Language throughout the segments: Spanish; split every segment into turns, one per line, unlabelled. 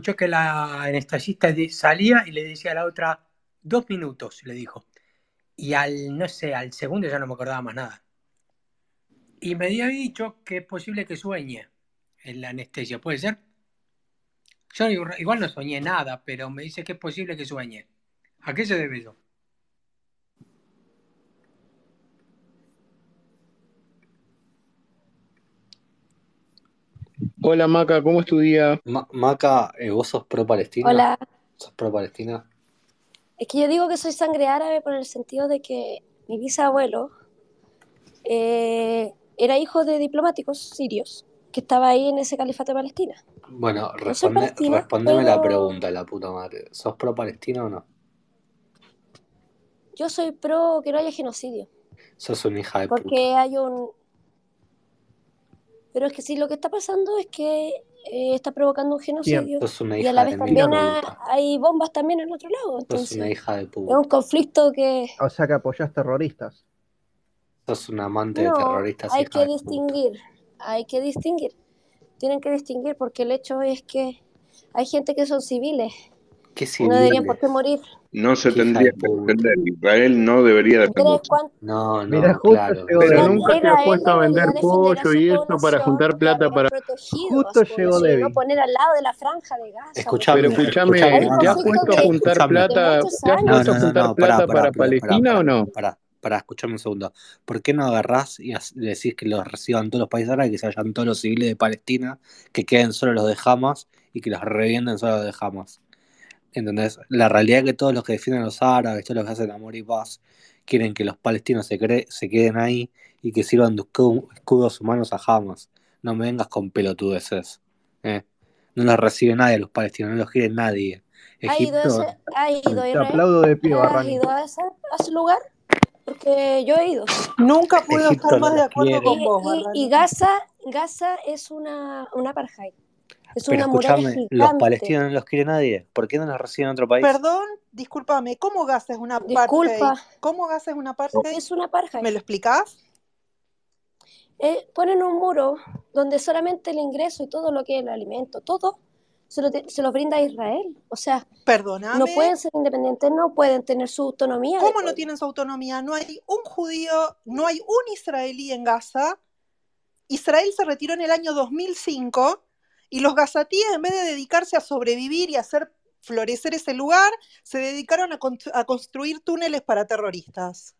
escuchó que la anestesista de- salía y le decía a la otra, dos minutos, le dijo. Y al, no sé, al segundo ya no me acordaba más nada. Y me había dicho que es posible que sueñe en la anestesia, ¿puede ser? Yo i- igual no soñé nada, pero me dice que es posible que sueñe. ¿A qué se debe eso?
Hola Maca, ¿cómo es tu día?
Ma- Maca, eh, ¿vos sos pro Palestina?
Hola,
¿Sos pro Palestina?
es que yo digo que soy sangre árabe por el sentido de que mi bisabuelo eh, era hijo de diplomáticos sirios que estaba ahí en ese califato de Palestina.
Bueno,
soy
responde,
palestina,
respondeme la
pero-
pregunta, la puta madre. ¿Sos pro Palestina o no?
Yo soy pro que no haya genocidio,
Sos una hija de puta.
porque hay un... Pero es que sí, lo que está pasando es que eh, está provocando un genocidio
Sos una
y a
hija
la
de
vez
mil
también ha-
puta.
hay bombas también en otro lado.
Sos una
Entonces,
hija de
es un
puta.
conflicto que...
O sea que apoyás terroristas.
Sos un amante de
No,
terroristas,
hay
hija
que
de puta.
distinguir, hay que distinguir. Tienen que distinguir porque el hecho es que hay gente que son civiles,
¿Qué
y no deberían por qué
civiles?
morir.
No se
Hija de
tendría que
puta.
defender. Israel no debería
¿Crees
defenderse.
cuánto?
No, no,
Mira, justo
claro.
llegó
Pero
Pero
la
nunca
tierra,
se ha
él
puesto a
debería
vender
defender a
pollo
su
y eso para
población
juntar
y
plata
haber
para-
protegido a
Justo
su
llegó
población,
Debbie.
no poner al lado de la franja de Gaza.
Escuchame,
Pero
porque-
escúchame,
Hay un
escuchame,
¿te has
conflicto
puesto a
que-
juntar
escuchame.
plata?
de muchos
¿Te has
años.
No,
puesto
no,
a
no,
juntar
no, pará,
plata
pará,
para
pará, pará,
Palestina
pará,
o no?
pará, pará, escuchame un segundo. ¿Por qué no agarrás y as- decís que los reciban todos los países árabes, que se vayan todos los civiles de Palestina, que queden solo los de Hamas y que los revienten solo los de Hamas? Entonces, la realidad es que todos los que defienden a los árabes, todos los que hacen amor y paz, quieren que los palestinos se, cre- se queden ahí y que sirvan de escu- escudos humanos a Hamas. No me vengas con pelotudeces. ¿eh? No los recibe nadie los palestinos, no los quiere nadie.
¿Ha ido, a
Egipto,
ese- ha ido a
Te
Israel?
aplaudo de pie,
¿Has
Barrani.
ido a ese, a ese lugar? Porque yo he ido.
Nunca puedo
Este Egipto no
estar más de
los
acuerdo
quiere.
con
Y,
vos,
y-
Barrani.
y Gaza, Gaza es una, una apartheid. Es
Pero
una muralla
escúchame, los
gigante.
palestinos no los quiere nadie. ¿Por qué no los reciben en otro país?
Perdón, discúlpame, ¿cómo Gaza es una apartheid?
Disculpa,
¿Cómo Gaza es una apartheid?
es una apartheid.
¿Me lo explicás?
Eh, ponen un muro donde solamente el ingreso y todo lo que es el alimento, todo, se lo, te- se lo brinda a Israel. O sea,
Perdóname.
no pueden ser independientes, no pueden tener su autonomía. de
¿Cómo no
pueblo.
tienen su autonomía? No hay un judío, no hay un israelí en Gaza. Israel se retiró en el año 2005 y los gazatíes, en vez de dedicarse a sobrevivir y hacer florecer ese lugar, se dedicaron a, constru- a construir túneles para terroristas.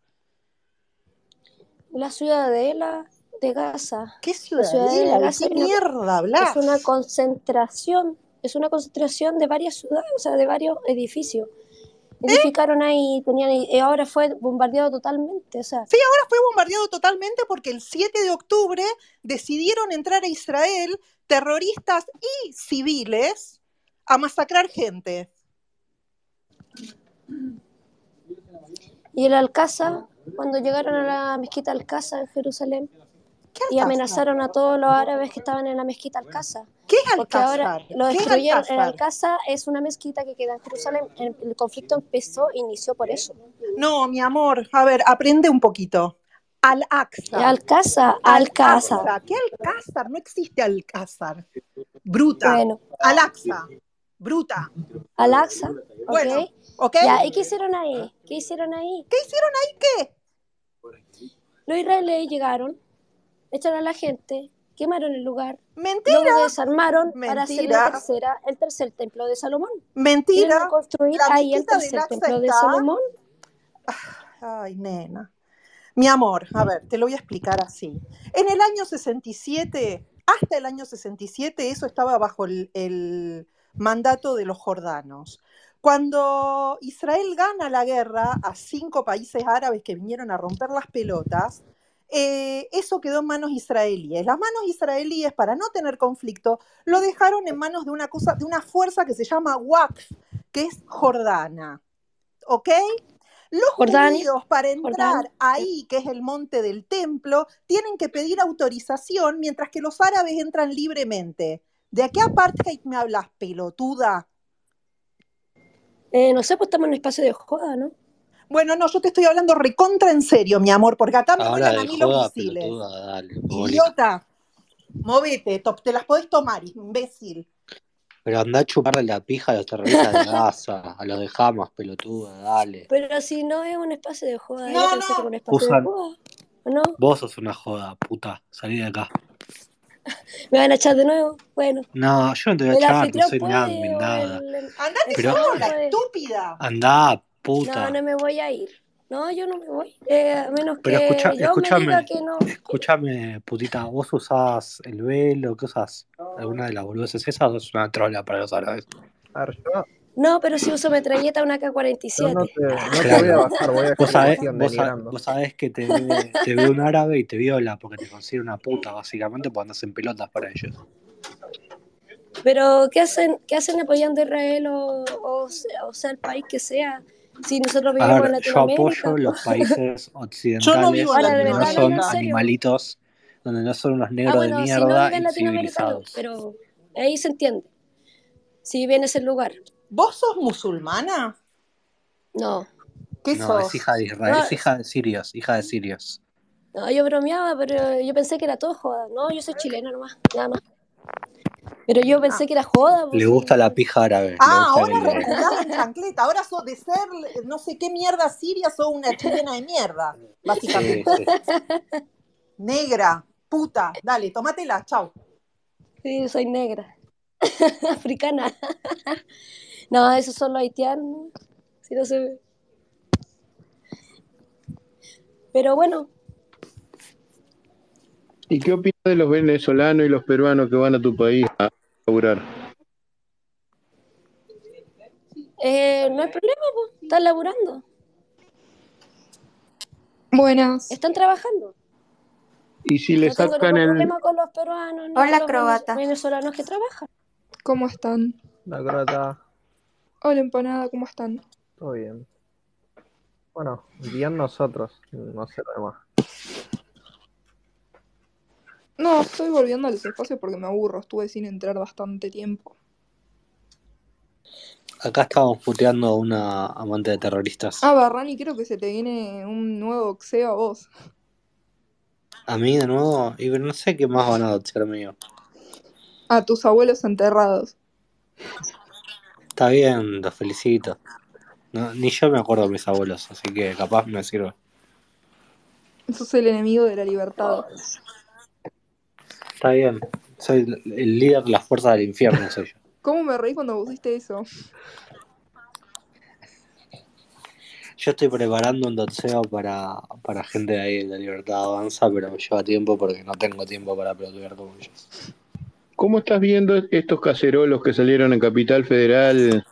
La ciudadela de Gaza
¿Qué
ciudadela,
ciudadela?
Gaza
¿Qué
es una-
mierda hablas?
es una concentración, es una concentración de varias ciudades, o sea, de varios edificios.
¿Eh?
Edificaron ahí, tenían, y ahora fue bombardeado totalmente, o sea,
fue bombardeado totalmente porque el 7 de octubre decidieron entrar a Israel terroristas y civiles a masacrar gente.
y el
Ah.
Alcázar, cuando llegaron a la mezquita Alcázar en Jerusalén,
¿Qué
y
Alcázar?
amenazaron a todos los árabes que estaban en la mezquita Alcázar.
¿Qué es
Porque ahora
Alcázar?
lo
¿Qué es
destruyeron. El
Alcázar?
Alcázar es una mezquita que queda en Jerusalén. El, el conflicto empezó, inició por eso.
No, mi amor, a ver, aprende un poquito. Al-Aqsa.
Alcázar, Alcázar.
Al-Aqsa. ¿Qué Alcázar? No existe Alcázar. Bruta.
Bueno,
Al-Aqsa. Bruta.
Al-Aqsa, ¿ok?
Bueno. ¿Ok?
Ya, ¿y qué hicieron ahí? ¿Qué hicieron ahí?
¿Qué hicieron ahí? ¿Qué?
Los israelíes llegaron, echaron a la gente, quemaron el lugar,
Mentira,
luego desarmaron para hacer la
Mentira.
tercera, el tercer templo de Salomón. Quieren
mentira.
construir
La
ahí el
mezquita del
tercer
Aqsa
templo de
está- Ah,
Salomón.
Ay, nena. Mi amor, a ver, te lo voy a explicar así. En el año 67, hasta el año 67, eso estaba bajo el, el mandato de los jordanos. Cuando Israel gana la guerra a cinco países árabes que vinieron a romper las pelotas, eh, eso quedó en manos israelíes. Las manos israelíes, para no tener conflicto, lo dejaron en manos de una cosa, de una fuerza que se llama Waqf, que es jordana. ¿Ok? Los
Jordania,
judíos para entrar
Jordania.
ahí, que es el monte del templo, tienen que pedir autorización mientras que los árabes entran libremente. ¿De qué apartheid me hablas, pelotuda?
Eh, no sé, pues estamos en un espacio de joda, ¿no?
Bueno, no, yo te estoy hablando recontra en serio, mi amor, porque acá me
Ahora
vuelan a
de
mí los
joda,
misiles.
pelotuda, dale, boludo.
Idiota, movete, to- te las podés tomar, imbécil.
Pero anda a chuparle la pija a los terroristas de Gaza, a los de Hamas, pelotuda, dale.
Pero si no es un espacio de joda,
No,
yo pensé
no.
que era un espacio
Usan-
de joda. ¿o ¿No?
Vos sos una joda, puta. Salí de acá.
¿Me van a echar de nuevo? Bueno.
No, yo no te voy a
El
echar, no
anfitrión
soy
puede,
admin,
o
nada.
el-
Andate
Pero-
sola, estúpida.
Andá, puta.
No, no me voy a ir. No, yo no me voy. Eh, a menos
Pero
que
escucha-
yo
escúchame.
me diga que no.
Escúchame, putita, ¿vos usás el velo? ¿Qué usás? ¿Alguna de las boludeces esas o sos una trola para los árabes?
A ver, yo,
No, pero si uso metralleta una
yo
K-47.
no te, no te
Claro.
voy a bajar, voy a
Vos
dejar
sabés,
emoción
vos sa-
denigrando.
vos sabés que te ve, te ve un árabe y te viola porque te considera una puta, básicamente, porque andás en pelotas para ellos.
Pero ¿qué hacen, qué hacen apoyando a Israel o, o, sea- o sea el país que sea? Si
A
nosotros vivimos en
ver, yo
Latinoamérica.
apoyo los países occidentales
Yo no vivo en
donde no
Latinoamérica.
son
Ahora, de verdad, no, en serio.
animalitos, donde no son unos negros
ah, bueno,
de
si no
mierda
vive en
y
Latinoamérica, no,
civilizados.
pero ahí se entiende. Si vienes el lugar.
¿Vos sos musulmana?
No,
¿Qué
no,
sos?
es hija de Israel,
No,
es hija de sirios, hija de sirios.
no, yo bromeaba, pero yo pensé que era todo joda. No, yo soy chilena nomás, nada más. Pero yo pensé que era joda. pues,
Le gusta
sí.
la pija árabe.
Ah, ahora
le gusta el-
reculás en chancleta. Ahora sos de ser eh, no sé qué mierda siria, sos una chilena de mierda,
Sí,
básicamente.
sí.
Negra, puta, dale, tómatela, chau.
Sí, soy negra. Africana. no, esos son los haitianos. Si no se ve. Pero bueno,
¿Y qué opinas de los venezolanos y los peruanos que van a tu país a laburar?
eh, no hay problema, po. están laburando,
Buenas.
están trabajando.
Y si le
No tengo
sacan
ningún
el,
problema con los peruanos, ni
Hola,
con los
croata.
venezolanos que trabajan.
¿Cómo están?
La grata,
Hola, empanada, ¿cómo están?
todo bien. Bueno, bien nosotros, no sé lo demás.
No, estoy volviendo a los espacios porque me aburro. Estuve sin entrar bastante tiempo.
Acá estamos puteando a una amante de terroristas.
Ah, Barrani, creo que se te viene un nuevo boxeo a vos.
A mí de nuevo, y no sé qué más van a adoptar mío.
A tus abuelos enterrados.
Está bien, los felicito. No, ni yo me acuerdo de mis abuelos, así que capaz me sirve.
Sos el enemigo de la libertad.
Está bien. Soy el- el líder de las fuerzas del infierno, soy yo.
¿Cómo me reí cuando pusiste eso?
Yo estoy preparando un dotseo para, para gente de ahí de la Libertad Avanza, pero me lleva tiempo porque no tengo tiempo para platicar con ellos.
¿Cómo estás viendo estos cacerolos que salieron en Capital Federal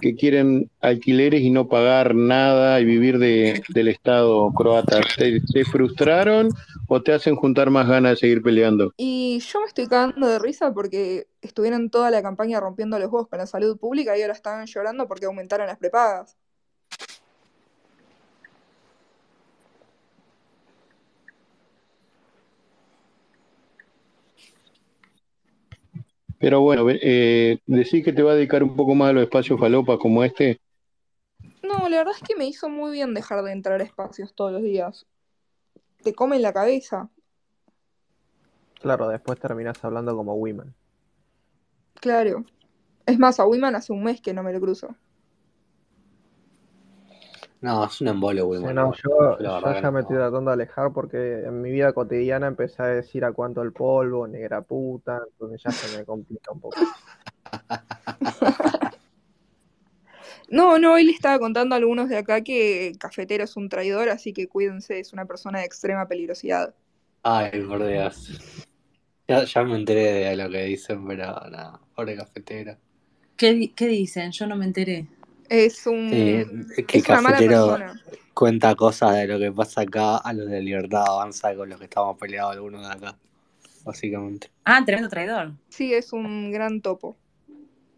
que quieren alquileres y no pagar nada y vivir de, del Estado croata? ¿Se, se frustraron o te hacen juntar más ganas de seguir peleando?
Y yo me estoy cagando de risa porque estuvieron toda la campaña rompiendo los huevos con la salud pública y ahora están llorando porque aumentaron las prepagas.
Pero bueno, eh, decís que te va a dedicar un poco más a los espacios falopas como este.
No, la verdad es que me hizo muy bien dejar de entrar a espacios todos los días. Te comen la cabeza.
Claro, después terminás hablando como women.
Claro. Es más, a Wiman hace un mes que no me lo cruzo.
No, es un embole, güey.
Sí,
bueno,
no,
bueno,
yo,
la
yo
verdad que
ya me
no.
estoy tratando de alejar porque en mi vida cotidiana empecé a decir a cuánto el polvo, negra puta, entonces ya se me complica un poco.
No, no, hoy le estaba contando a algunos de acá que Cafetero es un traidor, así que cuídense, es una persona de extrema peligrosidad.
Ay, por Dios. Ya, ya me enteré de lo que dicen, pero no, pobre cafetero.
¿Qué, di- qué dicen? Yo no me enteré.
Es un...
Eh, que
Mm,
el
es una mala
cafetero
persona.
cuenta cosas de lo que pasa acá a los de Libertad Avanza con los que estamos peleados algunos de acá, básicamente.
Ah, tremendo traidor.
Sí, es un gran topo.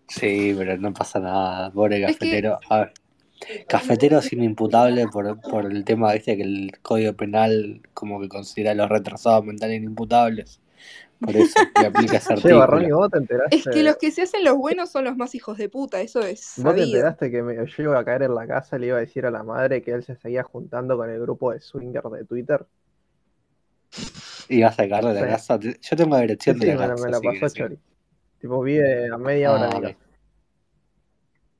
Sí, pero no pasa nada, pobre
Es que-
cafetero. A ver, cafetero es inimputable por, por el tema, viste, que el Código Penal como que considera a los retrasados mentales inimputables. Por eso le aplica ese
Che, Barroni,
artículo.
vos te enteraste.
Es que los que se hacen los buenos son los más hijos de puta, eso es
¿Vos te
sabido.
enteraste que me- yo iba a caer en la casa y le iba a decir a la madre que él se seguía juntando con el grupo de swingers de Twitter?
Y va a sacar de la
Sí.
casa. Yo tengo la
Sí,
dirección
sí,
de
me
la
la, me
casa.
la
si
pasó
querés ir.
Chori. Tipo, vive a media hora
Ah,
de
ok.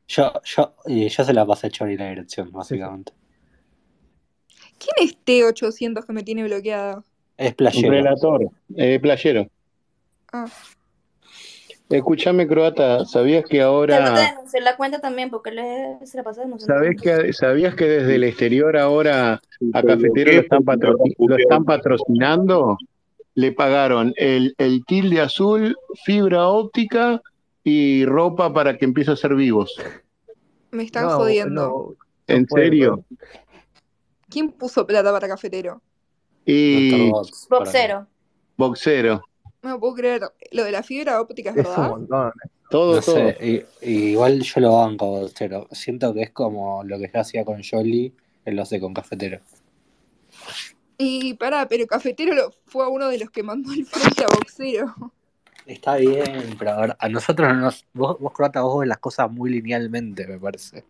Yo, yo, y yo se la pasé a Chori la dirección, básicamente.
¿Quién es T800 que me tiene bloqueada?
Es playero.
Un relator, eh, playero.
Ah.
Escúchame, croata, ¿sabías
Te
que
no te
ahora,
denuncié la cuenta también porque le, se la pasé denunciando.
sabés que, sabías que desde el exterior ahora a
Te
Cafetero
bloqueé
lo están,
porque me habrás
patrocin- lo
puteado.
están patrocinando? Le pagaron el, el tilde azul, fibra óptica y ropa para que empiece a ser vivos.
Me están
No,
jodiendo.
no,
¿En
no puede,
serio?
bro.
¿Quién puso plata para cafetero?
Y
Dropbox, para mí.
Boxero.
boxero.
No lo puedo creer. Lo de la fibra óptica es
Es un
verdad.
montón. ¿eh?
Todo,
No
todo.
sé, y- y igual yo lo banco, Bostero. Siento que es como lo que yo hacía con Jolly, él lo hace con Cafetero.
Y pará, pero cafetero lo- fue a uno de los que mandó el frente a boxero.
Está bien, pero a, ver, a nosotros no nos. Vos, vos croata, vos ves las cosas muy linealmente, me parece.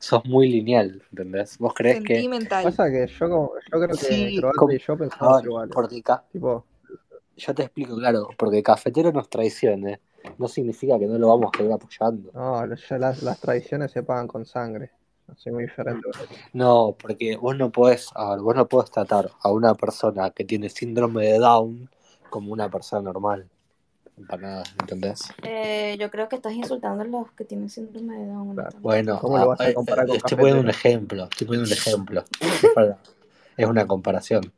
Sos muy lineal, ¿entendés? Vos crees que.
Sentimental.
Pasa que yo, como, yo creo que
Sí,
Croata
com-
y yo
a
pensamos
ver,
iguales.
porque ca-
Tipo,
yo te explico, claro, porque Cafetero nos traicione, no significa que no lo vamos a seguir apoyando.
no, ya las, las tradiciones se pagan con sangre. No soy muy diferente. bro.
No, porque vos no podés, a ver, vos no podés tratar a una persona que tiene síndrome de Down como una persona normal. Para nada, ¿entendés?
Eh, yo creo que estás insultando a los que tienen síndrome de Down.
Claro.
también.
Bueno,
¿Cómo lo
a-
vas a
eh, eh,
comparar con
estoy poniendo un
cafetero?
ejemplo, estoy poniendo un ejemplo. Es, para- es una comparación.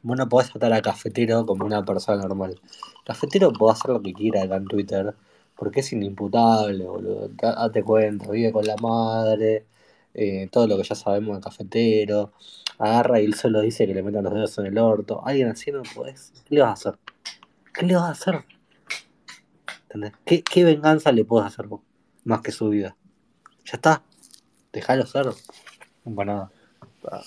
Vos no podés tratar a Cafetero como una persona normal. Cafetero puede hacer lo que quiera acá en Twitter, porque es inimputable, boludo. Da- Date cuenta, vive con la madre, eh, todo lo que ya sabemos de Cafetero. Agarra y él solo dice que le metan los dedos en el orto. Alguien así no podés. ¿Qué le vas a hacer? ¿Qué le vas a hacer? ¿Entendés? ¿Qué, qué venganza le podés hacer vos? Más que su vida. Ya está. Dejalo ser. Bueno, nada.
Ah,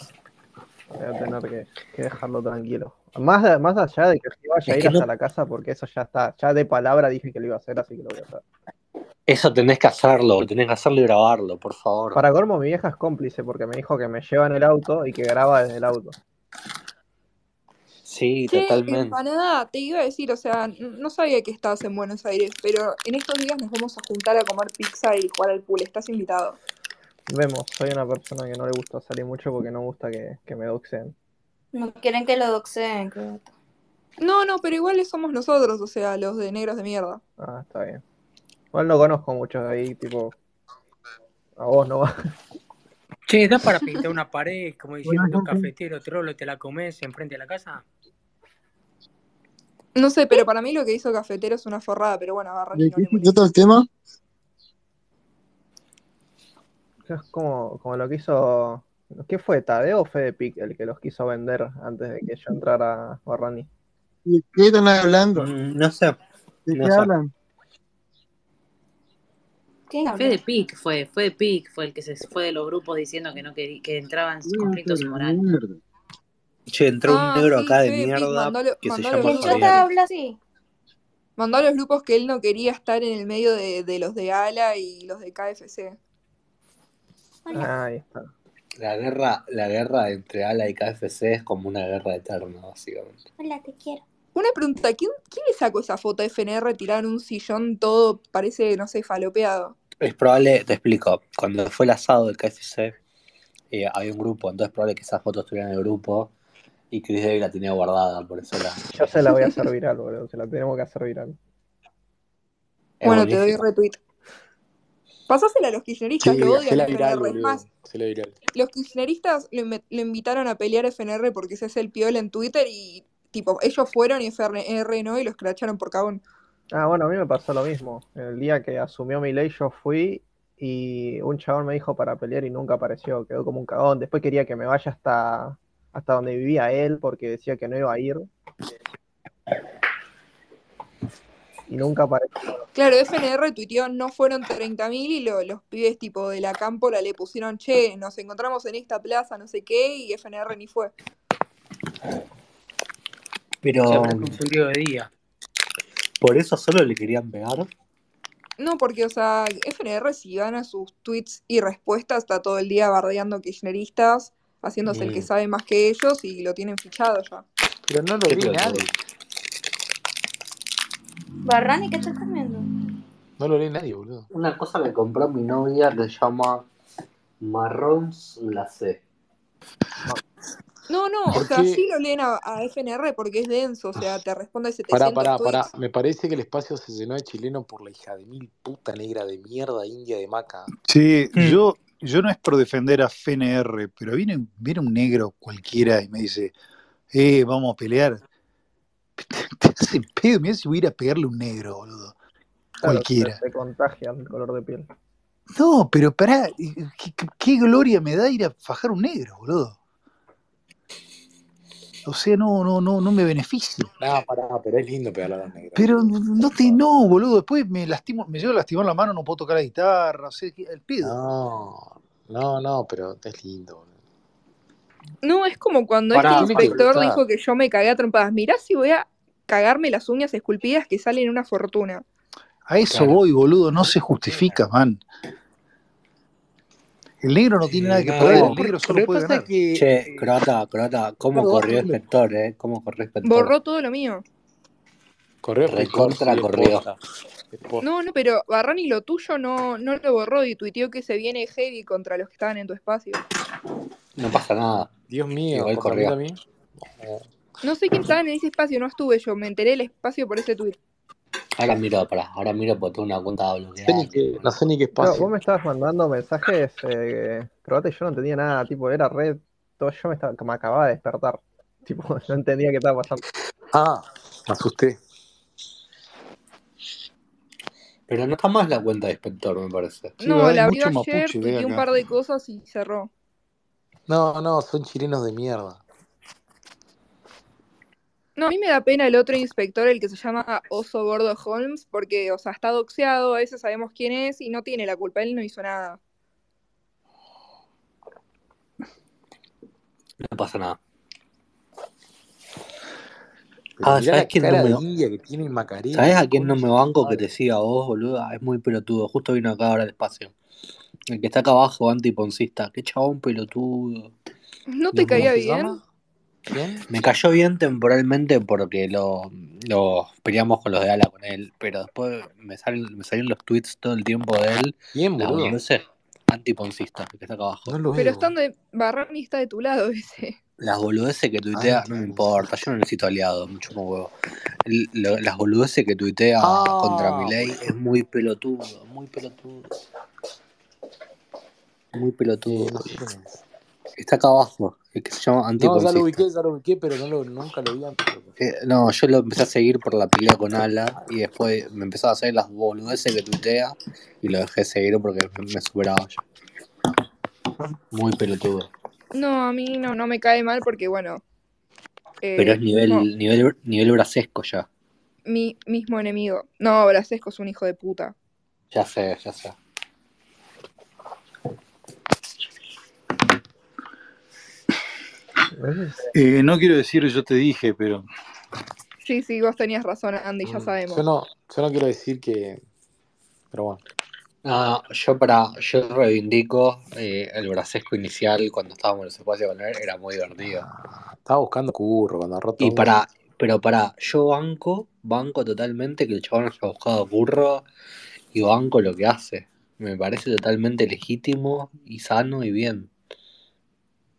Voy a tener que, que dejarlo tranquilo. Más, de- más allá de que se vaya
Es
a ir
que
hasta
no,
la casa, porque eso ya está. Ya de palabra dije que lo iba a hacer, así que lo voy a hacer.
eso tenés que hacerlo, tenés que hacerlo y grabarlo, por favor.
Para colmo, mi vieja es cómplice porque me dijo que me lleva en el auto y que graba desde el auto.
Sí,
Che,
totalmente.
empanada, te iba a decir, o sea, n- no sabía que estabas en Buenos Aires, pero en estos días nos vamos a juntar a comer pizza y jugar al pool. Estás invitado.
Vemos, soy una persona que no le gusta salir mucho porque no gusta que, que me doxen.
No quieren que lo doxeen. que-
No, no, pero iguales somos nosotros, o sea, los de negros de mierda.
Ah, está bien. Igual no conozco muchos de ahí, tipo, a vos no va.
Che, ¿da para pintar una pared como
Bueno,
diciendo
gente.
cafetero, trolo, te la comes enfrente de la casa?
No sé, pero para mí lo que hizo Cafetero es una forrada, pero bueno, agarra
¿De
y no
qué
le
se trata
molesta.
el tema?
Es como, como lo que hizo. ¿Qué fue? ¿Tadeo o Fede Pic el que los quiso vender antes de que yo entrara a Barrani?
¿De qué están hablando?
Mm, No sé,
¿De
no
qué
sé.
hablan?
¿Quién habló?
Fue de Pic, fue, fue de Pic, fue el que se fue de los grupos diciendo que no quería, que entraba en
Voy a hacer
conflictos
la
morales.
mierda.
Che, entró un
Ah,
negro
sí,
acá de
Fede Pic
mierda
mandó, a lo-
que se
mandó a los
llama
¿Quién
grupos.
chota
Fabián.
habla así?
Mandó a los grupos que él no quería estar en el medio de, de los de ALA y los de KFC.
Hola.
Ahí está.
La guerra, la guerra entre ALA y KFC es como una guerra eterna, básicamente.
Hola, te quiero.
Una pregunta, ¿quién, quién le sacó esa foto de FNR tirada en un sillón todo, parece, no sé, falopeado?
Es probable, te explico, cuando fue el asado del KFC eh, había un grupo, entonces es probable que esas fotos estuvieran en el grupo y Chris Davis la tenía guardada, por eso la...
Yo se la voy a hacer viral, boludo. Se la tenemos que hacer viral.
Es
Bueno, te doy
buenísimo.
retweet. Pasásela a los kirchneristas, lo
Sí,
odian
la
a
viral,
FNR. Es más,
boludo. la viral.
los kirchneristas lo, inve- lo invitaron a pelear a FNR porque se hace el piola en Twitter y, tipo, ellos fueron y FNR no y los cracharon por cagón.
Ah, bueno, a mí me pasó lo mismo. El día que asumió mi ley yo fui y un chabón me dijo para pelear y nunca apareció, quedó como un cagón. Después quería que me vaya hasta, hasta donde vivía él porque decía que no iba a ir y nunca apareció.
Claro, FNR tuiteó, no fueron 30.000 y lo- los pibes, tipo, de la cámpora le pusieron, che, nos encontramos en esta plaza, no sé qué, y FNR ni fue.
Se
Pero
habrá confundido de día.
por eso solo le querían pegar.
No, porque, o sea, FNR si van a sus tweets y respuestas, está todo el día bardeando kirchneristas, haciéndose el que
Mm,
sabe más que ellos y lo tienen fichado ya.
Pero no lo
qué
vi,
pelotudo.
nadie.
Barrani, ¿qué estás comiendo?
No lo lee nadie, boludo.
Una cosa que compró mi novia que se llama Marrón Glacé.
No, no, o
¿Por
sea,
qué?
sí lo leen a, a FNR porque es denso, o sea, te responde 700
Pará, pará,
tweets.
pará. Me parece que el espacio se llenó de chileno por la hija de mil puta negra de mierda india de maca.
Sí, yo, yo no es por defender a FNR, pero viene, viene un negro cualquiera y me dice, eh, vamos a pelear. Te hacen pedo, mira si voy a ir a pegarle a un negro, boludo.
Claro,
Cualquiera.
Te, te contagian el color de piel.
No, pero pará, ¿qué, qué- qué gloria me da ir a fajar un negro, boludo. O sea, no, no, no, no me beneficia.
No, pará, pero es lindo pegarle a los negros.
Pero no te, no, boludo, después me lastimo, me llevo a lastimar la mano, no puedo tocar la guitarra, o sea, que- el pedo.
No, no, no, pero es lindo, boludo.
No, es como cuando
Pará,
este
tiene que
inspector
explotar.
dijo que yo me cagué a trompadas. Mirá si voy a cagarme las uñas esculpidas que salen una fortuna.
A eso
Claro.
voy, boludo, no se justifica, man. El negro no tiene nada
Ah,
que
no,
perder, el
porque-
negro
lo
solo
que
puede
pasa es
ganar.
que- Che, croata, croata, ¿cómo
Perdón,
corrió
boludo.
inspector, eh? ¿Cómo corrió inspector?
Borró todo lo mío.
Corrió inspector,
Recontra
sí, es
corrió.
posta. Es posta.
No, no, pero Barrani lo tuyo no, no lo borró y tuiteó que se viene heavy contra los que estaban en tu espacio.
No pasa nada.
Dios mío,
Igual
contra mí
corrió.
también. No.
No sé quién estaba en ese espacio, no estuve yo, me enteré del espacio por ese tuit.
Ahora miro, pará, ahora miro porque tengo una cuenta
sé ni
bloqueada.
qué, no sé ni qué
Pero vos
espacio.
me estabas mandando mensajes, eh, croata, y yo no entendía nada, tipo, era red, todo, yo me, estaba, me acababa de despertar, tipo, no entendía qué estaba pasando.
Ah, me asusté.
Pero no está más la cuenta de inspector, me parece.
No, la abrió ayer, tuiteó un par de cosas y cerró.
No, no, son chilenos de mierda.
No, a mí me da pena el otro inspector, el que se llama Oso Gordo Holmes, porque, o sea, está doxeado, a veces sabemos quién es y no tiene la culpa, él no hizo nada.
No pasa nada.
Pero
Ah,
mirá
¿sabes
la
quién no
cara
me
de
lo...
india que tiene el Macarena,
¿Sabes
la
a quién no
concha
me
de su
banco que
madre.
te siga a vos, boludo? Ah, Es muy pelotudo. Justo vino acá ahora al espacio. El que está acá abajo, antiponcista. Qué chabón pelotudo.
¿No te
Dios mío.
caía
se
bien?
¿Quién?
Me cayó bien temporalmente porque lo, lo peleamos con los de Ala con él, pero después me salen, me salieron los tweets todo el tiempo de él,
¿Quién,
las
boludo?
boludeces antiponcistas, el que está acá abajo.
No
Pero
lo veo, boludo.
estando de Barrani está de tu lado ese.
Las boludeces que tuitea, no me importa, yo no necesito aliado, mucho como huevo. El- lo- las boludeces que tuitea contra
Ah,
Milei
boludo.
es muy pelotudo, muy pelotudo, muy
Eh,
pelotudo.
no sé quién es.
Está acá abajo, el que se llama
No, ya lo
antiponcista.
ubiqué, ya lo ubiqué, pero no lo, nunca lo vi antes. boludo.
Eh, no, yo lo empecé a seguir por la pelea con Ala y después me empezaba a hacer las boludeces que tuitea y lo dejé seguir porque me superaba yo. Muy pelotudo.
No, a mí no, no me cae mal porque, bueno,
Pero
eh,
es
mismo,
nivel, nivel, nivel brasesco ya.
mi mismo enemigo. No, Brasesco es un hijo de puta.
Ya sé, ya sé.
Eh, no quiero decir yo te dije, pero
Sí, sí, vos tenías razón, Andy, ya
Mm, Yo
sabemos.
no, yo no quiero decir que. Pero bueno.
Ah, yo para, yo reivindico eh, el brasesco inicial cuando estábamos en el espacio con él, era muy divertido.
Estaba buscando curro cuando roto
Y
hongo.
para, pero para, yo banco, banco totalmente que el chabón haya buscado burro y banco lo que hace. Me parece totalmente legítimo y sano y bien.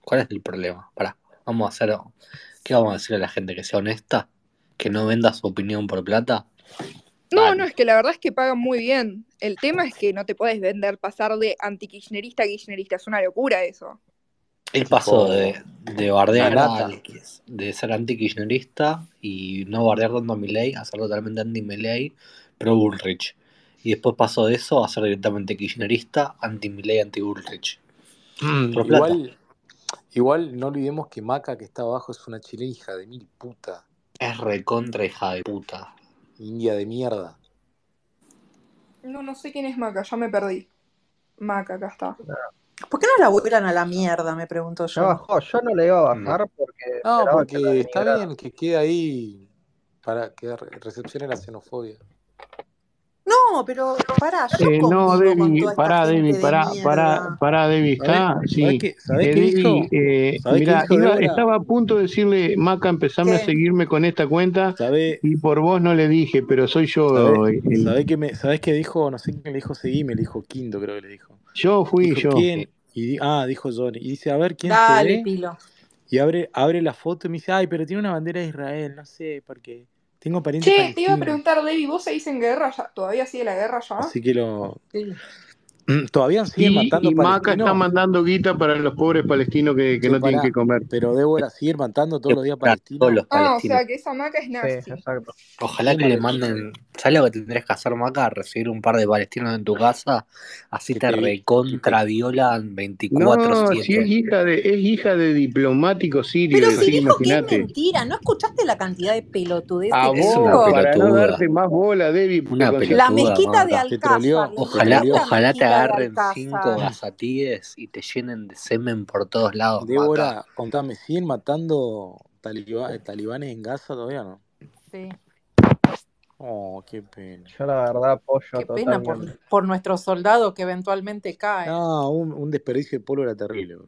¿Cuál es el problema? Pará, vamos a hacer. ¿Qué vamos a decir a la gente? ¿Que sea honesta? ¿Que no venda su opinión por plata?
No, no,
Dale.
es que la verdad es que pagan muy bien. El tema es que no te puedes vender, pasar de anti-kirchnerista a kirchnerista. Es una locura eso.
Él pasó
Tipo.
de, de bardear
Nanata.
al. de ser anti-kirchnerista y no bardear tanto a Milei a ser totalmente anti-Milei, pro Bullrich. Y después pasó de eso a ser directamente kirchnerista, anti-Milei, anti-Bullrich. Mm, Por plata.
Igual, igual no olvidemos que Maca que está abajo es una chilena hija de mil puta.
Es recontra hija de puta.
India de mierda.
No, no sé quién es Maca, ya me perdí. Maca, acá está.
¿Por qué no la vuelan a la mierda? Me pregunto
Ya
yo.
bajó, yo no le iba a
No.
bajar porque
No,
esperaba que la
porque está
denigrara.
bien que quede ahí para que re- recepcione la xenofobia.
No, pero pará, yo
Eh,
convivo
no,
con
Debbie,
toda esta
pará,
gente
Debbie,
de
pará,
mierda.
pará, pará, Debbie, está.
¿Sabés-
Sí.
sabés qué- sabés
Eh,
qué
Debbie,
hizo?
eh,
¿Sabés qué
mirá,
hizo
iba-
Débora?
estaba a punto de decirle, Maca, empezame a
¿Qué?
seguirme con esta cuenta,
¿Sabés,
y por vos no le dije, pero soy
sabés,
yo el,
sabés, que
¿Ah?
me, ¿Sabés qué dijo? No sé quién le dijo seguime, le dijo Quinto, creo que le dijo.
Yo fui
Dijo
yo.
quién. Y di- ah, dijo Johnny. Y dice, a ver quién se
Dale,
ve.
Pilo.
Y abre, abre la foto y me dice, ay, pero tiene una bandera de Israel, no sé, porque tengo parientes
Che, te iba a
palestinos.
preguntar, David, ¿vos seguís en guerra ya? ¿Todavía sigue la guerra
Ah,
ya? Ah,
Así que lo.
Sí.
¿Todavía siguen
Y,
matando
y Maca está
palestinos?
mandando guita para los pobres palestinos que, que
Che,
no tienen
pará.
que comer.
Pero Débora, ¿siguen matando todos
Que
los días
mueran todos
palestinos?
los
Ah, o
palestinos.
sea que esa maca es
Sí,
nazi.
eh, exacto.
Ojalá
Qué
que le
mal.
manden. ¿Sabes lo que tendrías que hacer, Maca? Recibir un par de palestinos en tu casa. Así
Que
te
te, vi- que te,
recontraviolan
No, si es
24-7.
hija de, es hija de diplomático sirio,
Pero
de
si
sí,
dijo que es
imagínate.
mentira, ¿no escuchaste la cantidad de pelotudez
A
que
Es una
vos,
dijo?
para no
pelotuda.
darte más bola, Debbie, porque
Una
con
La
pelotuda,
mezquita de
Maca.
te
Alcázar,
troleó,
la
te
Ojalá,
maldita
troleó.
ojalá te
mezquita de
agarren cinco
Alcázar.
gazatíes y te llenen de semen por todos lados, Maca.
Débora, contame, ¿siguen matando taliba- talibanes en Gaza todavía o no?
Sí.
Oh, qué pena.
Yo la verdad apoyo
Qué pena por,
totalmente.
por nuestros soldados que eventualmente caen.
No, un, un desperdicio de pólvora terrible. bro.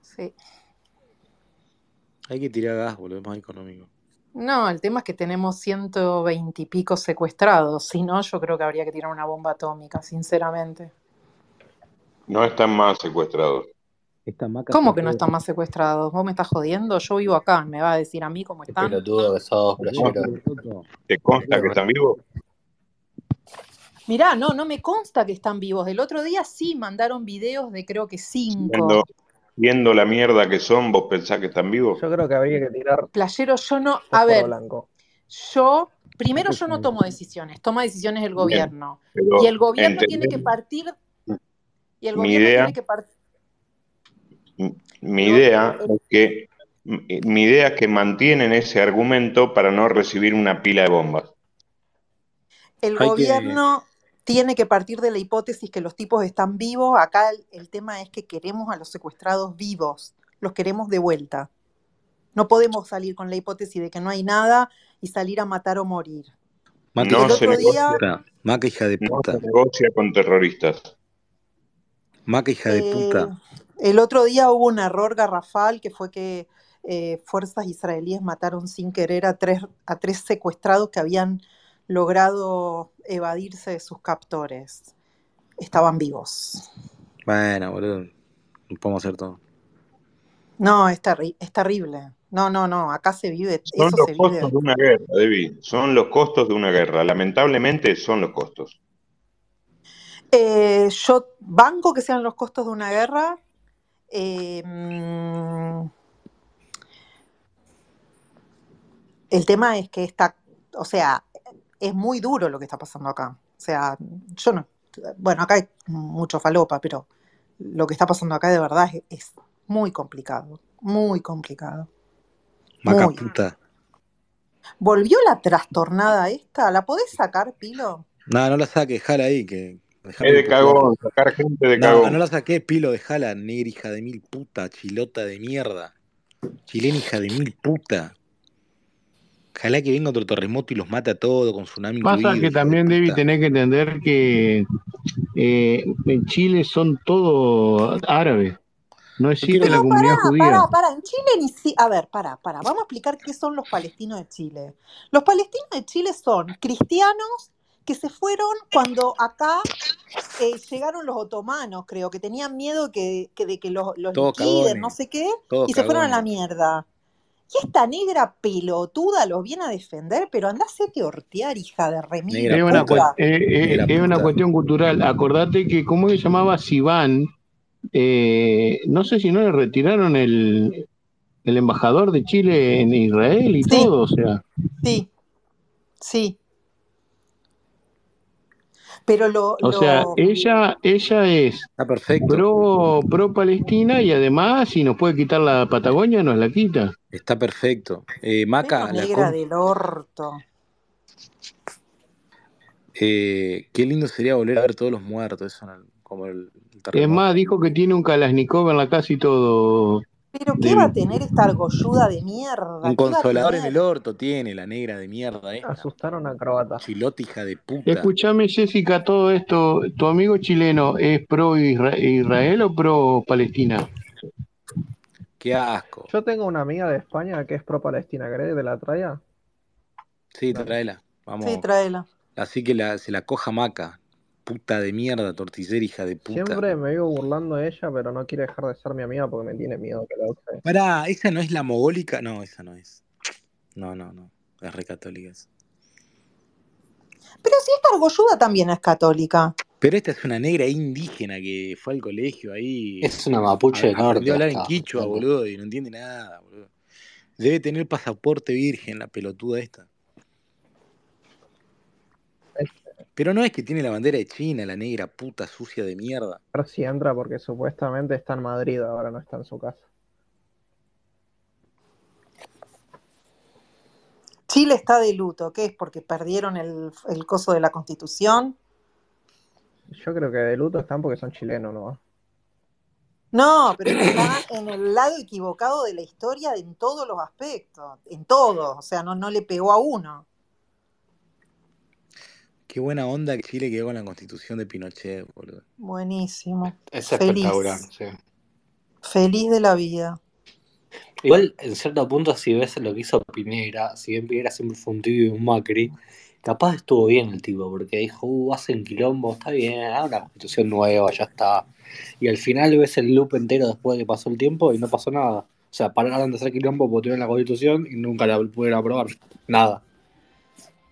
Sí.
Hay que tirar gas, boludo, es más económico.
No, el tema es que tenemos 120 y pico secuestrados. Si no, yo creo que habría que tirar una bomba atómica, sinceramente.
No están más secuestrados.
Esta maca está
¿Cómo que no
re...
están más secuestrados? ¿Vos me estás jodiendo? Yo vivo acá. ¿Me va a decir a mí cómo
Qué
están?
pelotudo que sos,
¿Te
Boludo,
consta,
playero.
pero loco,
te consta que
boludo,
están vivos?
Mirá, no, no me consta que están vivos. Del otro día sí mandaron videos de creo que cinco.
Siendo, siendo la mierda que son, ¿vos pensás que están vivos?
Yo creo que habría que tirar
Playero, yo no. A
fósforo
ver,
blanco.
yo.
hay
Primero,
que
yo no
fumar.
tomo decisiones. Toma decisiones el
Bien,
gobierno. Y
pero
el gobierno tiene
entender
que partir. Y el
mi
gobierno
idea
tiene que partir.
Mi idea es que mm, mi idea es que mantienen ese argumento para no recibir una pila de bombas.
El
Hay que...
gobierno tiene que partir de la hipótesis que los tipos están vivos. Acá el, el tema es que queremos a los secuestrados vivos, los queremos de vuelta. No podemos salir con la hipótesis de que no hay nada y salir a matar o morir.
Maca,
El
No
hija de
se
otro
negocia,
día,
puta. Maca, hija de
no se
puta.
negocia con terroristas.
Maca, hija de
eh,
puta.
el otro día hubo un error garrafal que fue que eh, fuerzas israelíes mataron sin querer a tres, a tres secuestrados que habían logrado evadirse de sus captores. Estaban vivos.
Bueno, boludo, no podemos hacer todo.
No, es, terri- es terrible. No, no, no, acá se vive,
Son
eso
los
se
costos
vive.
de una guerra, David. Son los costos de una guerra. Lamentablemente son los costos.
Eh, yo banco que sean los costos de una guerra. eh, mm, el tema es que está, o sea, es muy duro lo que está pasando acá. O sea, yo no, bueno, acá hay mucho falopa, pero lo que está pasando acá de verdad es, es muy complicado, muy complicado,
Maca
muy.
puta.
¿Volvió la trastornada esta? ¿La podés sacar, Pilo?
No, no la saques, jala ahí, que déjame
Es
de
de
putear.
cagón, sacar gente de
No, no
cagón.
la saqué, pilo, dejala, negra hija de mil puta, chilota de mierda. Chilena hija de mil puta. Ojalá que venga otro terremoto y los mate a todos, con tsunami
Pasa
incluido,
que
hija de
también, Debbie,
puta.
tenés que entender que eh, en Chile son todos árabes. No
No
existe
quiero.
la
Pero
comunidad
pará,
judía.
pará, pará. En Chile ni si... A ver, pará, pará. Vamos a explicar qué son los palestinos de Chile. Los palestinos de Chile son cristianos que se fueron cuando acá eh, llegaron los otomanos, creo, que tenían miedo que, que- de que los, los
Todos
liquiden, no
cagones,
sé qué,
todos
y se fueron a la
cagones.
mierda. Y esta negra pelotuda los viene a defender, pero andá a hortear, hija de remil
Negra
Es una,
puta,
cua-
puta.
eh, eh,
negra
es una
puta.
cuestión cultural. Acordate que, ¿cómo se llamaba Sibán? Eh, no sé si no le retiraron el, el embajador de Chile en Israel y
Sí,
todo, o sea.
sí, sí. Pero lo,
O sea,
lo...
ella, ella es
Está perfecto,
pro, pro Palestina y además si nos puede quitar la Patagonia, nos la quita.
está perfecto. Eh,
Pero
Maca, la
negra
con...
del orto.
eh, qué lindo sería volver a ver todos los muertos, eso en el- como el, el
Es
terremoto.
más, dijo que tiene un Kalashnikov en la casa y todo,
Pero ¿qué
Del-
va a tener esta argolluda de mierda?
Un
¿Qué va a
consolador en
tener?
el orto tiene la negra de mierda esta. Asustaron
a croata.
Chilota hija de puta.
Escúchame, Jessica, todo esto, ¿tu amigo chileno es pro Isra- Israel o pro Palestina?
Qué asco.
Yo tengo una amiga de España que es pro Palestina, ¿crees? ¿De la traía?
Sí, tráela. Vamos.
Sí, tráela.
Así que la, se la coja maca. Puta de mierda, torticera, hija de puta.
Siempre me vivo burlando de ella, pero no quiere dejar de ser mi amiga porque me tiene miedo que la use.
Pará, ¿esa no es la mogólica? No, esa no es. No, no, no. Es recatólica esa.
Pero si esta argolluda también es católica.
Pero esta es una negra indígena que fue al colegio ahí.
Es una mapuche
a-
del norte,
aprendió a hablar en
basta,
quichua,
loco.
boludo, y no entiende nada, boludo. Debe tener pasaporte virgen la pelotuda esta. Pero no es que tiene la bandera de China, la negra puta sucia de mierda.
A ver si entra porque supuestamente está en Madrid ahora, no está en su casa.
Chile está de luto. ¿Qué es? ¿Porque perdieron el, el coso de la Constitución?
Yo creo que de luto están porque son chilenos, ¿no?
No, pero es que está en el lado equivocado de la historia en todos los aspectos. En todos. O sea, no, no le pegó a uno.
Qué buena onda que Chile quedó con la constitución de Pinochet, boludo.
Buenísimo.
Es espectacular,
Feliz.
sí.
Feliz de la vida.
Igual, en cierto punto, si ves lo que hizo Piñera, si bien Piñera siempre fue un tibio y un Macri, capaz estuvo bien el tipo, porque dijo, uh, hacen quilombo, está bien, hagan una constitución nueva, ya está. Y al final ves el loop entero después de que pasó el tiempo y no pasó nada. O sea, pararon de hacer quilombo porque tuvieron la constitución y nunca la pudieron aprobar. Nada.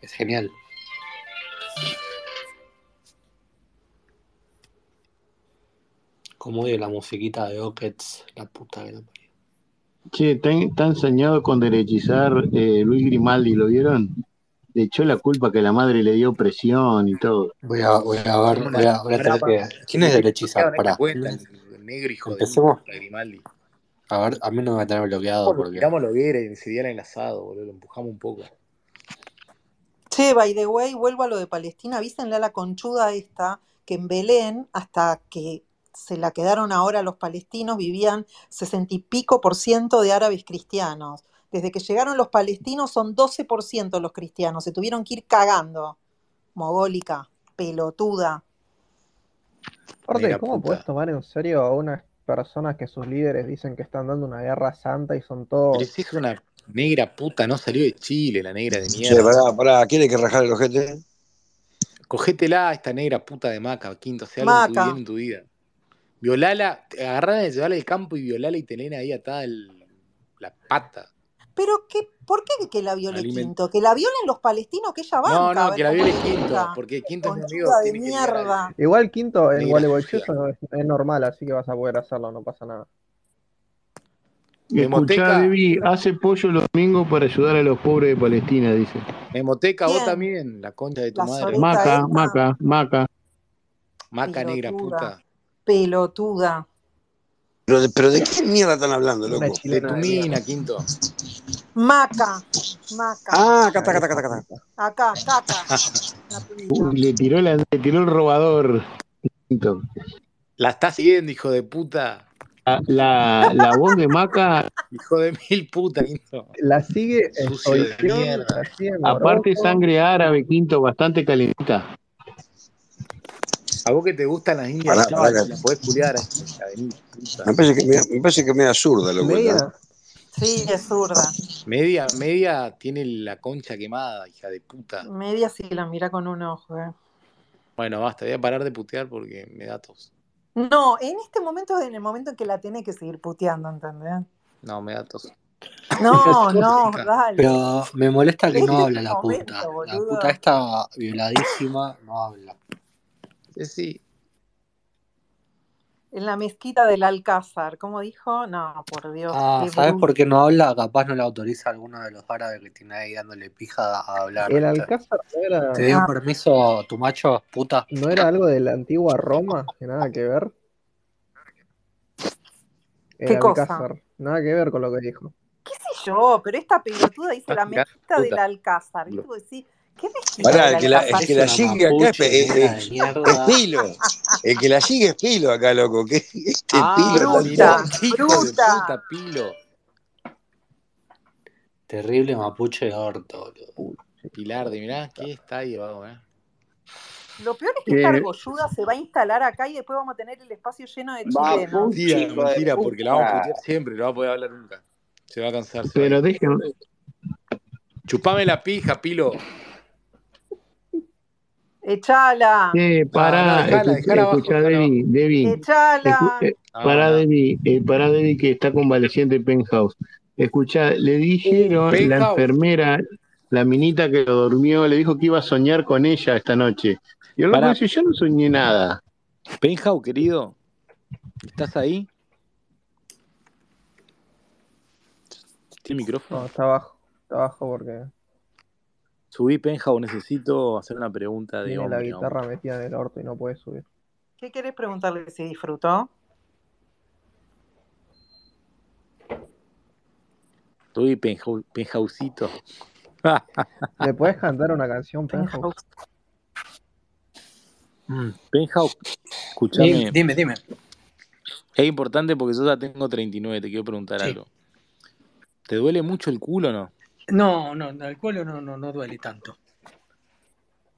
Es genial. Como odio la musiquita de Ockets, la puta que la parió.
Che, tan, tan soñado con derechizar eh, Luis Grimaldi, ¿lo vieron? Le echó la culpa que la madre le dio presión y todo.
Voy a, voy a ver,
¿Cómo
voy
la-
a, voy a
pará,
tener
pará.
que. ¿Quién es
Le bloquearon
derechizar?
esta
Pará.
cuenta, el, el negro hijo de mil
Empecemos.
puta Grimaldi.
A ver, a mí no me va a tener bloqueado
¿Cómo lo
porque.
tiramos a la hoguera y enseguida el asado, boludo? Lo empujamos un poco.
Che, by the way, vuelvo a lo de Palestina. Avísenle a la conchuda esta que en Belén, hasta que se la quedaron ahora los palestinos, vivían sesenta y pico por ciento de árabes cristianos. Desde que llegaron los palestinos son 12 por ciento los cristianos. Se tuvieron que ir cagando. Mogólica, pelotuda.
Aparte,
Negra
¿cómo puedes
puta.
tomar en serio a unas personas que sus líderes dicen que están dando una guerra santa y son
Pero
todos
si es una negra puta, no salió de Chile, la negra de
Che,
mierda.
pará, pará, ¿quiere que rajar el ojete?
Cogétela a esta negra puta de maca, Quinto, hace algo en tu, bien
Maca,
en tu vida. Violala, agarrala, llevarla al campo y violala y tenela ahí atada el- la pata.
pero qué, ¿por qué que la viole
Aliment-
Quinto? Que la violen los palestinos que ella
No,
banca,
no, que la viole Quinto,
Bergoglesca,
porque Quinto es mi amigo,
conchuda de
tiene que cuidar al
mierda.
Igual quinto en
negra
Gualeguaychú
sucia.
eso es, es normal, así que vas a poder hacerlo, no pasa nada.
Escuchá,
Memoteca,
Debbie, hace pollo los domingos para ayudar a los pobres de Palestina, dice.
Memoteca, vos
¿Quién?
también, la concha de tu
La
madre.
soreta
Maca,
esta,
maca, maca.
Maca negra
pelotuda,
puta.
pelotuda.
Pero, de- pero ¿de qué mierda están hablando,
Una
loco?
De tu
chilena de mierda.
mina, Quinto.
Maca, maca,
Ah, acá está,
Una
acá está,
vieja
acá está.
puta.
acá, caca, la pincha.
Uy, le tiró, la, le tiró el robador. Quinto.
La estás siguiendo, hijo de puta.
La, la- la voz de Maca,
Hijo de mil puta, Quinto.
La sigue en
Sucio de
Solución,
mierda.
la sigue en
aparte
Morocco.
sangre árabe, Quinto, bastante calentita.
A vos que te gustan las indias
Pará, pará,
chavas,
que
se la podés culiar a esta hija de mil puta.
me parece que me, me parece que me da zurda, loco, esta.
Media,
Sí, es zurda.
Media, media tiene la concha quemada, hija de puta.
Media sí la mira con un ojo. eh.
Bueno, basta, voy a parar de putear porque me da tos.
No, en este momento es en el momento en que la tiene que seguir puteando, ¿entendés?
No, me da tos.
Pero,
No, no,
Tóxica.
dale.
pero me molesta que
Este
no
es
habla
el
la puta.
momento,
La puta
boludo.
esta violadísima no habla.
Sí, sí.
En la mezquita del Alcázar, ¿cómo dijo? No, por Dios,
Ah,
qué
¿sabes
bruto.
por qué no habla? Capaz no la autoriza alguno de los árabes que tiene ahí dándole pija a hablar,
el
¿viste?
Alcázar no
¿Te
era,
dio
Ah,
permiso, tu macho, puta?
no era algo de la antigua Roma, que nada que ver. El
qué cosa.
Alcázar, nada que ver con lo que dijo.
¿Qué sé yo? Pero esta pelotuda dice
Ah,
Estás
la
tirando
mezquita del
puta.
Alcázar. ¿Viste? Vos decís, ¿qué mezquita del
Pará, que la,
Alcázar?
que
Es
la
una
sigue acá es,
mapuche,
pe- es-
negra de
es- es
mierda.
pilo. El que la sigue es Pilo
Ah,
acá, loco. que Este
Ah,
Pilo
mirá.
hijo de
Bruta.
puta,
Pilo. Terrible mapuche de orto, boludo.
Pilar, de mirá, ¿qué está ahí, vago, eh?
Lo peor es que
Eh.
esta argolluda se va a instalar acá y después vamos a tener el espacio lleno de chilenos.
Mentira,
hijo de
mentira,
puta.
porque la vamos a putear siempre, no va a poder hablar nunca. Se va a cansar. se va a
Pero
ir.
dejen,
Chupame la pija, Pilo.
Echala,
Eh,
No, no,
pará,
dejala,
escucha,
dejala abajo, dejala abajo.
Debbie, Debbie, escu-
echala.
eh,
No,
pará,
no.
Debbie, eh, pará, Debbie, que está convaleciente en Penthouse. Escucha, le
Uh,
dijeron la
penthouse.
enfermera, la minita que lo durmió, le dijo que iba a soñar con ella esta noche. Y el loco
Pará,
dice, yo no soñé nada.
Penjau, querido, ¿estás ahí? ¿Tiene micrófono?
No, está abajo. Está abajo porque
Subí, Penjau, necesito hacer una pregunta de
tiene la
hombre a
guitarra
hombre.
metida en el orto y no puede subir.
¿Qué querés preguntarle si disfrutó?
Subí, Penjau, Penjaucito.
¿Le puedes cantar una canción, Penhouse?
Penthouse.
Mm, Penjau,
Dime,
escúchame.
dime. dime.
Es importante porque yo ya tengo 39, te quiero preguntar
Sí.
algo. ¿Te duele mucho el culo o no?
No, no, no, el cuello no, no, no duele tanto.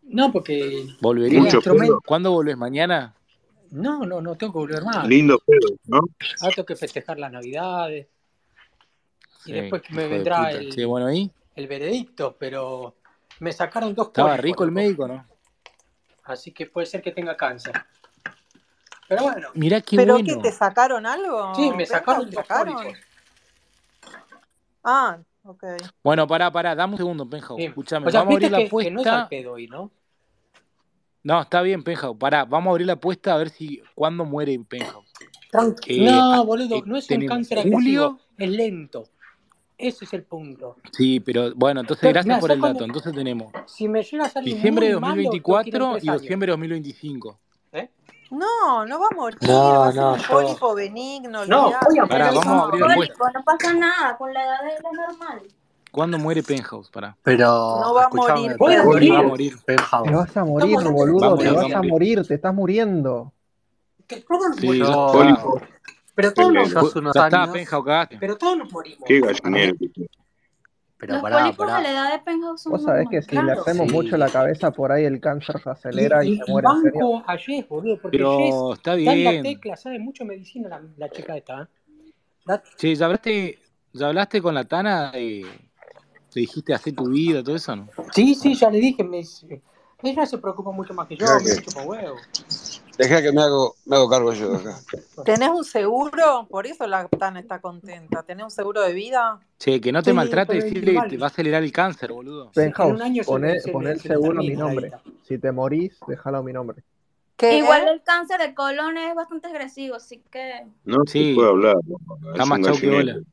No, porque el
¿Volverías?
Mucho pelo,
instrumento.
¿Cuándo volvés? ¿Mañana?
No, no, no tengo que volver
Ah.
más.
lindo pelo, ¿no?
Ahora tengo que festejar las Navidades y
Sí,
después que me
hijo de
vendrá
puta. Che,
el,
bueno, ahí.
el veredicto, pero me sacaron dos
Estaba
pólipos,
rico el
loco.
médico, ¿no?
Así que puede ser que tenga cáncer. Pero bueno,
Mirá qué
¿Pero qué? ¿Te
bueno.
sacaron
sí,
algo?
me
¿Penthouse
sacaron
te
dos
sacaron?
pólipos.
Ah, ok.
Bueno, pará, pará, dame un segundo, Penjau.
Dime.
Escúchame,
O sea,
vamos a abrir
viste
la
que, que no es al
apuesta.
pedo hoy, ¿no?
No, está bien, Penjau. Pará, vamos a abrir la apuesta a ver si cuándo muere Penjau.
Tranqui.
Eh,
No,
ah,
boludo,
eh,
no es un
tenemos
cáncer agresivo,
julio.
es lento. Ese es el punto.
Sí, pero bueno, entonces
Yo-
gracias
mira,
por
ya
el dato.
cuando,
Entonces tenemos
si me llega a salir
diciembre
muy
de
malo, tengo que ir en
2024
tres
y
años.
diciembre de 2025.
¿eh?
No, no va a morir, va
No,
a ser
no,
un
yo.
pólipo benigno,
No, voy a
olvídate.
Pará,
Pero
morir.
vamos a
son
abrir la apuesta.
pólipos, no pasa nada, con la edad es lo normal.
¿Cuándo muere Penthouse? Pará.
No
Pero,
va a morir
escúchame,
Voy a
pero
Va
Penhouse.
a
morir.
morir.
Te
Penthouse.
vas a morir,
Estamos hablando de
Va a
boludo, te
morir, va a
vas a
pólipos.
morir.
morir, te estás muriendo.
Que todos
Sí, ya
morimos.
Yo,
está.
Pólipo,
Pero todos nos
yo
eh,
hace
morimos.
unos
Ya está,
años.
Penthouse, cagaste.
Pero todos nos morimos.
qué
Pará,
gallinero que sos.
pero
Los
pará,
pólipos a
pará.
la edad de Penhouse son
Vos sabés que
normales,
si le
claro.
hacemos mucho la
Sí.
cabeza por ahí el cáncer se
Y,
acelera y se
y- y
muere en serio.
banco a Jess, Oh, boludo, porque Jess
Pero está
da en la
bien.
tecla, sabe mucho medicina la, la chica esta. ¿eh? Da-
Che, ¿ya hablaste, ya hablaste con la Tana? De, ¿Le dijiste hacer tu vida, todo eso, no?
Sí, sí, ya le dije. Me, ella se preocupa mucho más que yo, a
Dejá
mí me
que,
chupa huevo.
dejá que me, hago, me hago cargo yo de acá.
¿Tenés un seguro? Por eso la Tana está contenta. ¿Tenés un seguro de vida?
Che, que no te
Sí,
maltrate,
pero es
decirle que te
igual.
va a acelerar el cáncer, boludo.
Sí, en un
Penthouse,
año se me,
poné,
se
poné
me,
el
se me
seguro a mi
termina la
nombre.
guita.
Si te morís, déjalo a mi nombre.
¿Qué?
Igual el cáncer de colon es bastante agresivo, así que...
No se puede
Sí,
hablar,
está
es
más
un
chau que
gallinero.
hola.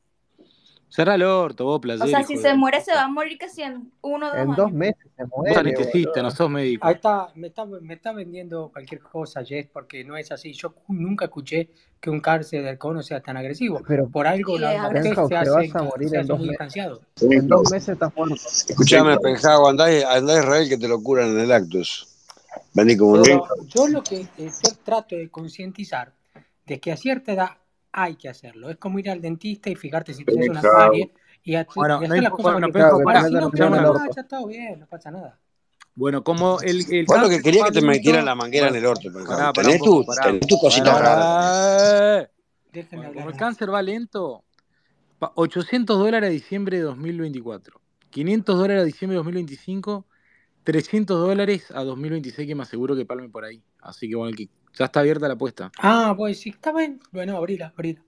Cerra el orto, vos,
O
player,
sea,
hijo
si
de
se muere, se va
puta.
a morir que si en uno o dos
En dos
años.
meses se
Vos
muere,
anestesista, no
boludo.
sos
Ahí
médico.
está, me está, me está vendiendo cualquier cosa, Jess, porque no es así. Yo nunca escuché que un cáncer del cono sea tan agresivo.
Pero
Por algo
Y
la-
es
los test
agresivo.
Penthouse,
se
te vas
hacen,
a
ca-
morir
se
en
hacen
dos
muy
meses.
distanciado.
En dos
Penthouse,
meses estás muerto.
Escuchame,
Penthouse,
Penjao, andá, andá a Israel que te lo curan en el Actus. Vení como nunca.
Pero
Penthouse.
yo lo que eh, yo trato de concientizar de que a cierta edad hay que hacerlo. Es como ir al dentista y fijarte si tenés una
Penthouse.
caries y, hace- y
Bueno, no
hacer las
imp-
cosas con
bueno,
tiempo.
Penjau,
Claro, que
Porque
te
pará,
si
metan
no, pues
el dedo
escuchame
ya
en
una
el
está,
cosa.
orto.
ya está bien, no pasa nada.
Bueno, como el, el
Vos lo
cáncer
que querías que te metieran
adulto.
la manguera en
Bueno,
el orto, Penjao.
pará, pará un
Tenés
poco,
tu,
pará.
tenés tu
Bueno,
cosita
bueno,
rara también.
eh.
Déjenme
Bueno,
hablar
como
a
el
mí.
cáncer va lento, pa- 800 dólares a diciembre de 2024, 500 dólares a diciembre de 2025, 300 dólares a 2026 que me aseguro que palmen por ahí. Así que bueno, el que- ya está abierta la apuesta.
Ah, pues sí, está bien. Bueno, abrila, abrila.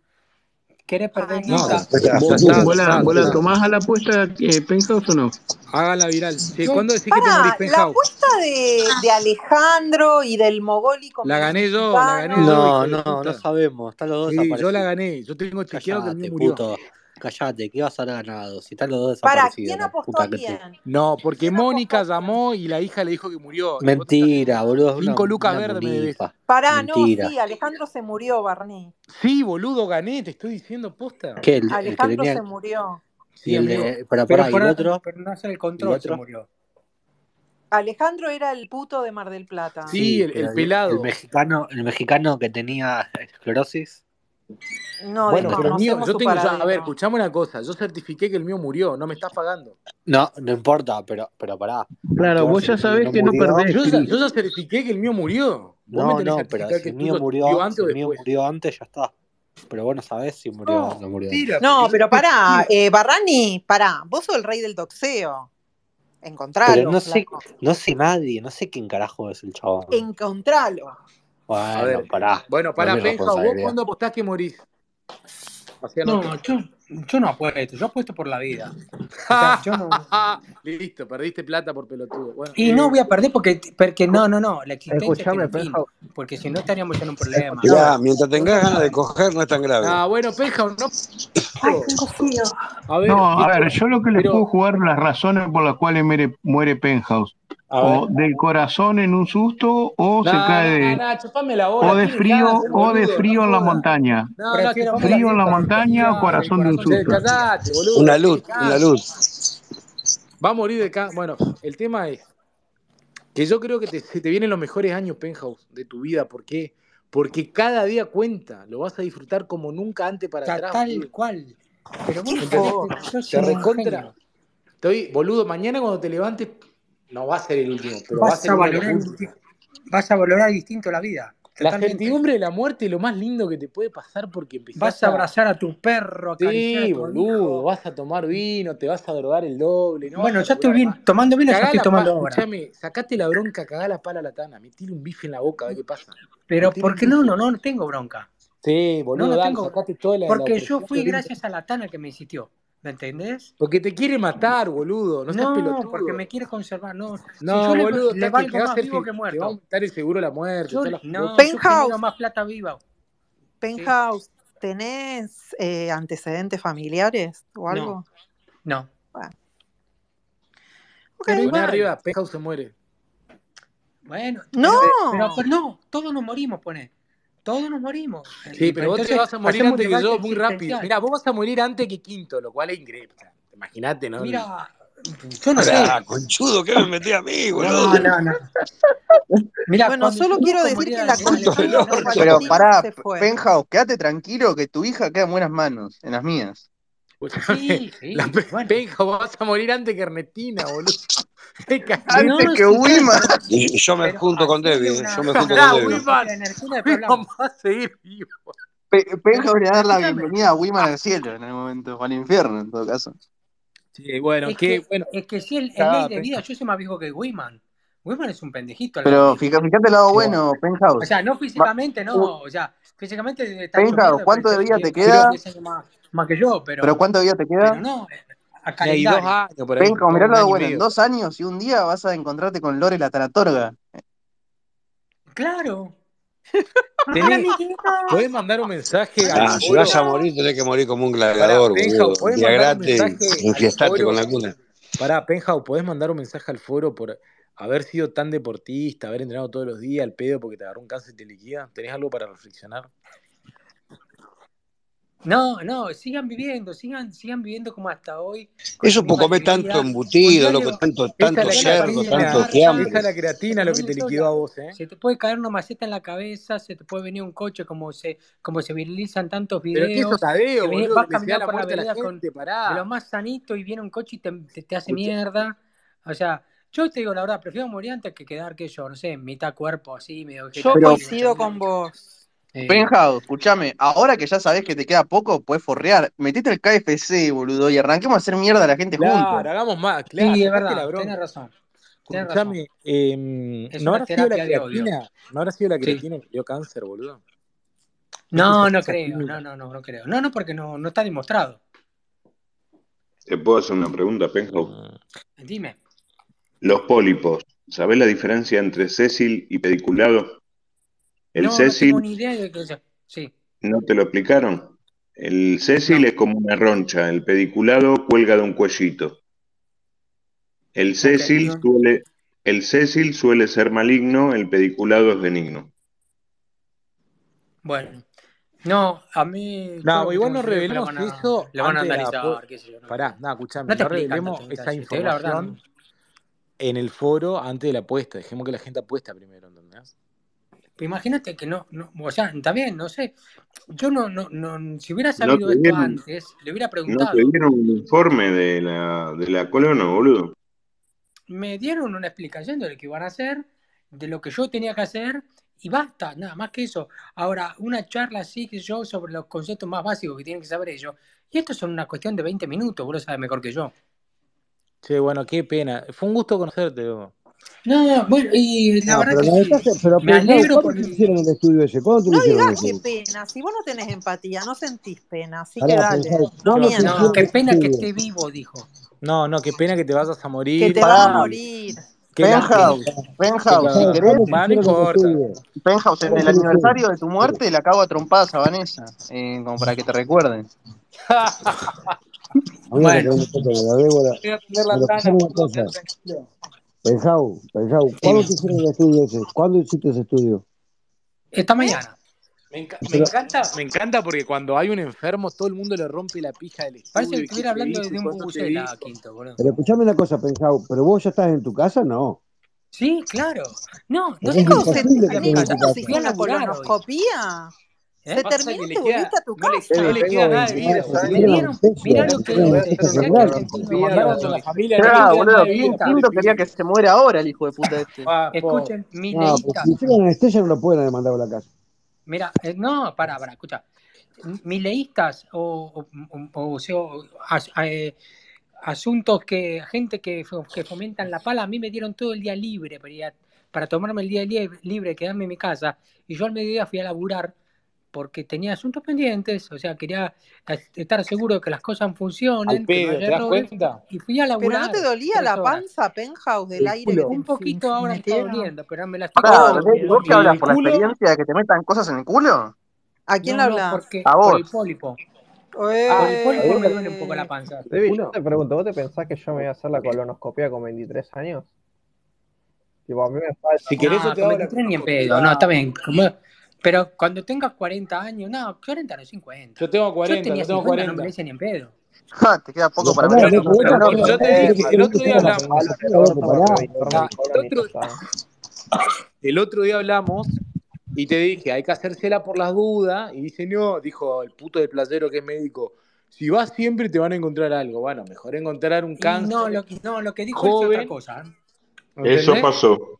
¿Querés perder
Ay, no.
No,
Ah,
guita?
después te la
ya está,
¿Vos, vos-
putean.
ya
vos la,
está, ya
vos la
está.
tomás a la apuesta, eh, Penthouse o no?
Háganla viral. Che,
Yo,
¿cuándo decís que te morís,
Pará, la
Penthouse?
apuesta de, de Alejandro y del mogólico
La gané yo, la gané
mexicano.
yo,
No,
hijo de
no, no
puta.
sabemos. Están los dos
Sí, yo la
desaparecidos.
gané. Yo tengo chequeado que el mío
Cállate,
murió.
puto. Cállate, ¿qué vas a haber ganado? Si están los dos
Pará,
desaparecidos,
¿quién
la
apostó
puta
a
que te.
quién?
No, porque
¿Quién
Mónica
apostó a quién?
llamó y la hija le dijo que murió. Y vos te estás.
Mentira, boludo, es una,
Cinco lucas
una
verde me debes.
muñeca.
Pará, no,
Mentira.
sí, Alejandro se murió, Barney.
Sí, boludo, gané, te estoy diciendo posta.
¿Qué? El, el que
Alejandro
tenía.
se murió.
Y
sí,
el
amigo.
de. Pero
Pero
pará, ¿y
por,
el otro?
por no hacer el
¿Y el
control se
otro?
murió.
Alejandro era el puto de Mar del Plata.
pero El mexicano, el mexicano que tenía esclerosis.
No,
bueno, pero el mío,
desconocemos
yo
su
tengo, ya, a
paradero.
ver, escuchame una cosa, yo certifiqué que el mío murió, no me estás pagando.
No, no importa, pero, pero pará.
Claro,
Yo
vos ya
sé
sabés que no
murió.
perdés,
Yo ya, yo
Cris.
ya certifiqué que el mío murió. Vos me
No,
tenés que
no, pero
certificar
si
que
el
el
mío
tuyo murió
murió,
antes
si
o
el mío
después.
murió antes, ya está. Pero vos no sabés si murió o no murió.
Mentira,
No,
porque-
pero pará, eh, Barrani, pará, vos sos el rey del doxeo.
Pero
Encontralo,
no sé,
flaco.
no sé nadie, no sé quién carajo es el chabón.
Encontralo.
A
Bueno,
ver,
pará.
bueno,
No es
para
mi
Benja, vos
responsabilidad.
cuando apostás que morís. Hacía
No,
nota.
yo, yo no apuesto, yo apuesto por la vida. O sea, yo no.
Listo, perdiste plata por pelotudo. Bueno,
Y
eh,
no voy a perder porque, porque no, no, no, la existencia es
Escuchame,
pelotín, porque si no estaríamos en un problema.
Mirá, mientras tengas ganas de coger, no es tan grave.
ah, bueno, Benja, no.
Ay, tengo frío.
A ver,
No, a
listo.
ver, yo lo que les puedo
Pero,
jugar las razones por las cuales muere, muere Penthouse.
a ver.
O del corazón en un susto, o se
No,
cae
no,
de,
no, chupame la
o
bola,
de
tiene
frío,
cáncer,
o de
boludo, no
frío en la
jodas.
montaña.
No, no,
Prefiero
chupame la
Frío en la
morir
boca, tiene
montaña o
cáncer.
del
corazón de un
corazón de
Che,
un
susto.
susto.
callate, boludo,
Una
tiene
luz, una
cáncer.
luz.
Va a morir de cáncer. Bueno, el tema es que yo creo que te, se te vienen los mejores años, Penthouse, de tu vida. ¿Por qué? Porque cada día cuenta, lo vas a disfrutar como nunca antes para
Ta-
atrás,
tal
boludo.
cual. Pero vos sabés
Qué
¿Entendés?
que
forro.
yo
Te
soy un
recontra.
genio.
Estoy, boludo, mañana cuando te levantes, no va a ser el último, pero va a
Vas
ser
a
uno de los
valorar
últimos.
disti- vas a valorar distinto la vida,
La
totalmente.
certidumbre de la muerte es lo más lindo que te puede pasar porque
Vas
empezás
a
a.
abrazar a tu perro, acariciar a
Sí,
tu
boludo,
hijo.
vas a tomar vino, te vas a drogar el doble, no vas
Bueno,
a
ya estoy
laburar más.
bien, tomando vino ya
Cagá
estoy
la pala,
tomando ahora.
escúchame, sacate la bronca, cagá la pala a la tana, metile un bife en la boca, a ver qué pasa.
Pero
Metile
¿por
un
qué no?
bife.
No, no, no tengo bronca.
Sí,
No,
boludo,
no
dale,
tengo.
sacate toda la, la
Porque yo
opresión
fui
del inter.
gracias a la tana que me insistió. ¿Me entendés?
Porque te quiere matar, boludo, no seas
No, porque me
pelotudo.
quiere conservar. No, si yo
No,
le,
boludo,
le
está que
valgo
te va a
más
hacer
vivo
que
que
te va a
muerto.
aumentar el seguro de la muerte,
Yo,
todas las
no,
pelotas.
yo genero
Penthouse,
más plata viva. Sí.
Penthouse, ¿tenés eh, antecedentes familiares o
No,
algo?
no.
Bueno, ok.
Pero
Poné
igual.
arriba, Penthouse se muere.
Bueno,
No,
pero, pero, pero no, todos nos morimos, pone. Todos nos morimos.
Sí,
En-
pero vos te
Entonces,
vas a morir
hacemos un
antes que
debate
yo, muy rápido.
existencial.
Mirá, vos vas a morir antes que quinto, lo cual es increíble. Imagínate, ¿no?
Mira, yo no sé.
Pará, conchudo, ¿qué me metí a mí, boludo?
No, no, no. Mira,
bueno,
cuando
solo
yo
quiero
busco
decir
morir
que
a
la-
Puto del
Alejandro, no
Alejandro
orto.
Pero
Palestino
pará,
se
P-
fue.
Penthouse, quédate tranquilo que tu hija queda en buenas manos, en las mías.
Escuchame,
Sí,
la
sí,
pe-
bueno.
penca, vos vas a morir antes que Ernestina, boludo. Te cagaste.
Antes
No, sí,
que
claro,
Wilma.
pero,
Y yo me
pero
junto con
hacerle
Debbie, ¿eh? yo
una,
me junto con
Pará,
Debbie.
hacerle una
Wilman.
copia de Nertina y después
Wilman
hablamos.
va a seguir vivo.
Pe-
Pero,
Penthouse le va a
pero
dar la
escúchame,
bienvenida a Wilma en el cielo en el momento, o al infierno en todo caso.
Sí, bueno,
es
qué
que,
bueno.
es que si el- en ley
Cagada,
de vida
penca.
yo soy más viejo que Wiman. Wiman es un pendejito al lado
Pero
mío.
fija- fíjate el lado
Pero,
bueno,
o
Penthouse.
sea, no
Va-
físicamente,
u-
no. O sea, físicamente debe estar hecho
Penthouse,
mierda, puede
¿cuánto de
ser
vida te
10, 8,
queda?
10 años más, más que yo,
¿Pero
pero,
cuánto de vida te
pero
queda?
no, a
Y hay dos
calendario.
años por ahí,
Penthouse, mirá el
un
lado
año y
bueno, en
medio.
dos años y un día vas a encontrarte con Lore la Taratorga.
Claro. Hola,
Tenés, podés
amiguitos.
mandar un mensaje al
Hola,
Ah, si vas a
Coro.
morir, tenés que morir como un
Pará,
gladiador,
Penjau,
boludo.
¿podés mandar un
Embriagate,
mensaje al
infiestate con
foro?
la cuna.
Pará, Penjau, ¿podés mandar un mensaje al foro por haber sido tan deportista, haber entrenado todos los días al pedo porque te agarró un cáncer y te liquida? ¿Tenés algo para reflexionar?
No, no, sigan viviendo, sigan, sigan viviendo como hasta hoy, con la
Eso por
misma
comer tanto
alegría. Un
embutido,
día
loco,
le,
tanto,
Esa es
tanto
un
la
día le
cerdo,
aparece
creatina,
una
tanto
garra,
esa es
fiambre.
la
se
creatina
te
lo que
pone
te liquidó
sola,
a vos, ¿eh?
se te puede caer una maceta en la cabeza, se te puede venir un coche como se, como se viralizan tantos
Pero que eso
videos,
Tadeo,
que venís-
boludo,
vas
que le desea
caminando
la
por la
muerte a la
vereda con
gente,
de lo
pará.
más sanito y viene un coche y te, te- te hace
Escucha,
mierda. O sea, yo te digo la verdad, prefiero morir antes que quedar que yo, no sé, mitad cuerpo así, medio
Yo
Pero,
vegetativo,
coincido
chamuco.
con vos.
Eh,
Penthouse, escúchame, ahora que ya sabés que te queda poco, puedes forrear. Metete el KFC, boludo, y arranquemos a hacer mierda a la gente juntos.
claro, hagamos más, claro,
sí, es
sacate la
verdad, tenés
bronca.
razón, tenés razón.
Escuchame, eh,
Es
¿no
una
habrá sido la
terapia de odio.
creatina? ¿No habrá sido la
Sí.
creatina que le dio cáncer, boludo? ¿Qué
No, no
sustancia
creo, no,
química?
no, no, no creo. No, no, porque no, no está demostrado.
¿Te puedo hacer una pregunta, Penjo?
Ah.
Mm.
Dime.
Los pólipos. ¿Sabés la diferencia entre sésil y pediculado? El
No, no tengo
sésil,
ni idea de qué sea. Sí,
¿no te lo explicaron? El sésil
no,
es como una roncha, el pediculado cuelga de un cuellito. El
no, que,
sésil
no,
suele, el sésil suele ser maligno, el pediculado es benigno.
bueno. No, a mí yo
No,
lo que
igual
tengo
no
entendido es que la
revelemos
van a,
eso
la van a
antes de la... po-
analizar, qué sé yo, no sé.
Pará, no, escúchame,
No te
no
explican tanto,
revelemos
te
esa
te digo la verdad, no.
información en el foro antes de la apuesta. Dejemos que la gente apuesta primero, ¿entendés?
Pero imagínate que no, no, o sea, también, no sé, yo no, no, no si hubiera
No
sabido
te
esto
dieron-
antes, le hubiera
No
preguntado,
te dieron un informe de la, de la colona, boludo.
me dieron una explicación de lo que iban a hacer, de lo que yo tenía que hacer, y basta, nada más que eso. Ahora, una charla así que yo sobre los conceptos más básicos que tienen que saber ellos, y esto es una cuestión de 20 minutos, vos lo sabes mejor que yo.
Che, bueno, qué pena. Fue un gusto conocerte, loco.
No, bueno, y la
No,
verdad
pero
que
me
sí,
dejaste- pero
me
pensá,
alegro
¿cuándo
por
te
el...
hicieron el estudio ese? ¿Cuándo te lo
No
hicieron el
digas qué
estudio?
pena, si vos no tenés empatía, no sentís pena, así que
Pará,
dale.
pensá, ¿cuándo te
Mienta.
No,
hicieron
qué
el
pena que
estudio?
esté vivo, dijo.
No, no, qué pena que te vayas a morir.
Que te vas a
Pará.
morir.
Qué lástima.
Penthouse, Penthouse, si
Pensá,
querés,
¿Cuándo te
Va,
hicieron el
no importa.
estudio?
Penthouse,
¿Cuándo te
en el
lo hicieron?
aniversario de tu muerte, la cago a trompadas a Vanessa, eh, como para que te recuerden.
A mí me
Bueno,
recuerdo un poco de la Débora.
Voy a prender la
Pero
tana,
pensame una
puedo
cosa.
estar tranquilo.
Pensau, pensau, ¿cuándo
dime,
te hicieron el estudio ese? ¿Cuándo hiciste ese estudio?
esta mañana.
Me, enca- me
Pero-
encanta, me encanta porque cuando hay un enfermo, todo el mundo le rompe la pija del
Parece que
estudio. ¿Y qué
estuviera
te
hablando
dijo?
de
¿Y
un
cuándo te
bubucela,
dijo?
Quinto, boludo.
Pero escuchame una cosa, pensau, ¿pero vos ya estás en tu casa? No.
Sí, claro. No, no
Porque es
sé si
Chicos, se,
estaba
imposible que
en
estés en tu
mi casa.
¿Chicos,
casa.
se
Fui a
hicieron la
laburar hoy. ¿eh?
colonoscopía? ¿Se
Pasa
terminó
que
y
le
te
queda,
volviste a tu
no le, no
casa?
le
le
queda
tengo
nada de vida,
informada,
Le
boludo.
dieron la
Vieron, mirá
anestesia, le
lo que
dieron la
es esto.
voy a hacer una
anestesia gratis.
Mirá qué argentino más
colonoscopia,
Hablaron
malo
con la
soy.
familia, no le queda
Claro,
nada
Ah, boludo,
de
bien
vida al
quinto quería
pibe.
que se muera ahora el hijo de puta este.
Ah, pobre.
pues
Escuchen, mi
No, pero si
leíta.
le hicieron anestesia no lo pueden haber mandado a la casa.
Mira, eh, no, pará, pará, escucha. Mileístas o, o, o- o sea, o- as- eh, asuntos que, gente que, fo- que fomentan la pala, a mí me dieron todo el día libre para, ir a- para tomarme el día lie- libre, quedarme en mi casa. Y yo al mediodía fui a laburar porque tenía asuntos pendientes, o sea, quería estar seguro de que las cosas
Al
funcionen, que
pedo,
no haya
¿te das
errores.
cuenta?
Y fui a
¿Pero no te
laburar
dolía
tres
la
horas.
panza, Penthouse, del
El
aire que te
culo.
Un
enfi-
poquito ahora me está
metieron?
doliendo, pero me la estoy
Pará,
tomando
Todo,
¿de-
medio
Ah, ¿vos qué
y
libre.
hablas?
el
¿Por la
culo.
experiencia de que te metan cosas en el culo?
¿A quién
No,
le
no,
hablás?
porque
A
por el
vos.
pólipo. Por el pólipo me duele un poco la
¡Eh!
panza.
Debbie, yo
Culo.
te pregunto, ¿vos te pensás que yo me voy a hacer la colonoscopia con 23 años? Tipo, a mí me falta
Si querés, yo
No,
Ah,
te
con
hago la
23 ni en pedo, no,
colonoscopia.
está bien. como- Pero cuando tengas 40 años, no, 40 no 50.
Yo tengo
Yo
40,
tenía
yo tengo
50, no me lo
40.
hice ni en pedo.
Ja, te queda poco
Pero
para
pará,
Yo,
meterte
no-
loco, pará,
cosas en el
pará,
yo,
orto.
pará.
yo te
¿Querés que,
dije, el
querés que
otro
te
día
haga la
hablamos.
un palo
colonoscopia al
en el
orto
orto para
pará?
que
Pará,
distorme mi
el
colon y ya
otro,
está.
el otro día hablamos y te dije, hay que hacérsela por las dudas. Y dice, no, dijo el puto del playero que es médico. Si vas siempre te van a encontrar algo. Bueno, mejor encontrar un
Y no,
cáncer
lo, no, lo que dijo él es otra
joven,
cosa. ¿eh?
Eso
¿entendés?
pasó.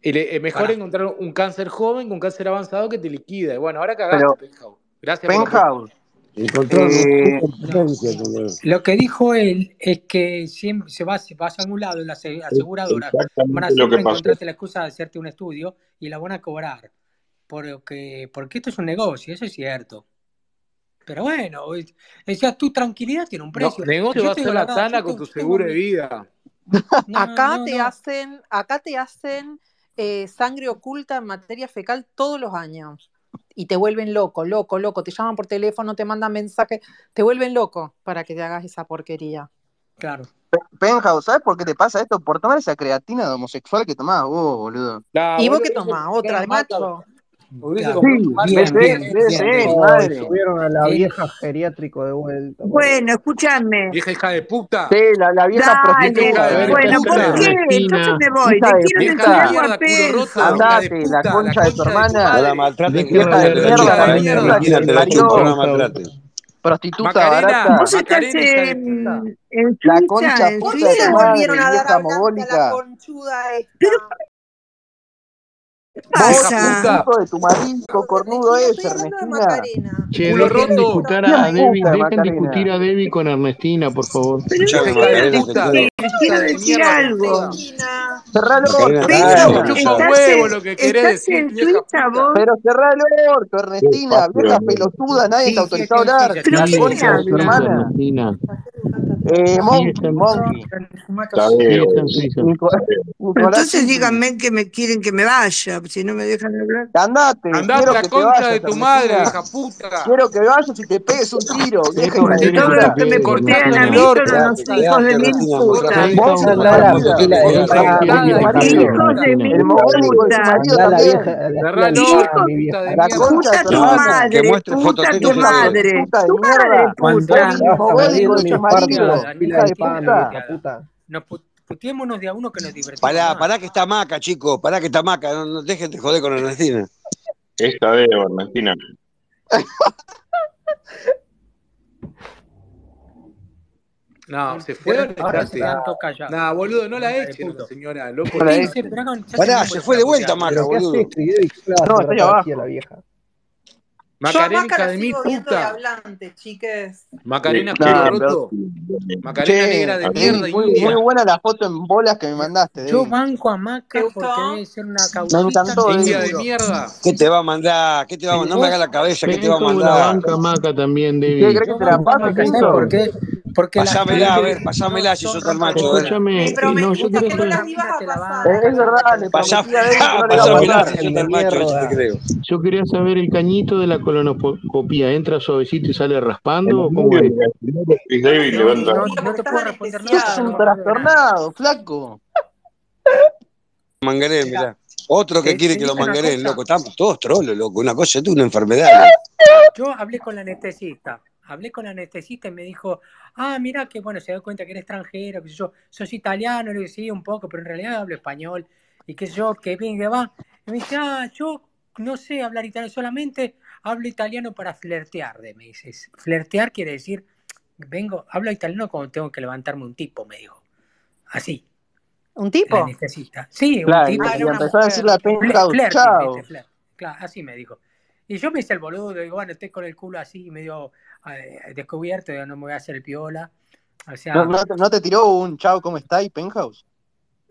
Y le- Es mejor
Pará.
encontrar un cáncer joven con cáncer avanzado que te liquida. Y bueno, ahora cagaste,
Pero,
Penjau. Gracias por la apuesta.
Penthouse,
Encontraron un
eh,
culo en
No.
potencia. encontraron.
Lo que dijo él es que siempre se va, si vas a un lado, las
Es
aseguradoras van a
exactamente lo que
siempre
pasó.
encontrarte la excusa de hacerte un estudio y la van a cobrar. Porque, porque esto es un negocio, eso es cierto. Pero bueno, es- decía, tu tranquilidad tiene un
No,
precio.
negocio va
Yo
a
te
ser
digo la
la
verdad,
tana
yo
con
te-
tu
tengo
seguro de
mi.
vida.
No,
Acá
no,
te
no.
hacen, acá te hacen eh, sangre oculta en materia fecal todos los años. Y te vuelven loco, loco, loco. Te llaman por teléfono, te mandan mensajes, te vuelven loco para que te hagas esa porquería.
Claro.
Penthouse, ¿sabes por qué te pasa esto? Por tomar esa creatina de homosexual que tomabas vos, boludo.
La
¿Y vos
boludo
qué
hubiese
tomás?
comprado
¿Otra
una
de
marca,
macho?
hubiese
Claro.
comprado una
Sí,
marca
Bien, bien,
DSL,
bien,
DSL,
bien.
Ay,
madre.
subieron a la
Eh,
vieja geriátrico de vuelta, pobre.
Bueno, escúchame.
Vieja hija de
Sí,
puta.
la, la vieja
Deja de
Dale.
prostituta.
ver
Bueno, ¿por
putas.
qué? Entonces
Clandestina.
me voy.
Hija
Te
de
quiero
Deja de
en el
puta.
mierda,
agua,
culo roto,
Penzo.
hija de
Andate, la
puta, la
concha de tu
concha de tu
hermana.
No la
madre,
maltrates, que
Deja
Vieja
de
después
de
te
ver
mierda,
revienta para
concha de
la
ahí,
mierda que te
mierda que
Cristina,
te
te defiendo, no la
parió.
parió.
maltrates.
Prostituta
Macarena,
barata.
¿Vos estás
Macarena, hija de puta.
en, en
La
Suiza?
concha
¿En
¿Por
puta de
Suiza?
qué
tu
le
madre,
volvieron a dar
vieja
a Blanca la
mogólica.
conchuda
¿Pero
esta?
qué
Vos,
Vieja
pasa?
puta,
puto de tu marido, cornudo
Ernestina, estoy
ese,
hablando de
Ernestina.
Macarena.
Che,
culo
¿Por qué la
dejen
roto,
disputar a
Bien
ignoraste?
Debbie,
puta,
dejen discutir
Macarena.
a Debbie con Ernestina, por favor.
Pero
vieja
Escuchame,
no
hija de
quiero
Macarena, te
puta,
quiero.
discutir,
puta de
quiero decir
mierda que
algo.
sea.
Ernestina.
Cerrá el
Macarena,
orto,
Te
Penzo,
pará.
chupa un
¿estás
Ernestina.
huevo
en,
lo que querés
estás
decir,
en
vieja
Suiza
puta.
vos?
Pero cerrá el orto,
Qué
Ernestina.
espacio,
Vieja
amigo.
pelotuda, nadie te
Sí, sí,
autorizó a
estoy en
hablar.
Suiza,
¿Pero
estoy en
La
La
qué me
concha
Suiza.
fiesta
de
en
tu
hablas?
Suiza,
hermana.
Ernestina.
Eh,
Fiesta en
Monky.
Está
Fiesta en
bien,
Suiza.
Nico-
está bien.
Nicolás
Entonces
Pipi.
díganme que me quieren que me vaya, si no me dejan hablar.
Andate,
Andate a
quiero
la
que te
concha
vayas,
de tu madre,
Ernestina.
hija puta.
Quiero que vayas y te pegues un tiro, vieja
Estos
Que
hija de
quieren
todos
que te
los
puta.
que me
pegues,
cortean a
Cortate el
mí
Quédate,
orto.
son unos
Ernestina.
hijos
quédate,
de mil
Ernestina,
putas.
Corta
buscate,
el orto
Deja
Vos
buscate
a
cerrá
la
la
la
puta
mujer
vida.
que te
que te
discutir a Debbie
haga
con
bien
cada
Debbie
tu
Harry,
marido.
hijo de puta.
Hijos de
Ernestina.
El
mil
mogólico de tu
putas.
marido
Mandá a la
también.
vieja, a la,
Cerrá
a
el
la
orto,
vieja,
Hijo,
mi vieja.
puta de
La
mierda.
concha de
puta
tu
tu
hermana.
Que
madre,
muestre
puta tu
fototecas a la
Hija de
vieja.
madre,
puta de
tu madre
mierda.
Cuando
puta.
Vas a
Moli-
Ernestina
morir
Mogólico
de
de
un
tu
Ernestina
infarto a
puteada,
la fila del
marido. Hija de
pan,
Ernestina
puta.
vieja
puteada.
puta.
No, pu- Puteémonos de a uno que nos divertimos.
Pará,
más.
pará que está maca, chicos. Pará que está maca. No, no dejen de joder con Ernestina.
Esta de Ernestina.
No, se fue o no
Ahora
está,
se
sí?
quedan todos callados.
Nah, boludo, no la
Hija de
echen,
puto.
señora, loco.
¿Qué te hice? Pero hagan- ya terminamos esta puteada.
¿Pero qué haces, Fideo? ¿Y qué la vas
No,
a
estoy
tratar así
abajo.
a la vieja?
Yo a Maca
Macarénica
la
de mi
sigo viendo de
puta.
hablante, chiques.
Macarena
Sí,
culo
no,
roto. Macarena negra de
Sí,
mierda
muy, muy
inmunda.
buena la foto en bolas que me mandaste,
Yo
Debbie.
banco a Maca porque debe ser una cauchita
encantó,
que
India
no-
de mierda.
¿Qué te va a mandar? ¿Qué te va a
Ven-
mandar? No me haga la cabeza, ¿qué te
Ven
va a
como la
mandar?
banca maca también, Debbie.
crees que
Yo
te la
banco a
pase,
Maca, ¿sabes por
Pinto?
qué? Porque las
Pasámela, a
mujeres
ver,
no
pasámela si
son
sos tan macho, a ver.
rompebolas.
Escúchame,
Me
eh, no, yo
prometiste
quiero
que no
hacer.
las ibas
Amiga
a
te la
pasar.
banca,
Es
la
verdad,
maca te
le
la banca.
prometí a
Pasámela,
Debbie que no le iba a
Pero
pasámela si
pasar.
Maca
sos
ni
tan macho, yo te
mierda.
creo.
Yo quería saber el cañito de la colonoscopía. ¿Entra suavecito y sale
En
raspando
el
o cómo
medio
es?
de la actividad, Chris Davis
No,
levanta.
no, no
Tío, porque
te
estás
puedo responder nada
Sos
porque no
un
me acuerdo de
anestesiado.
nada.
trastornado, flaco.
Mangaré,
Mira,
mirá. Otro que
te,
quiere
te
que lo
digo una
mangaré, loco.
cosa.
Estamos todos trolos, loco. Una cosa es una enfermedad, loco.
Yo hablé con la anestesista, hablé con la anestesista y me dijo, ah, mira que bueno, se da cuenta que eres extranjero, que yo, sos italiano, le digo, sí, un poco, pero en realidad hablo español, y qué sé yo, que bien que va. Y me dice, ah, yo no sé hablar italiano, solamente hablo italiano para flertear, de- me dices. Flertear quiere decir, vengo, hablo italiano cuando tengo que levantarme un tipo, me dijo. Así,
¿Un
la
tipo?
anestesista. Sí, un
Claro,
tipo,
Ah,
me
era
y, y
dijo.
una
empezó a decir
mujer.
la
Fle-
penca
Flerting, ¿viste?
chao.
Fler. Claro, así me dijo. Y yo me hice el boludo, digo, bueno, estoy con el culo así, medio eh, descubierto, digo, no me voy a hacer el piola. O
¿No,
sea,
no, te- no te tiró un chao, ¿cómo está? y Penthouse?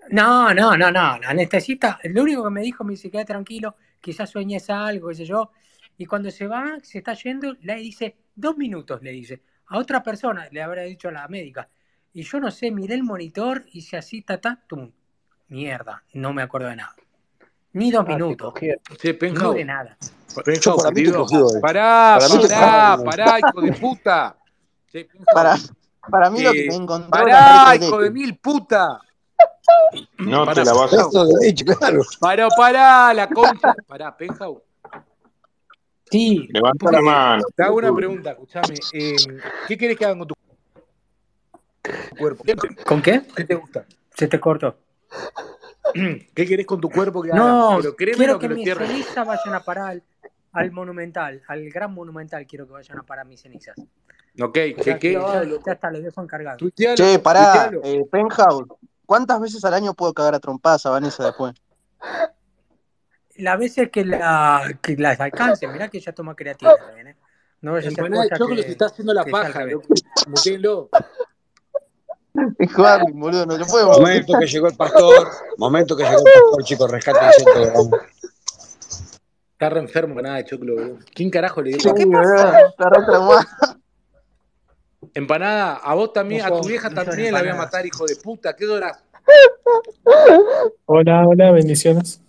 no, no, no, no, la anestesista, lo único que me dijo, me dice, queda tranquilo, quizás sueñes algo, qué sé yo. Y cuando se va, se está yendo, le dice, dos minutos, le dice, a otra persona, le habrá dicho a la médica. Y yo no sé, miré el monitor, hice así, tatá, tum, mierda, no me acuerdo de nada. Ni dos
Ah, te
minutos,
cogieron.
Che,
no
Penhouse.
de nada.
Yo
Penhouse,
para mí te
querido.
cogió, eh.
Pará,
Para mí te
pará,
cogió.
pará, hijo de puta. Che,
Para,
Penhouse.
para mí lo que te
Eh,
encontró la
pará,
red de
hijo
este.
de mil puta.
No te
Pará,
la vas a
Penhouse.
Esto de hecho, claro.
Pará, pará, la concha. Pará, Penhouse.
Sí,
Levanta la
Eh,
mano.
te hago una
pelotudo.
pregunta, escúchame. Eh, ¿Qué querés que hagan con tu cuerpo? ¿Qué te,
¿Con qué?
qué te gusta?
Se te cortó.
¿Qué querés con tu cuerpo que hagan?
No,
Pero créemelo
quiero
que
que
lo
mis
entierren.
cenizas vayan a parar al, al monumental, al gran monumental quiero que vayan a parar mis cenizas.
Ok,
Ya
chequealo,
que ya, ya
loco.
está, los dejo encargados.
Tuitealo,
Che, pará,
tuitealo.
eh, Penthouse, ¿cuántas veces al año puedo cagar a trompadas a Vanessa después?
Las veces que, la, que las alcance, mirá que ya toma creatina también, ¿eh? No vaya a ser
Empanada de
posta
choclo se
que,
está haciendo la
que sea al
paja,
revés.
loco. Mutéenlo.
Juan, boludo, no te puedo morir.
Momento que llegó el pastor. Momento que llegó el pastor, chicos. Rescaten 100 gramos.
Está re enfermo empanada de choclo, boludo. ¿Quién carajo le dio
Chicos, ¿qué
pastor?
boludo,
pasó?
está re traumado.
Empanada, a vos
No
también, a tu
llores,
vieja
no llores,
también la voy a
empanada.
matar, hijo de puta. ¿Qué horas?
Hola, hola, bendiciones.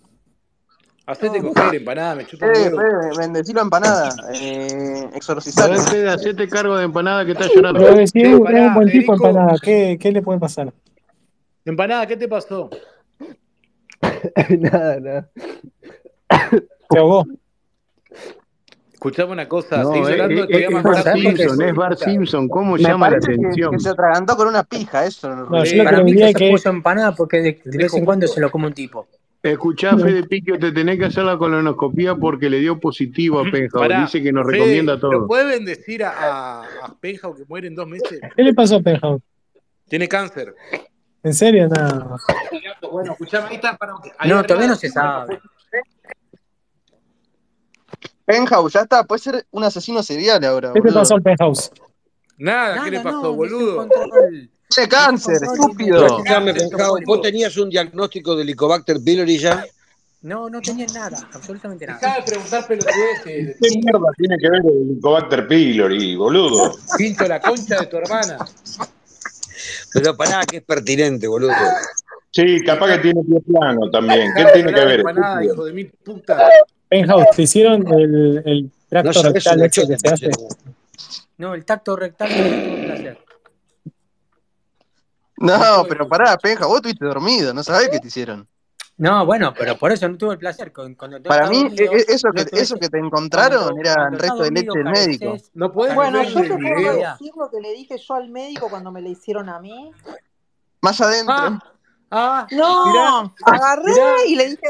Hacete
Oh,
coger, empanada, me chupa un
Che,
huevo.
Eh, Fede, bendecilo a empanada. Eh,
A ver,
exorcizalo.
Fede, hacete cargo de empanada que está
Pero
llorando.
si es
Che,
un, es un
pará,
buen tipo
Federico.
empanada, ¿qué, qué le puede pasar?
Empanada, ¿qué te pasó?
nada, nada.
¿Te ahogó?
Escuchame una cosa, seguís
No, eh,
llorando,
eh,
te
eh,
voy a
Bueno,
es Bar
matar porque
¿sabes por qué?
Simpson, es
sos
Bar
hipócrita.
Simpson. ¿Cómo
Me
llama la
parece que, que
atención?
se atragantó con una pija, eso nos
No, yo
refiero.
lo que
Para
le
mí que
diría es
se
que
puso empanada porque de, de
Le
vez en
comí.
cuando se lo come un tipo.
Escuchá, Fede Piquio, te tenés que hacer la colonoscopía porque le dio positivo a Penhouse.
Pará,
Dice que nos recomienda
Fede, ¿lo
todo.
puedes bendecir a, a, a Penhouse que muere en dos meses?
¿qué le pasó a Penhouse?
Tiene cáncer.
¿En serio? No.
Bueno, escuchame, ahí está, para, ahí
No,
arriba
todavía
de
no
la
se
cámara.
sabe.
Penthouse, ya está, puede ser un asesino serial ahora,
Este
¿Qué te pasó
boludo.
al Penhouse?
Nada, ¿qué le
Nada,
pasó,
no, me hice un
boludo?
control,
Tiene
me hice un
cáncer,
control y me
estúpido.
salió
Escuchame,
cáncer
Penjao, ¿vos
prostólico.
tenías un diagnóstico de Helicobacter pylori ya?
No, no tenía nada, absolutamente nada.
Dejá de preguntar pelotudeces,
¿Qué mierda tiene que ver el Helicobacter pylori, boludo?
Pinto la concha de tu hermana.
Pero pará, que es pertinente, boludo.
Sí, capaz que
Dejá,
tiene pie plano también. ¿Qué
dejá de
tiene que
llorar,
ver,
empanada,
estúpido?
hijo de mil puta.
Penhouse, ¿te hicieron el, el
No
tracto
sabés
rectal
una
ese que
chota,
se hace?
boludo.
No, el tacto rectal no me lo tuvo que hacer.
No,
Hijo de
pero
puta.
pará, Penja, vos estuviste dormido, no sabés qué te hicieron.
No, bueno, pero por eso no tuve el placer. Con- Cuando no
Para
está
mí, e-
dormido,
e- eso que,
no tenés.
eso que te encontraron
Cuando,
era el
cuando estás
resto de leche
dormido,
del médico.
careces,
No podés
Bueno,
ver
careces
yo
ni
de
el
te puedo
video.
decir
dignidad.
lo que le dije yo al médico cuando me le hicieron a mí.
Más adentro.
Ah, Ah,
no,
mirá,
agarré
mirá.
y le dije.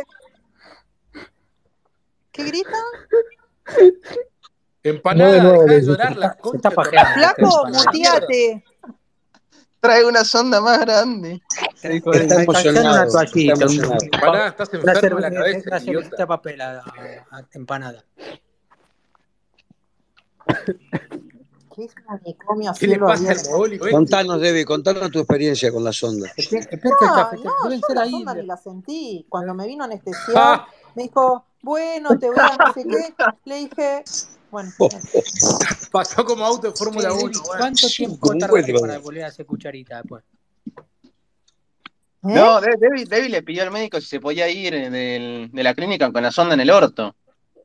¿Qué grita?
Empanada,
No, no,
dejá de
no,
llorar
se
la
está-
concha.
está
de tu
pajeando,
madre.
Flaco,
Empanada.
muteate.
Trae una sonda más grande.
Está emocionado. Una toallita,
Está
un- eh,
emocionado. Pará, estás
una
enfermo
cerve-
de la cabeza,
Una servilleta
idiota.
de papel a, a- a empanada.
¿Qué es manicomio a
¿Qué le
cielo
pasa al
abierto?
mogólico este?
Contanos, Debbie, contanos tu experiencia con la sonda.
No, no, yo la sonda ni la sentí. Cuando me vino a
Ah.
anestesiar, me dijo, bueno, te voy a no sé qué. Le dije, bueno,
Pasó como auto de
Che,
Fórmula
Debbി,
1. bueno.
¿cuánto tiempo
un
tardaste
cuello.
para volver a hacer cucharita después?
No, De- Debbie, Debbie le pidió al médico si se podía ir eh, del- de la clínica con la sonda en el orto.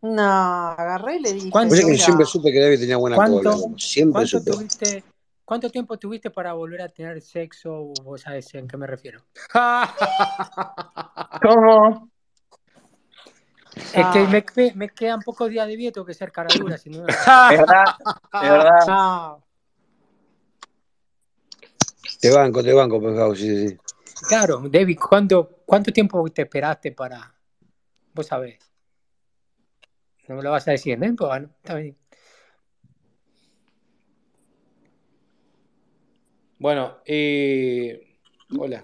no, agarré y le dije,
Oye que yo
mira,
siempre supe que David tenía buena cola,
¿Cuánto,
loco. Siempre
cuánto
supe.
tuviste, cuánto tiempo tuviste para volver a tener sexo? Vos sabés en qué me refiero.
¿Cómo?
Es que
chao,
me, me quedan pocos días de vida, tengo que ser cara dura, si no.
¿Verdad? Es verdad.
chao.
Te banco, te banco, Penjao, sí, sí, sí.
Claro, Debbie, ¿cuánto, ¿cuánto tiempo te esperaste para.? Vos sabés, no me lo vas a decir, ¿no? Pues, bueno, está bien.
Bueno, eh, hola.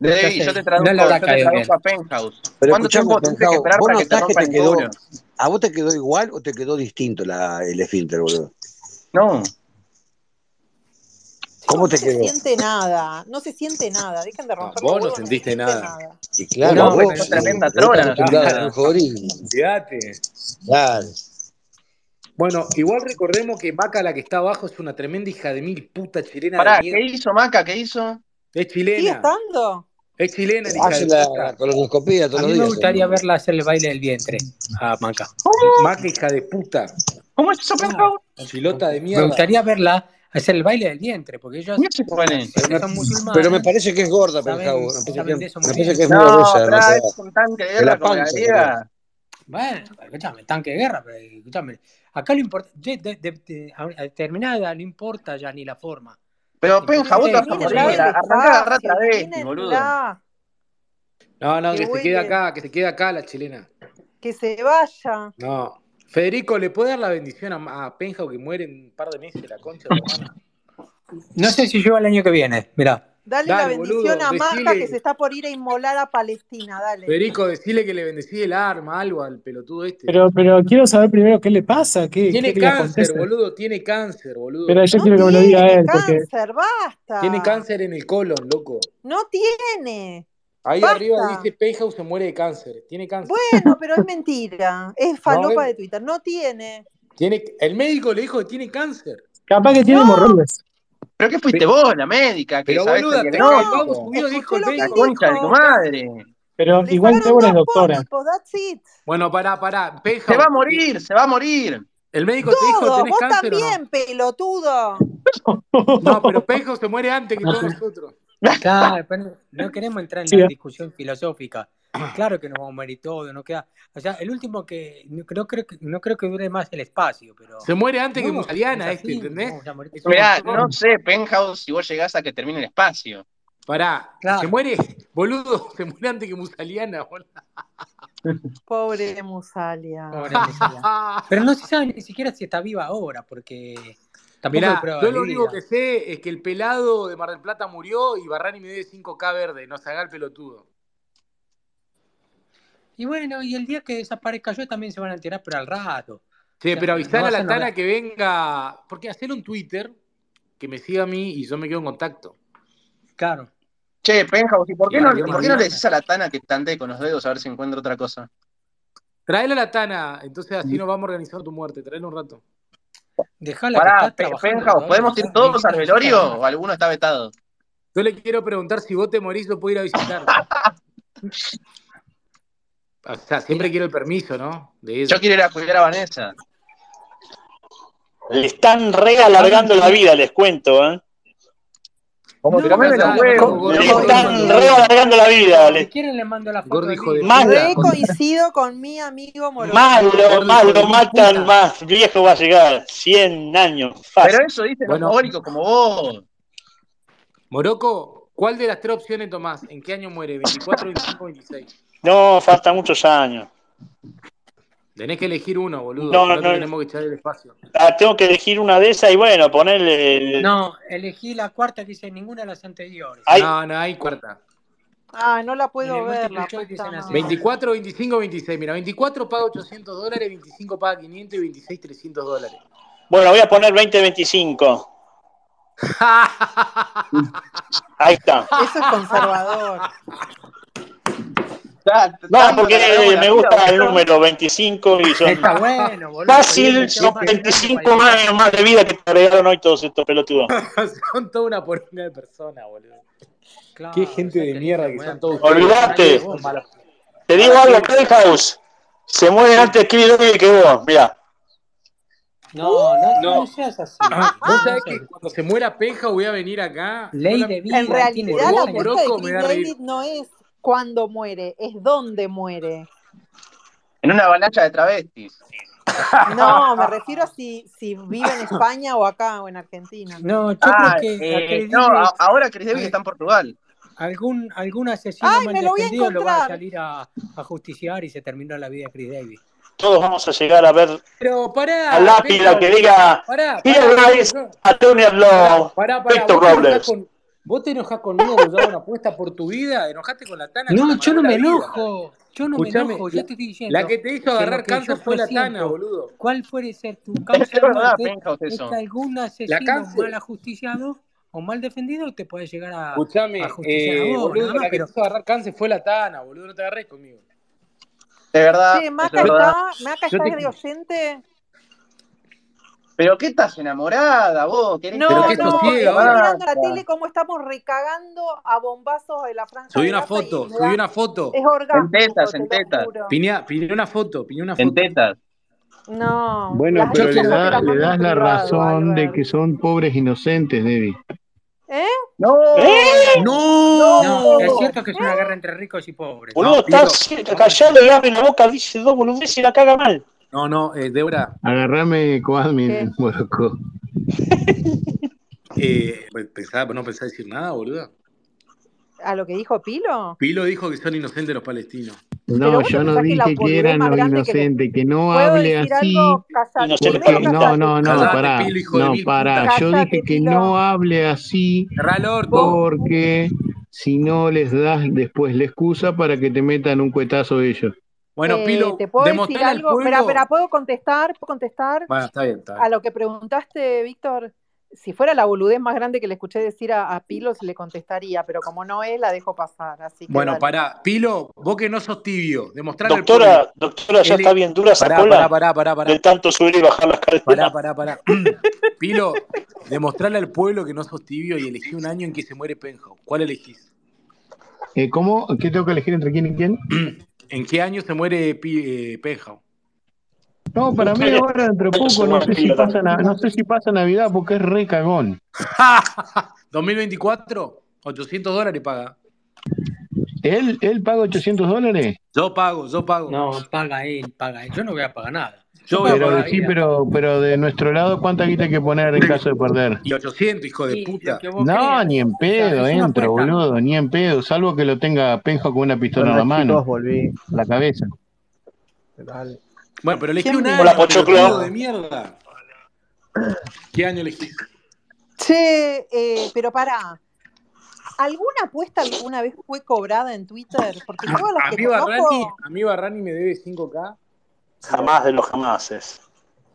¿Qué
Debbie, yo
haces?
te
No le
traduzco,
habrá
yo te
caído bien.
traduzco a Penthouse.
Pero
¿Cuánto
escuchame,
tiempo tuviste que
Penjao,
esperar
¿vos
para que te
notás que
rompa
te
el
quedó,
coro?
a vos te quedó igual o te quedó distinto la, el esfínter, boludo?
No.
Chicos,
¿Cómo
no
te
se
quedó?
siente nada, no se siente nada. Dejen de
No,
romper los
vos no
huevos, no se
sentiste
siente
nada.
nada.
Y
Vos
claro,
no,
No,
vos,
pero
Fue
eh,
tremenda
vos estás
trona, no
acostumbrado a
sentiste
la luz
Claro,
nada.
jodida.
olvídate.
Claro.
Bueno, igual recordemos que Maca, la que está abajo, es una tremenda hija de mil puta chilena de
Pará, ¿qué
mierda.
hizo Maca? ¿Qué hizo?
Es
¿Sigue
chilena,
estando?
es chilena la hija
Hace
de
la, la
puta.
colonoscopía todos
a
los
mí me
días.
gustaría
hermano.
verla hacer el baile del vientre a Maca.
¿Cómo?
Maca, hija de puta. Ah.
¿Cómo es eso,
Claro.
Penthouse?
Chilota de
Me
mierda.
gustaría verla hacer el baile del vientre, porque
¿Y
ellos,
ese cuál es?
Pero
que
me,
son
pero me
musulmanas,
parece que es gorda, Penjao.
saben,
Me parece que,
saben de eso
me
muy
parece que es
bien.
muy
No,
gruesa, no te
pará,
da.
es un tanque de
De la
guerra como la
panza, creo.
griega.
Bueno, escúchame, tanque de guerra, pero escúchame. Acá lo importante, de, de- de- a- a- terminada, no importa ya ni la forma. Lo
Pero
importante
Penja, vos
es
estás por
cómo
Termínenla
arriba.
termina.
Arrancá a agarrar
despacio,
travesti, boludo.
termínenla,
No, no,
que
que se quede
huele,
acá, que se quede acá la chilena.
que se vaya.
No. Federico, ¿le puede dar la bendición a, a Penjao que muere en un par de meses la concha de tu hermana?
No sé si llego el año que viene, mirá.
Dale la
Dale,
bendición
boludo,
a Maca que se
decile.
está por ir a inmolar a Palestina, dale.
Federico, decile que le bendecí el arma, algo al pelotudo este.
Pero, pero quiero saber primero qué le pasa, qué, qué
Tiene
le
cáncer,
acontece.
boludo, tiene cáncer, boludo.
Pero yo
No
quiero que me lo diga
tiene
él, porque
cáncer,
Tiene
basta.
cáncer en el colon, loco.
No tiene,
Ahí arriba
basta.
dice Penjao se muere de cáncer. Tiene cáncer.
Bueno, pero es mentira. Es
No,
falopa
es-
de Twitter. No tiene.
tiene, el médico le dijo que tiene cáncer.
capaz que tiene
No,
hemorroides.
¿Pero qué fuiste
Pe-
vos, la médica, que
Pero
sabés el
boluda, Penjao
no.
Pau
diagnóstico?
subió, dijo
Escuché
el
lo que
La
él
médico.
concha de tu
dijo.
madre.
Pero
Le
igual
sobraron
Débora es
dos
doctora.
pónipos, that's it.
Bueno, pará, pará.
Se va a
Penjao,
morir, se va a morir.
¿el médico te dijo
Todos,
tenés
vos
cáncer o no?
también, pelotudo.
No, pero Penjao se muere antes que todos nosotros.
Claro, pero no queremos entrar en
Sí,
la
¿eh?
discusión filosófica. Claro que nos vamos a morir todos, no queda. O sea, el último que no creo, creo que no creo que dure más el espacio, pero
Se muere antes que
no, es
Musaliana este,
así, nos
¿entendés?
vamos a morir
Es un
todos.
Mirá, no
montón.
sé, Penthouse, si vos llegás a que termine el espacio.
Pará, se
Claro.
muere, boludo, se muere antes que Musaliana, boludo.
Pobre ah. Musalia.
Pobre Mussolini. Pero no se sabe ni siquiera si está viva ahora, porque tampoco hay
Mirá, yo
pruebas de
lo único que
vida.
sé es que el pelado de Mar del Plata murió y Barrani me debe 5K verde, no se haga el pelotudo.
Y bueno, y el día que desaparezca yo también se van a enterar, pero al rato. O
Che,
sea,
pero
no
avisar a
vas a
la
no
Tana
ver.
que venga, porque hacer un Twitter que me siga a mí y yo me quedo en contacto.
Claro.
Che, Penthouse, ¿y por
Y
qué no,
barrimos
por
al
qué no le
Tana.
decís a la Tana que tante con los dedos a ver si encuentra otra cosa?
Traela a la Tana, entonces
Mm.
así nos vamos organizando tu muerte, traela un rato.
Dejala que
Pará,
está
Pe-
trabajando
Penthouse,
todavía,
¿podemos ir
está,
todos al
necesita
velorio
ganas.
o alguno está vetado?
Yo le quiero preguntar si vos te morís, yo puedo ir a visitarte. O sea, siempre
Mira,
quiero el permiso, ¿no? De
Yo
ella.
quiero ir a cuidar a Vanessa.
Le están re
hagan
alargando la
como.
vida, les cuento, ¿eh?
¿Cómo te
No,
Comeme
no
comes
se
la
la
los
Dale,
alargan
gordo,
huevos,
mucho.
gordo,
Le
Yo
gordo,
les
están
hijo
mando
de
la
re
foto.
puta.
alargando la vida.
Si
le-
quieren, les mando la foto
Gordo,
del
hijo de
vivo.
Más,
puta.
Re coincido con mi amigo
más
Morocho.
lo,
Gordo,
más
hijo de
lo
mil
matan,
putas.
más viejo va a llegar. 100 años,
Pero
fácil.
eso dicen los
Bueno,
mogólicos como vos.
Moroco, ¿Cuál de las tres opciones tomás? ¿En qué año muere? ¿24, 25, 26?
No, faltan muchos años.
Tenés que elegir uno, boludo.
No,
si te
no.
tenemos que echar el espacio.
Ah, tengo que elegir una de esas y bueno, ponerle. el-
No, elegí la cuarta que dice ninguna de las anteriores.
Ay.
No, no, hay cuarta.
Ah, no la
En
puedo
el
ver.
múltiple
la
choice
puta
dicen así.
madre.
24, 25, 26. Mira, 24 paga 800 dólares, 25 paga 500 y 26, 300 dólares.
Bueno, voy a poner 2025. Ahí está.
Eso es conservador.
No, porque eh, me gusta el número 25 y son
Está bueno, boludo.
fácil,
Te
son
van a ganar
25
cualquier-
años más de vida que te agregaron hoy todos estos pelotudos.
Son toda una poronga de personas, boludo.
Claro,
Qué gente de mierda que son todos ustedes.
Olvídate.
Son malos.
Te digo algo, Playhouse. Se mueren antes que Doyle que vos, mira.
No, no, no,
No. Ah,
seas así.
Vos
No
sabés
seas
que
así.
cuando se muera Penja voy a venir acá.
Ley de
En
vida, tiene
Por
realidad, la
vos,
12 años.
apuesta de
Broco, me
Cliff
voy a reír.
David no es cuándo muere, es dónde muere.
En una avalancha de travestis.
No, me refiero a si, si vive en España o acá o en Argentina.
No, yo creo
Ah,
que a
eh,
Chris
no, a-
Davis,
ahora Chris Davis
eh,
está en Portugal.
algún, algún asesino
¡Ay,
mal
me lo voy a
defendido lo va a
encontrar!
salir a, a justiciar y se terminó la vida de Chris Davis.
Todos vamos a llegar a ver
Pero
Ah,
a
pará,
lápida
Penja.
que diga
Pará,
Here
pará, boludo.
lies
yo-
Antonio
Pará,
Law,
pará, pará.
Victor
Vos te enojás
Robles.
con. Vos te enojás conmigo porque yo hago una apuesta por tu vida. Enojaste con la Tana que te
No, yo
amargó
no
la
me
vida.
enojo. Yo no me
Escuchame,
enojo. Yo
la,
te estoy
la
diciendo
que te hizo
que lo
agarrar
que yo
cáncer fue la Tana,
presiento,
boludo.
cuál puede ser tu
Es
causa de
verdad,
muerte,
Penhouse,
es que
eso.
algún
La
asesino mal
cáncer.
ajusticiado o mal defendido te puede llegar a, a
Escuchame,
justiciar a
eh,
vos, nada
boludo,
más.
la que te
Pero
hizo agarrar cáncer fue la Tana, boludo. No te agarres conmigo.
Es verdad,
Che,
es
Maca
Yo,
verdad.
está, Maca
yo
está
te.
de oyente.
Pero qué estás enamorada, vos, querés
Pero
No,
qué
que
no,
sosiega
estoy
ahora.
mirando la
Basta.
tele cómo estamos recagando a bombazos de la franja
Subí
de
una
Gaza y
foto,
me
subí
da,
una foto.
es
En tetas,
orgásmico, te
en
lo
tetas,
juro.
Piñá, piñá una foto, piñá una
en
foto.
tetas.
No,
Bueno,
las,
pero
Yo
le,
esas
quiero.
da,
apelas
le
más en
das la
privado,
razón de
Albert.
que son pobres inocentes, Debbie.
¿Eh?
¡No!
¿Eh? ¡No!
no, es
¡No!
cierto que es una guerra entre ricos y pobres.
Boludo,
No,
está
Piero,
así,
vamos.
callado y abre la boca, dice dos boludeces y la caga mal.
No, no, eh, Débora,
Agarrame
¿Qué?
coadmin, Morocco.
eh, pensaba, no pensaba decir nada, boluda.
¿A lo que dijo Pilo?
Pilo dijo que son inocentes los palestinos.
Pero
No,
vos te
yo no
pensás que la
dije que
boludez
eran
más
los
grande que le...
inocentes, que no
¿Puedo
hable
decir algo?
así,
Calla...
Inocente
Primero
porque no,
bastardo.
callate,
no, no,
Pilo.
Callate,
pará,
Pilo, hijo de
no,
mil
pará.
putas.
Yo
Callate,
dije que
Pilo.
no hable así
Cerrá el
Vos...
orto.
porque si no les das después la excusa para que te metan un cuetazo ellos.
Bueno,
Eh,
Pilo,
¿te puedo decir
demostrale al
algo? Espera, espera,
pueblo.
¿puedo contestar? ¿Puedo contestar
Bueno, está bien, está
a
bien.
lo que preguntaste, Víctor? Si fuera la boludez más grande que le escuché decir a, a Pilos, le contestaría, pero como no es, la dejo pasar, así que
Bueno,
dale.
pará. Pilo, vos que no sos tibio, demostrale al pueblo.
Doctora, doctora, ya
Él
está
es-
bien dura esa
Pará, pará,
cola
pará, pará, pará.
de tanto subir y bajar las
Pará,
carreteras.
pará, pará. Mm. Pilo, demostrale al pueblo que no sos tibio y elegí un año en que se muere Penhouse. ¿Cuál elegís?
Eh, ¿Cómo? ¿Qué tengo que elegir entre quién y quién?
¿En qué año se muere Pi- eh, Penhouse?
No, para mí ahora dentro de poco, no sé si pasa, na- no sé si pasa Navidad porque es re cagón.
2024, 800 dólares paga.
¿Él, él paga 800 dólares?
Yo pago, yo pago.
no, paga él, paga él. Yo no voy a pagar nada. Yo
Yo voy a
pago por
Pero
la
pagar. ¿eh?
sí,
vida.
pero, pero de nuestro lado, ¿cuánta guita hay que poner en caso de perder?
Y 800, hijo de
Y lo
puta.
que vos
No,
creas.
ni en
O sea,
pedo
es una
entro,
apuesta.
boludo, ni en pedo, salvo que lo tenga Penjo con una pistola en
Hola
la mano,
chicos, volví.
en la cabeza.
¿Qué tal?
Bueno, pero elegí
¿Quién
un
Hola,
año,
vino?
pelotudo de
Pochoclo.
mierda. ¿Qué año elegís?
Che, eh, pero pará, ¿alguna apuesta alguna vez fue cobrada en Twitter? Porque todas las
A
que
mí Barrani,
conozco
a mí Barrani me debe 5K. Pero,
Jamás de los jamases.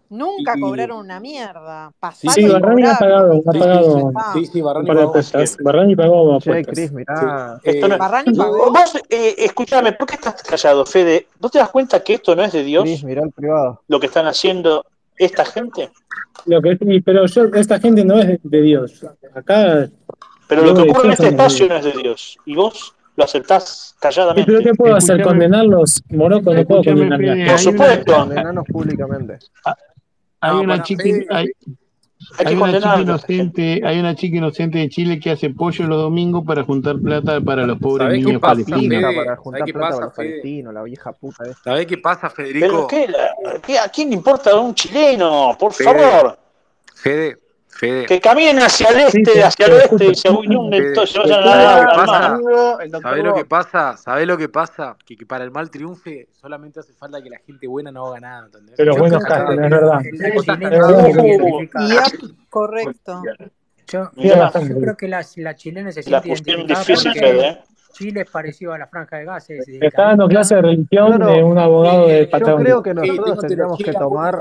nunca
y,
cobraron una mierda.
sí,
Pasaron
Sí,
y
sí,
Barrani ha pagado,
cobraron,
ha
sí, sí, sí,
pagado
ya está.
sí, sí,
un
Barrani
par de
pagó.
apuestas.
Siempre.
Barrani pagó
Che, Chris,
apuestas.
Sí.
mirá.
Esto no
Eh,
¿Barrani
Vos,
pagó?
vos, eh, escuchame, ¿por qué estás callado, Fede? ¿No te das cuenta que esto no es de
Chris,
Dios?
mirá el privado.
Lo que están haciendo esta gente.
Lo que, pero yo, esta gente no es de, de Dios. Acá
Pero lo
luego
que
de
ocurre en
Dios son
este
los
espacio
Dios.
no es de Dios. Y vos lo aceptás
¿Y pero
calladamente.
qué puedo hacer?
Escúchame,
¿Condenarlos? Moroco, no puedo
escúchame,
condenar la
Fede,
Por
hay
gente.
una,
supuesto,
Condenanos públicamente.
Ah,
hay
no,
una
para
chiqui,
Fede.
hay
hay, hay
que
una chica
condenarlos a esta gente.
inocente, hay una chica inocente de Chile que hace pollo los domingos para juntar plata para los pobres
¿Sabés qué
niños
pasa,
palestinos.
Pija
Fede?
para
¿Sabés
juntar
qué
plata para
pasa,
los
Fede?
palestinos, la vieja puta esta.
¿Sabés qué pasa,
¿Pero
Federico?
qué? La- qué- ¿A quién le importa un chileno? Por
Fede,
favor.
Fede. Fede.
Que caminen hacia el
Sí,
este,
te-
hacia el
te
oeste y
escucho.
se
Fede,
unen todos, se vayan a
¿sabés
la
lo que
al
pasa?
mar.
¿Sabés lo que pasa? ¿Sabés lo que pasa? Que, que para el mal triunfe solamente hace falta que la gente buena no haga nada, ¿entendés?
Pero
Yo
buenos
creo que
cagan,
acá-
es verdad.
El
Vos estás
dinero
cagado,
es lo que
vos-
califica.
correcto.
Yo,
Mirá.
yo creo que las- la chilena se
La
siente
pusieron
identificada
difícil, Fede,
porque
¿eh?
Chile es parecido a la franja de gases
Me está dando
directamente.
clase de religión
Claro,
de un abogado de
Yo
Patagonia.
creo que nosotros tendríamos que tomar.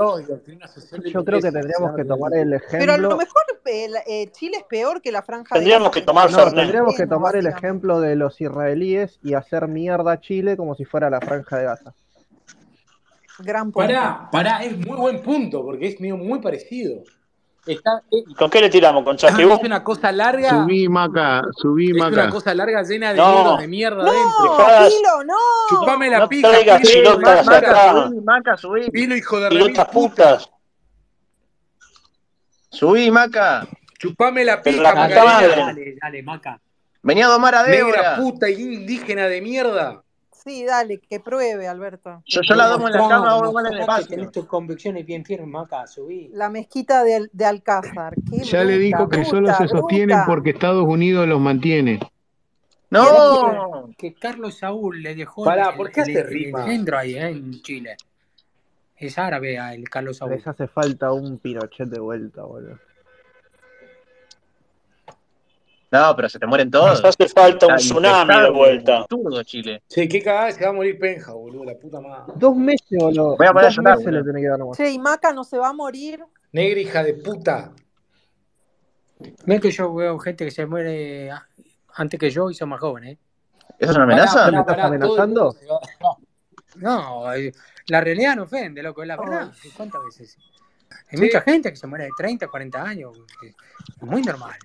Yo creo que tendríamos que tomar el
Pero a lo
ejemplo.
mejor eh, la- eh, Chile es peor que la franja
Tendríamos
de
que tomar
No,
Fernet.
tendríamos que tomar el
básicamente.
ejemplo de los israelíes y hacer mierda a Chile como si fuera la franja de Gaza.
Gran punto.
Pará, pará, es muy buen punto, porque es medio muy parecido. Está, eh, ah,
¿Con qué le tiramos? ¿Con
es
Chasquibú?
una cosa larga,
Subí, Maca, subí,
es una
Maca.
cosa larga llena de
No.
libros de mierda
No,
adentro.
Dejás-
Pilo, no.
Chupame la
No
pija,
traigas
Pilo, hijo de
pilotas
puta.
acá,
subí, Maca, subí.
Pilo, hijo de remil
pilotas
puta.
putas.
Subí, Maca.
Chupame la
Pero
pija,
la puta
Macarena.
madre.
Dale, dale, Maca.
Venía a domar a
Negra
Débora.
puta indígena de mierda.
Sí, dale, que pruebe, Alberto.
Yo, yo la domo en la
Demostrá,
cama, vos en el
demostrá que
espacio.
tenés tus convicciones bien firmes, Maca, subí.
La mezquita de, Al- de Alcázar. Qué
Ya le
bruta,
dijo que solo
bruta,
se sostienen
bruta.
porque Estados Unidos los mantiene.
Mirá que,
¡No!
que Carlos Saúl le dejó el,
Pará,
el,
¿por qué hace
el- el
rimas?
engendro ahí eh, en Chile. Es árabe ah, el Carlos Saúl.
Les hace falta un Pinochet de vuelta, boludo.
No, pero se te mueren
Nos
todos.
hace falta un
Está
tsunami de
infectado como
vuelta.
un turdo Chile.
Che, qué cagada, se va a morir Penja, boludo, la puta madre.
Dos meses, boludo.
Voy a poner a
Dos
llorar,
meses le
boludo.
tiene que dar nomás.
Che, y Maca no se va a morir.
Negra hija de puta.
Mira que yo veo gente que se muere ah, antes que yo y son más jóvenes. ¿eh?
¿Eso es una
Pará,
amenaza?
¿Me
pará,
estás
pará, todo el mundo
amenazando?
se va.
No, eh, la realidad no ofende, loco, es la
Ay.
verdad. ¿Cuántas veces? Hay
Che,
mucha gente que se muere de 30, 40 años. que Es muy normal.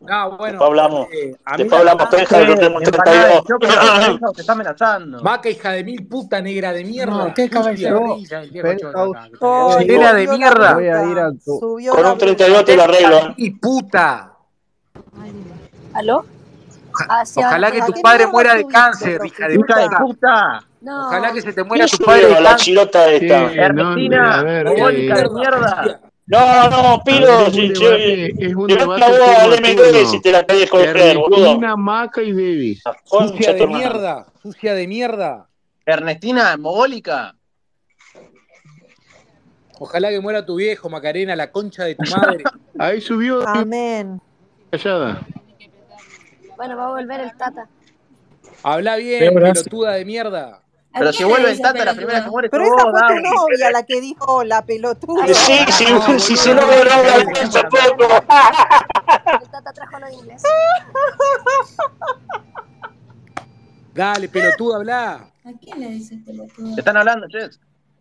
no, bueno,
Después hablamos.
eh, a mí
Después
la
hablamos,
verdad,
Penja, que lo
Che,
tenemos
empanada de
32.
choclo con penja, te está amenazazando.
vaca hija de mil puta negra de
No,
mierda,
qué cabeza
sucia.
de
Yo,
risa el viejo chota
oh,
Penthouse,
acá, que tenés acá.
voy a
Ay,
ir,
Chilena de
subió
mierda.
la
voy a ir
bruta.
a tu.
Subió
Con
la
un
bruta.
32 te lo
Hija
arreglo. ¿eh?
de mil puta.
¿Aló?
Oja-
Hacia
Ojalá que
¿A
tu
qué
Argentina.
padre
mierda
muera de
subiste,
cáncer, hija de
¡Hija de
prostituta?
puta.
puta!
Ojalá
No,
que se te muera
¿Quién
tu padre
subió
de
a la
cáncer,
chirota esta?
Che, no, eh, a
¡Argentina!
ver,
negra de
¡Mogólica de
eh,
mierda,
mierda!
sucia.
No, no,
a ver,
Pilo,
es un
si, si,
debate, es un
llevando
debate
a vos
turno
al
a
MD si
turno.
te la querés coger, boludo.
Ernestina, Maca y Debbie.
La concha
Sucia
de tu
de
hermana.
mierda, sucia de mierda.
Ernestina, mogólica.
Ojalá que muera tu viejo, Macarena, la concha de tu madre.
Ahí subió Debbie
Amén.
callada.
bueno, va a volver el Tata.
Habla bien,
Débora,
pelotuda de mierda.
¿A
Pero
quién
si
le
vuelve el
dicen
Tata, la primera que
pelotudo?
muere es
Pero esa
vos,
fue tu
Dami.
novia la que dijo la
¿A
pelotuda.
quién
Sí,
le
si,
dicen
No,
si
boludo,
se
no
lo
me
pelotudo?
logró
digas
hablar
eso,
hace
Macarena.
poco.
El Tata trajo los ingleses.
Dale, pelotuda, habla.
¿A quién le dices
Te
pelotudo?
están hablando, Jess.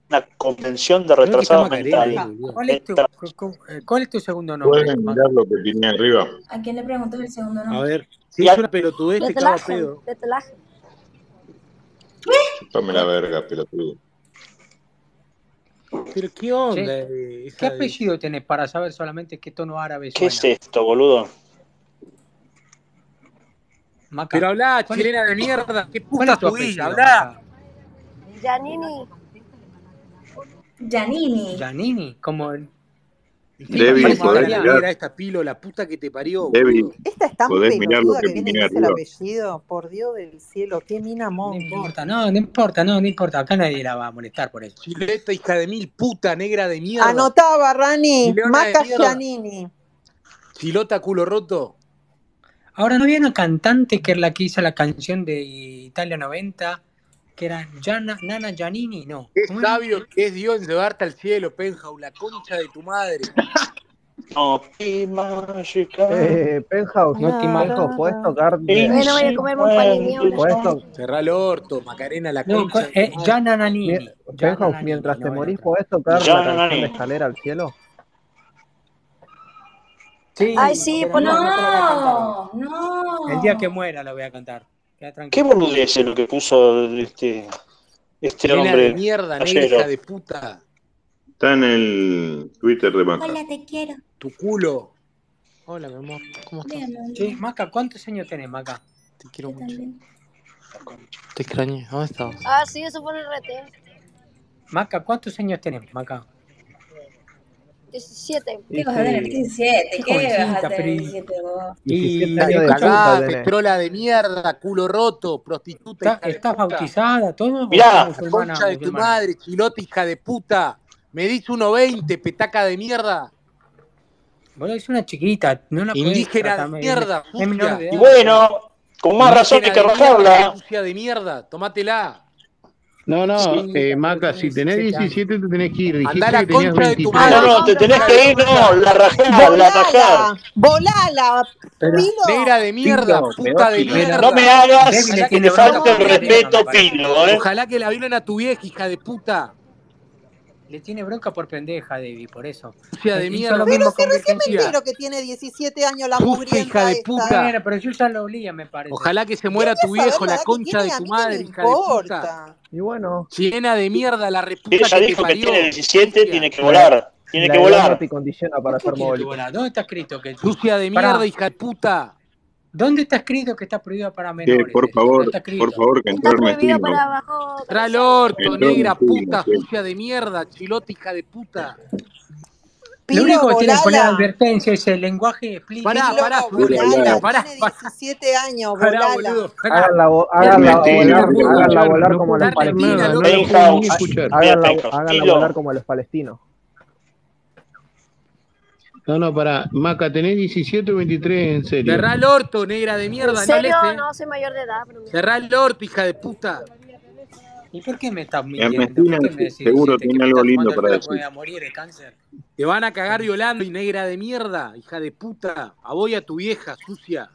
Una convención de
Creo que está
retrasados
Macarena, eh,
mentales.
Maca,
boludo.
¿cuál es tu,
Retra-
cu- cu- eh, cuál es tu segundo nombre,
¿Pueden mirar
Maca?
lo que tiene arriba?
¿A quién le preguntas el segundo
A
nombre?
ver, este si
y
es
a-
una pelotudez, te cago a
Letelagen,
pedo.
Letelagen.
Chupame la
¿Cuál-
verga, pelotudo.
Pero qué
che,
onda eh,
¿Qué
esa de...
apellido tenés para saber solamente qué tono árabe
¿Qué es
suena?
esto, boludo?
Maca,
Pero habla,
¿cuál es,
chilena de mierda, qué
cuál
puta
es tu
subida,
apellido,
habla.
Maca?
Giannini.
Janini.
Giannini, como el, el tipo
Debbie,
como
Parece
¿podés
cara
italiano.
mirar?
negra esta pilo, la puta que te parió,
Debbie,
boludo.
Esta es tan
¿podés mirar lo
pelotuda
que
que viene y
tiene
dice el
arriba?
apellido. Por Dios del cielo, qué mina
No
Monti.
importa, no, no importa, no, no importa. Acá nadie la va a molestar por eso.
Chileta, hija de mil puta, negra de mierda.
Anotaba, Rani.
Chileona de
Maca
mierda.
Giannini.
Chilota, culo roto.
Ahora, ¿no había una cantante que es la que hizo la canción de Italia 90? Que era Gianna- Nana Giannini, no.
Qué
¿Cómo era?
sabio que es Dios en llevarte al cielo, Penjau, la concha de tu madre.
No, pi mágica.
Eh, Penthouse,
No te
Penthouse,
imagino.
¿puedes
Narara.
tocar de.
Bueno, voy a comerme un panini ahora.
¿Puedes
Insecuencial.
to-
Cerrá el orto, Macarena, la
No, co-
concha de tu
eh,
madre.
Gianna
mi-
Nannini. Gianna
Penthouse,
Nannini,
mientras te
no era
morís,
otra.
podés tocar la
Ya,
canción de
Nani.
Escalera al Cielo?
Sí,
Ay, sí,
pero no,
pues No,
no te lo voy a cantar hoy. El día que
no.
muera lo voy a cantar. Queda
¿Qué
tranquilo.
boludez es lo que puso este, este
Chilena de
hombre
mierda, negra, hija
ayer?
de puta.
Está en el Twitter de Maca.
Hola, te quiero.
Tu culo. Hola, mi amor, ¿cómo estás?
Vean,
Che,
mamá.
Maca, ¿cuántos años tenés, Maca?
Te quiero
Yo
mucho.
también.
Te extrañé, ¿dónde estabas?
Ah, sí, eso fue un rete.
Maca, ¿cuántos años tenés, Maca?
17.
¿Qué
vas a ver?
Este
17, ¿qué vas a
Jovencita,
tener
pero y-
17 vos?
Y
Está
escucha,
cagada,
está-
petrola de mierda, culo roto, prostituta,
¿Estás
hija de puta.
bautizada, todo?
Mirá,
¿O
la
musulmana,
concha de tu
musulmana?
madre, chilote, hija de puta. Me dice 1.20, petaca de mierda.
Vos es una chiquita, no la podés
Indígena
tratar
de
mal,
mierda,
Es es menor
sucia.
de
Y
edad.
bueno, con más razón
Indígena
hay que
de mierda,
rajarla.
sucia de mierda, tomátela.
No, no,
Chiquita,
eh,
pero
Maca,
tiene
si tenés
17 años.
17 te tenés que ir.
Andá a
Dijiste
la
que tenías
concha de tu
23.
Ah, no, no, te tenés que ir, no, la rajá, la rajá.
Volala, volala,
Pero,
Negra de mierda,
Pilo,
puta de
pero
mierda.
No me hagas
débil le
que
tiene
te
bronca
falte el
porque la violan, me
respeto,
parece.
Pino, ¿eh?
Ojalá que la violen a tu vieja, hija de puta.
Le tiene bronca por pendeja, Debbie, por eso.
Sucia
Eh,
de
Hizo
mierda.
lo mismo
Si
con
recién me
Virgencita.
entero que tiene 17 años la
Sucia, hija
mugrienta
de
esta.
puta.
Bueno, pero yo ya lo olía, me parece.
Ojalá que se
Yo
muera
voy
tu
a saber
viejo,
la
la
edad que
concha
tiene,
de
a
tu
mí que me
madre, hija de puta.
importa.
Y bueno,
Chilena de mierda, la reputa
Ella
que te
dijo que tiene
parió.
17, tiene
Sucia.
que
la,
volar, tiene que
la edad no
volar.
te condiciona
¿Por
para
qué
ser
tiene que
mogólico.
volar? Ah, ¿Dónde está escrito que.?
Sucia de mierda,
Pará,
hija de puta.
¿dónde está escrito que está prohibido para
Che,
menores
por
esto? No
favor,
está
por
escrito.
favor, que
Está
entró el
prohibido
mezquino.
para abajo
Tra el
14 años.
orto,
Entró el
negra
mezquino,
puta,
che.
sucia de mierda, chilote, hija de puta.
Lo
Pilo,
único que tiene que poner
volala.
advertencia es el lenguaje
Pará,
explícito.
pará,
Pilo,
Florencia,
volala.
Volala.
pará,
Tiene
pará,
17 años,
pará,
volala.
boludo, pará.
Háganla,
No
vo-
El
háganla
puedo
mezquino,
volar,
escuchar,
boludo.
háganla
boludo.
volar
No
como
puedo
los
Está
escuchar
argentina,
palestinos.
nada, no
loco.
la puedo ni
Penthouse,
escuchar.
mira
Háganla,
Penthouse.
háganla volar
Pilo,
como los palestinos.
No, no, pará. Maca, tenés 17 o 23, en serio.
Cerrá el orto, negra de
¿En
mierda, no al
serio?
este.
No, soy mayor de edad, pero mi amor.
Cerrá el orto, hija de puta.
¿Y por qué me estás
El
mintiendo?
mezquino
¿Por qué me decís 17? ¿Que
seguro tiene
me
algo
estás
lindo
tomando el
para
pelo que
decir.
voy a morir de cáncer?
Te van a cagar violando y negra de mierda, hija de puta. A vos y a tu vieja, sucia.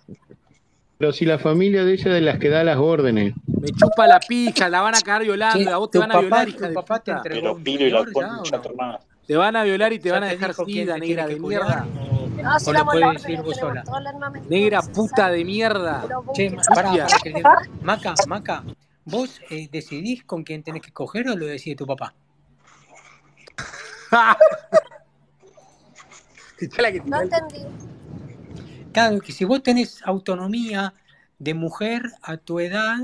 Pero si la familia de ella es de las que da las órdenes.
Me chupa la pija, la van a cagar violando,
Che,
a vos te
¿tu
van a violar,
papá,
hija
tu
de
papá te
puta.
entregó
pero
un
Pilo y la
señor ya o
concha, tu
no?
hermana.
Te van a violar y te
¿Ya
van a
te
dejar
dijo quién
sida,
te tiene
negra
que
de
culiar
mierda.
o,
No, si
o lo
damos Ah, la
puedes decir
orden,
vos
tenemos
sola?
todo el armamento
Negra puta
necesario
de
y
mierda,
los
Che,
búnkeres.
pará,
sucia.
pará, que le digo. Maca, Maca, ¿vos eh, decidís con quién tenés que coger o lo decide tu papá?
Echá la que te
No
salte.
entendí.
Claro, que si vos tenés autonomía de mujer a tu edad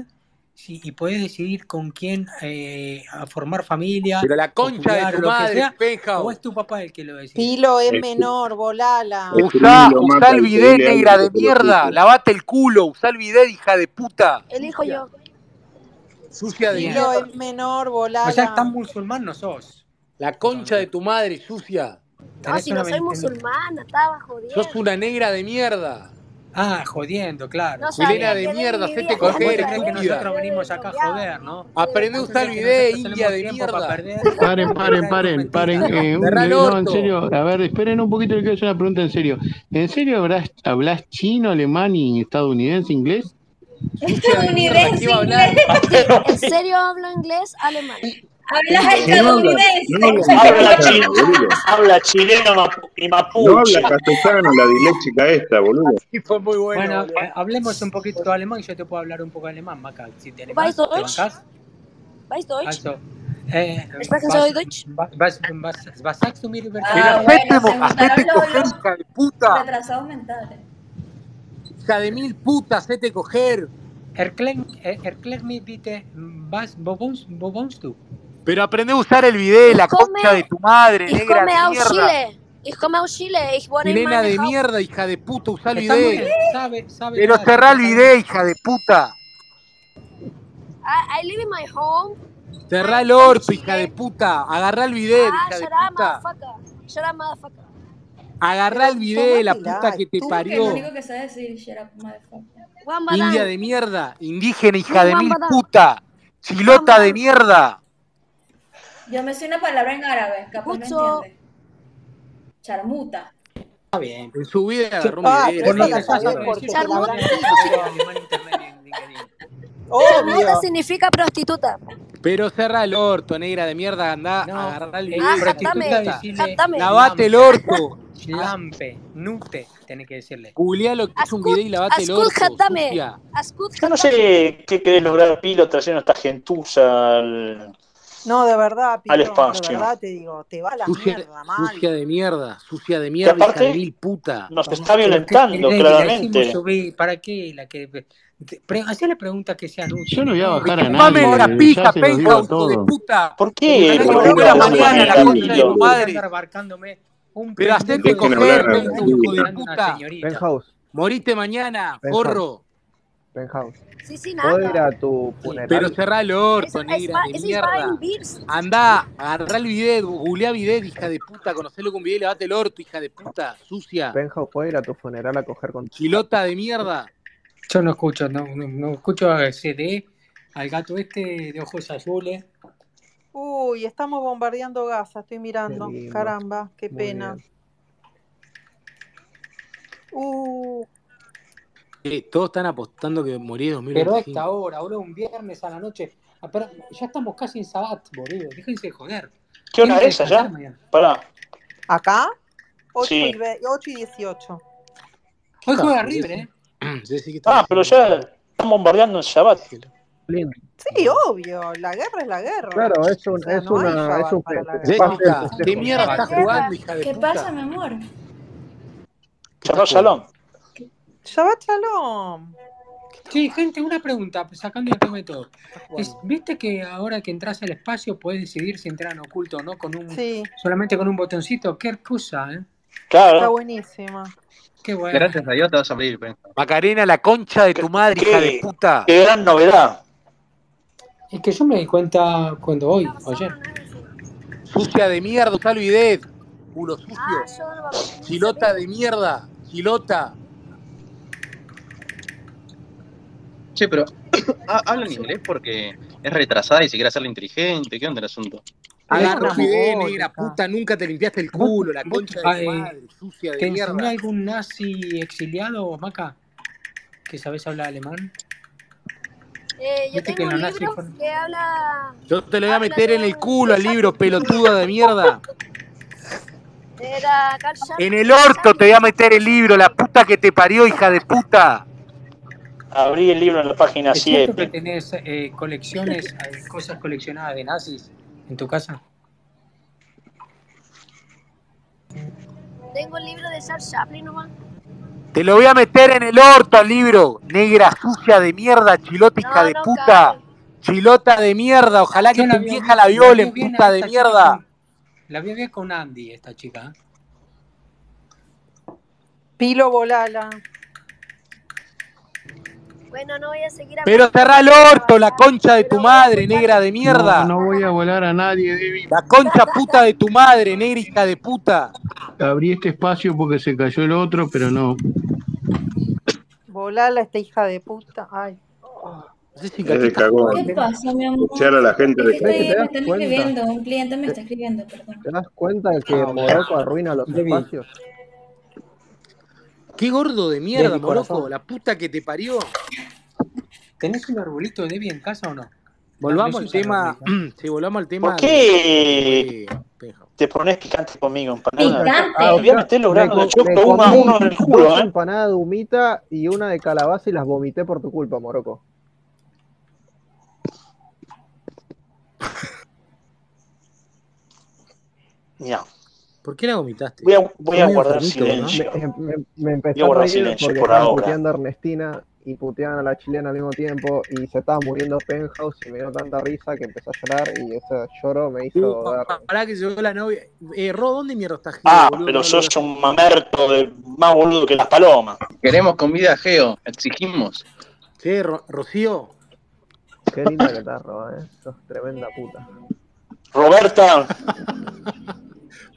si- y podés decidir con quién eh, a formar familia
Pero la
o
concha de
culiar
tu
o lo que
madre,
sea, o es
Penhouse.
tu papá el que lo decide.
Pilo es
Eh,
Es tu-
menor,
es
volala.
tu
Usá,
hilo,
usá
Maca,
Este el
y
bidet,
pedile a alguien
negra
que
de
te lo
mierda.
quite.
Lavate el culo, usá el bidet, hija de puta.
Eh,
Elijo
Sucia.
yo.
Sucia de
Bien.
Pilo
mierda.
es menor,
O sea, tan
volala.
musulmán no sos.
La concha de
Entonces,
tu madre, sucia.
No,
tenés
si
una
Ah, no soy
veinten-
musulmana, estaba
Sos
jodiendo.
una negra de mierda.
Ah, jodiendo, claro,
No sabía
Chilena
jodiendo.
de
que Debbis
mierda,
vivía
hacete
en la
Vos te
coger,
crees
selva.
que
Debbis
sucia.
nosotros
vivió
venimos acá a joder,
desbloqueada. Teníamos
¿no?
que tener
Aprende a
Vos te
usar el
crees que
bidet,
nosotros
india
tenemos
de
tiempo para
mierda.
perder.
Paren,
Deja
paren,
de tus
paren, paren.
mentiras.
Eh,
Cerrá el
no, en
orto.
serio, a ver, esperen un poquito, le quiero hacer una pregunta en serio. ¿En serio hablas, hablas chino, alemán y estadounidense, inglés?
Sucia de mierda, ¿qué
Estadounidense,
va a hablar?
inglés,
Sí,
Pero
en
Pilo,
serio hablo inglés, alemán.
hablas
Pilo,
estadounidense.
no habla, no habla Ah, ni
habla,
castellano,
chi-
boludo.
habla chileno mapu- y
No habla
mapuche.
castellano la disléxica esta, boludo.
Sí, fue muy bueno,
Bueno,
boludo.
eh, hablemos un poquito de alemán. Yo te puedo hablar un poco de alemán, Maca. Si te
Weiß
animás, ¿te
Deutsch?
bancás?
Weiß Deutsch?
Also, eh,
Sprechen
was,
Sie Deutsch?
was, was, was sagst du mir über
Pero
Ah,
Deutschland?
bueno,
hacete,
se juntaron
hacete
los,
coger,
los
hija de puta.
retrasados mentales.
Hija de mil putas, hacete coger.
Erklär, eh, erklär mir bitte, was, wo wohnst, wo wohnst du?
Ah,
Pero aprende a usar el bidet,
Ich
la concha de
komme,
tu madre,
ich
negra
komme
de
aus
mierda.
Chile. Ich komme aus Chile. Ich wohne in
Chilena
meinem
de
Haus.
mierda, hija de puta, usá el
Está muy
bidet.
bien, sabe, sabe la
Pero
edad,
cerrá
chico,
el
está bien.
bidet, hija de puta.
Ah, I, I live in my home.
Cerrá
I
el
come
orto, hija de
Chile.
puta. Agarrá el bidet,
Ah,
hija de
shut up,
puta.
motherfucker. Shut up, motherfucker.
Agarrá
Pero
el bidet, la puta
tómatela,
que te
tú.
Creo que es lo
parió.
único que sabe decir, shut up, motherfucker.
One
India
badang.
de mierda, indígena, hija
Bring
de
one
mil
badang.
puta.
One
Chilota de
badang.
mierda.
Yo me sé una palabra en árabe, capaz no
Buzo.
entiende. Charmuta.
Está bien, pues.
En su vida
Yo-
agarró un
Ah,
bidet,
pero
por
la
lo
esa
que
la
negra de
sos,
sabés
sabés
mierda.
porque te
decirte
la
que
Charmuta.
podrías
habrán
haber aprendido
dicho.
alemán internet en LinkedIn.
Charmuta
Obvio.
significa prostituta.
Pero cerrá el orto, negra de mierda, andá,
No,
agarrá el
eh,
Ah,
bidet, hija de
prostituta,
jatame.
puta.
decirle
Jatame.
Lavate el
lampe,
orto. A-
lampe, nute, tenés que decirle.
Googleá lo que es un bidet
Ascut.
y lavate el
Ascut
orto,
jatame.
sucia.
Ascut
Yo no
jatame.
sé qué querés lograr, Pilo, trayendo esta gentuza al,
No, de verdad,
al
Pilo, de
espacio.
verdad te digo, te va la
Sucia,
mierda mal.
sucia de mierda, sucia de
Que
mierda, hija de
aparte
mil puta.
nos
Pero,
está
pero qué, qué
violentando,
débil, la hicimos
claramente.
subir, ¿para qué? La que, te- pre- hacele preguntas que sean
Yo no
útiles,
voy
no
a bajar a
viste las
Chupame
mismas.
la
nadie, Eh, ya
pija,
se los digo a
Penhouse, hijo de
todos.
puta.
¿Por qué?
Ojalá
Ojalá
que
que
¿Por
te
te
qué me
muera
mueras
hablas de esa
mañana,
mañana la
Debbie,
manera,
concha de
no
tu
tenés
Pilo?
que
madre.
andar barcándome un
Pero hacete
pendejo
coger,
que
Benja,
está
hijo de
violando a una
puta.
señorita.
Moriste mañana,
Benja.
gorro.
Penthouse.
Sí, sí,
¿Puedo ir
nada.
a tu funeral?
Pero cerrá el orto,
Eso es,
negra
va-
de
eso es Biden
mierda.
Beers.
Andá, agarrá el bidet, googleá bidet, hija de puta, conocelo con bidet, levate el orto, hija de puta, sucia,
Penthouse, ¿puedo ir a tu funeral a coger con
chilota de mierda.
Yo no escucho, no, no, no escucho a CD, al gato este de ojos azules.
Uy, estamos bombardeando Gaza, estoy mirando.
lindo.
Caramba, qué
Muy
pena. Uh,
Eh, todos están apostando que morí en
Pero a esta
2025.
hora, boludo, un viernes a la noche. Ah, pará, Ya estamos casi en Sabat, boludo. Déjense de joder.
¿Qué hora
Tienen que
es allá?
descansar mañana.
Pará.
¿Acá? 8
Sí.
y, ve- 8 y 18.
Hoy
Ah,
juega
pero
River,
Ceci-
¿eh?
Ceci, ¿qué estás
Ah, pero
haciendo?
ya están bombardeando en Shabbat.
Sí, obvio, la guerra es la guerra.
Claro, es
O
un,
sea,
es
no hay
una, es
Shabbat
un
para
fe-
la guerra.
pase de
Jessica, ¿qué
festejo.
mierda
La
estás
guerra.
jugando, hija de
¿Qué pasa,
puta?
mi amor?
¿Qué
Shabbat
estás jugando?
Shalom.
Shabbat Shalom.
Che, gente, una pregunta, pues, sacando el tema de todo.
Está
Es,
jugando.
¿Viste que ahora que entras al espacio puedes decidir si entrar en oculto o no con un
Sí,
solamente con un botoncito? Qué cosa, ¿eh?
está
Claro.
buenísima.
Qué bueno.
Gracias a Dios te vas a morir, Penja.
Macarena, la concha de
Qué,
tu madre, hija de
qué-
puta.
qué gran novedad.
Es que yo me di cuenta cuando hoy, o ayer.
Sucia de mierda, usá el bidet. Culo
Ah,
sucio.
yo no me acuerdo ni ese
Chilota
pelo.
de mierda. Chilota.
Che, pero ha- habla Ah, en inglés porque es retrasada y se quiere hacerlo inteligente. ¿Qué onda el asunto?
Pero es
Agarrá
una
bidet, negra
mogólica.
puta, nunca te limpiaste el
¿Vos,
culo, la
vos
concha de
ah,
tu
eh,
madre, sucia de
te enseñó
mierda.
algún nazi exiliado, Maca, que sabés hablar alemán?
Eh, yo
¿Viste que
tengo
los
un libro
nazis fueron?
que habla,
Yo te lo voy a
habla
meter en el
de,
culo
de
al libro,
Chaplin.
pelotudo de mierda.
Era Carl Chap-
En el
Charles
orto te
Chaplin.
voy a meter el libro, la puta que te parió, hija de puta.
Abrí el libro en la página
¿Es cierto que
7.
tenés eh, colecciones, eh, cosas coleccionadas de nazis en tu casa?
Tengo el libro de Charles Chaplin nomás.
Te lo voy a meter en el orto al libro, negra sucia de mierda, chilota hija
No,
de
no
puta.
cabe.
Chilota de mierda, ojalá que
Yo la
tu
veo
vieja la
bien, la
violen,
veo bien a
puta de
esta chica
mierda.
con, la veo bien con Andy, esta chica. ¿eh?
Pilo Volala.
Bueno, no voy a seguir
Pero
hablando
cerrá
porque
el
voy a
orto, la
trabajar.
concha de tu
Pero voy a
madre,
escuchar
negra de
No,
mierda.
no voy a volar a nadie, David.
La concha puta de tu madre, negra hija de puta.
Abrí este espacio porque se cayó el otro, pero no.
Volala, esta hija de puta. Ay.
Jessica,
Es
¿qué
de
estás
cagón.
¿Qué
jugando?
pasa, mi amor?
Escuchar a la gente
Es
de
que
¿Sabes
cagón.
que te
estoy, Este, me
das
están
cuenta?
escribiendo, un cliente me
¿Te,
está escribiendo, perdón.
te das cuenta que
Ah, bueno.
Morocco arruina los
Debbie,
espacios?
Qué gordo de mierda,
Debbie,
Moroco,
corazón.
la puta que te parió.
¿Tenés un arbolito de Debbie en casa o no? No, no
Volvamos
se
al
usan
tema,
arbolitos.
sí, volvamos al
¿Por
tema de, de lo que
qué
fue Penhouse.
te pones picante conmigo,
Nunca,
empanada?
ca-
Picante.
Ah, Todavía me
acá
estoy
me,
logrando una
co- Ah, me
choclo uno a
comí
uno en el
dos
culo, ¿eh?
empanadas de humita y una de calabaza y las vomité por tu culpa, Morocco.
Mira,
¿Por qué la vomitaste?
voy a, voy
Sos
a
medio
guardar
enfermito, ¿no?
Me,
silencio.
me- me
Voy a
empecé a
guardar
reír
silencio
porque
por
estaban
ahora.
puteando a Ernestina y puteaban a la chilena al mismo tiempo y se estaba muriendo Penthouse y me dio tanta risa que empecé a llorar y ese lloro me
Uh,
hizo
pa-
dar...
pará que llegó la novia. Eh, Ro, ¿dónde mierda está Geo,
Ah,
boludo?
pero
No lo veo
sos
a
un
Geo.
mamerto de- más boludo que las palomas.
Queremos comida, Geo. Exigimos.
Che, Ro- Rocío.
Qué linda que te roba, ¿eh? Sos tremenda puta.
Roberta,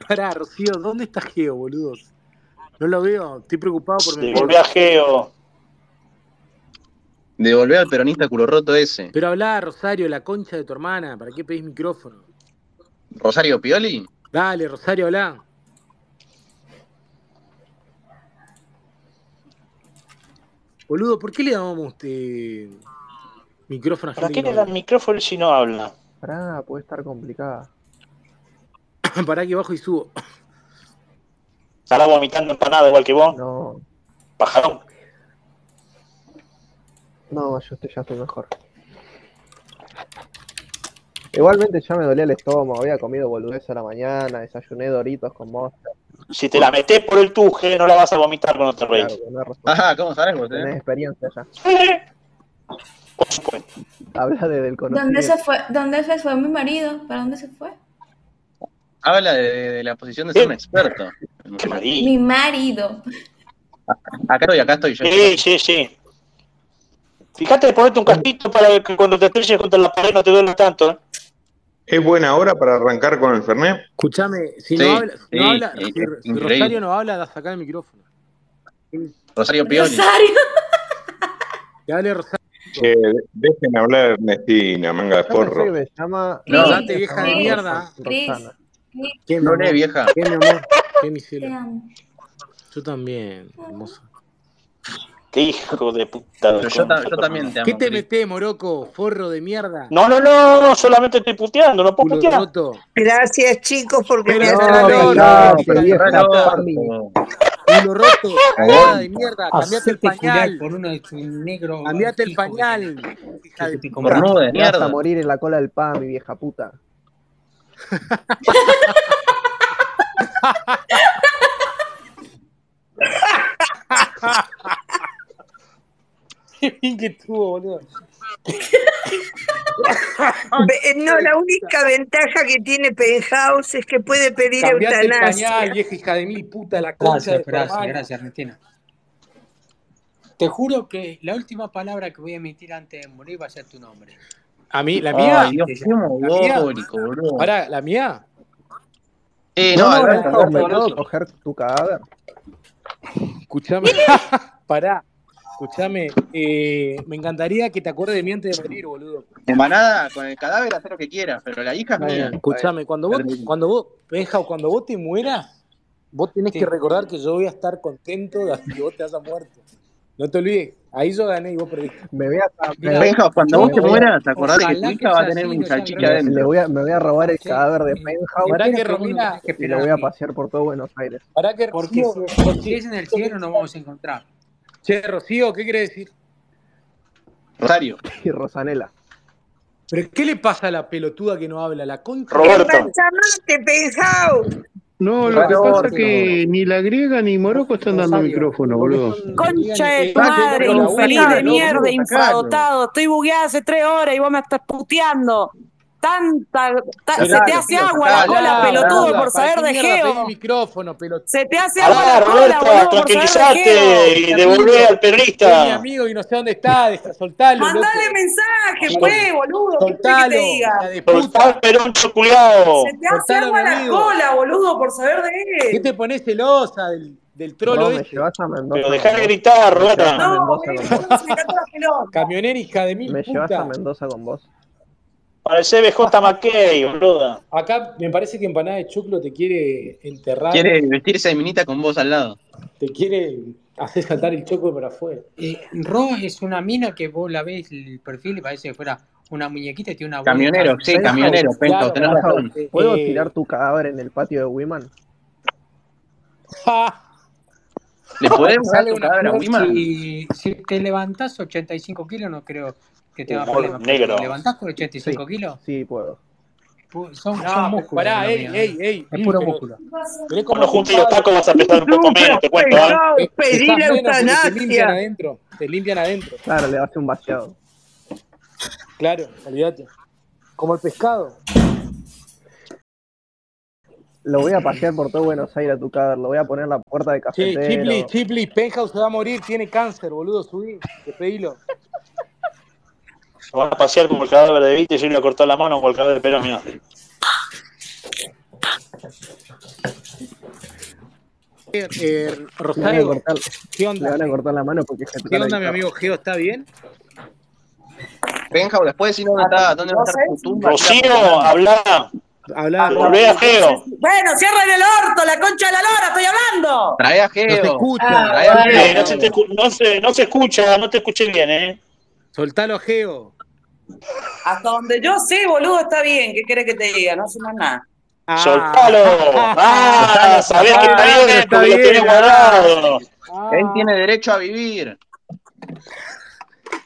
Pará, Rocío, ¿dónde está Geo, boludos? No lo veo, estoy preocupado por mi
devolví a
amigo.
Geo.
Devolver al peronista culo roto ese.
Pero hablá, Rosario, la concha de tu hermana, ¿para qué pedís micrófono?
¿Rosario Pioli?
Dale, Rosario, hablá. Boludo, ¿por qué le damos eh, micrófono a
¿Para
gente que
qué
no
le da
habla?
el micrófono si no habla?
Pará, puede estar complicada.
Pará que bajo y subo.
¿Estará vomitando empanada igual que vos?
No,
Pajarón.
no, yo estoy- ya estoy mejor. Igualmente ya me dolía el estómago, había comido boludez a la mañana, desayuné doritos con monster.
Si te la metés por el tuje, no la vas a vomitar cuando te
Claro,
reís.
tenés razón.
Ah, ¿cómo sabes vos, eh?
Tenés experiencia ya.
Por supuesto.
Habla desde el
¿Dónde se
conocimiento.
fue? ¿Dónde se fue mi marido? ¿Para dónde se fue?
habla de, de- de la posición de ser
Eh.
un experto.
Mi marido.
Acá estoy, acá estoy yo.
Sí, sí, sí. Fíjate de ponerte un casquito para que cuando te estrelles contra la pared no te duela tanto. ¿eh?
¿Es buena hora para arrancar con el Fernet?
Escuchame, si no
Sí,
habla, si no
sí,
habla-
es
si- si
increíble.
Rosario no habla, sacar el micrófono.
Rosario
Pioli.
Rosario.
Dale, Rosario.
Che, dejen hablar a Ernestina, manga de
Yo pensé que
porro.
me llama.
No.
Date, vieja de
Chris,
mierda.
Chris,
Roxana.
Chris.
¿Qué, mi
No
amor?
lee, vieja.
¿Qué, mi amor? ¿Qué, mi cielo?
Te amo.
Yo también, hermosa.
Qué hijo de puta.
Pero yo ta- yo también te amo,
¿Qué te
Cris.
metés, moroco? Forro de mierda.
No, no, no, no, solamente estoy puteando, no puedo
Culo
putear.
roto.
Gracias, chicos, porque me
Pero
han
cerrá el
dado.
orto,
callate,
hija de
vieja
puta. Culo roto,
Ah,
cagada de
Aguanta.
mierda. Cambiate el
Hacete fular
pañal.
por uno de tus negros
Cambiate el
hijos que tenés.
pañal. Hija
Que
de
te
puta.
compras.
Cornudo de
Te vas a
mierda.
morir en la cola del pan, mi vieja puta.
Qué bien que estuvo, boludo.
Ve- No, la única ventaja que tiene Penthouse es que puede pedir
Cambiate el pañal,
eutanasia.
vieja hija de mil puta, la concha
Gracias,
de tu
gracias,
hermana.
gracias, Ernestina. Te juro que la última palabra que voy a emitir antes de morir va a ser tu nombre.
A mí, la mía. eh,
Ay, Dios,
Que ya-
qué
La mía.
mogólico, boludo.
Ahora, la mía.
Eh,
No,
no,
no,
ahora
no,
está
no, me
Roberto
puedo
Grosso.
coger tu cadáver.
Escuchame. Pará. Escuchame. eh, me encantaría que te acuerdes de mí antes de morir, boludo.
De manada, con el cadáver hacer lo que quieras, pero la hija es
Está
mía.
bien.
Escuchame, cuando vos, cuando vos, Benja, cuando vos te mueras, vos tenés que
Sí.
recordar que yo voy a estar contento de que vos te hayas muerto. No te olvides. Ahí yo gané y vos perdiste.
Me voy a. Me,
Mira,
Benja, cuando
me
vos te
voy a
mueras, acordate que tu
ojalá que
hija va a
sea
tener
así
un
y no sea al
salchicha
me,
revés.
le
adentro.
voy a, me voy a robar el
Che,
cadáver de
eh,
Penthouse
Pará que
espero que vos no
Romina,
tenés que
y lo
esperar a
voy a
mí.
pasear por todo Buenos Aires.
pará que
Porque
Rocío,
si, si
Rocío,
es en el cielo nos vamos a encontrar.
che, Rocío, ¿qué querés decir?
Rosario.
Y Rosanela.
¿Pero qué le pasa a la pelotuda que no habla? La concha de
¡Qué
la
Roberto.
pasamate, Penthouse!
No, lo que pasa es que ni la griega ni Moroco están dando
Rosario,
micrófono,
porque
boludo.
son griega-
Concha de
eh,
tu
Sacalo,
madre,
con la
infeliz
una,
sacalo,
de
loco.
mierda,
boludo, sacalo.
infradotado. Estoy bugueada hace tres horas y vos me estás puteando. Tanta, ta- se
Pero
te
Sacalo,
hace
pido,
agua la
sacalo,
cola,
pará,
pelotudo,
sacalo.
boluda,
por
¿para
saber
qué
de
mierda pedís
geo.
micrófono, pelotudo?
Se te hace agua
Pará,
la cola,
Roberta,
boludo, por saber de geo.
tranquilizate y devolvé
Camilo,
al
es mi
perrista.
amigo y no sé dónde está, des- soltalo,
Mandale
loco.
mensaje,
Sol-
pues, boludo. ¿Qué querés que te
soltalo,
diga?
hija de
Soltá al
puta.
peroncho
Se
culiao.
te hace
Soltalo a mi
agua la
amigo.
cola, boludo, por saber de
¿Qué
él.
te pones celosa del, del trolo
No, me
este?
llevas a Mendoza
Pero
con
dejá de
vos.
gritar,
Me llevas a
Roberta.
No,
Mendoza
boludo,
con
solo
vos.
se me cantó la pelota.
Camionera hija de mil
Me llevas a
puta.
Mendoza con vos.
Parece BJ McKay, boluda.
Acá me parece que empanada de choclo te quiere enterrar,
Quiere vestirse de minita con vos al lado.
te quiere hacer saltar el choclo para afuera.
eh, Ro es una mina que vos la ves el perfil y parece que fuera una muñequita y tiene una bolsa
Camionero, sí,
negra.
camionero,
Penthouse,
Penco,
claro,
tenés
pará.
Penthouse,
razón.
Eh,
¿puedo tirar
eh,
tu cadáver en el patio de Wiman?
ja,
¿Le
para que
podemos dar
sale
tu
una
cadáver a
flor.
Wiman?
Si, si te levantás 85 kilos, no creo que tenga
Humor
problema, pero si te
negro.
levantás con
Sí,
85 kilos,
sí puedo.
pu- son, son
No, pero
músculos
pará,
lo
ey,
mío, ¿eh?
ey, ey,
Es
mm,
puro
pero
músculo.
tenés
Cuando
como
juntes los
ocupado.
tacos vas a pesar un poco menos,
Sufras,
te cuento, ¿eh?
Penthouse,
Pe-
pedí
Pesás menos
la
porque te limpian
eutanasia.
adentro. Te limpian adentro.
Claro, le hace un vaciado.
Claro, olvídate. Como el pescado.
Lo voy a pasear por todo Buenos Aires a tu cadáver. Lo voy a poner en la puerta de
Che, Eh, Chipli,
cafetero.
Chipli, Penthouse se va a morir, tiene cáncer, boludo, subí, despedilo.
Lo vas a pasear como el cadáver de Vite y yo le cortó la mano como el cadáver de Perón, mirá.
Eh, eh,
Le van a
Rosario,
cortar,
¿qué
le
onda?
van a cortar la mano porque se toca
¿Qué
la
onda, mi
guitarra.
amigo Geo? ¿Está bien?
Benja, después decir dónde está, dónde va a estar tu tumba, que la
Rocío,
apuntamos.
habla,
Hablá,
Hasta
devolvé Ah, a Geo.
2012. Bueno, cierren el orto, la concha de la lora, estoy hablando.
Trae a
no se
Geo,
escucha.
trae a
Ah,
Geo,
Eh, no, se te
Geo.
escu- no, se, no se escucha, no te escuché bien, ¿eh?
Soltalo a Geo.
Hasta donde yo sé, boludo, está bien. ¿Qué querés que te diga? No hace más nada.
¡Soltalo! ¡Ah!
Soltalo,
Sabés que está
soltalo.
bien
Ah, está
porque lo tenés
bien. Ah,
guardado.
Él tiene
ah.
derecho a vivir.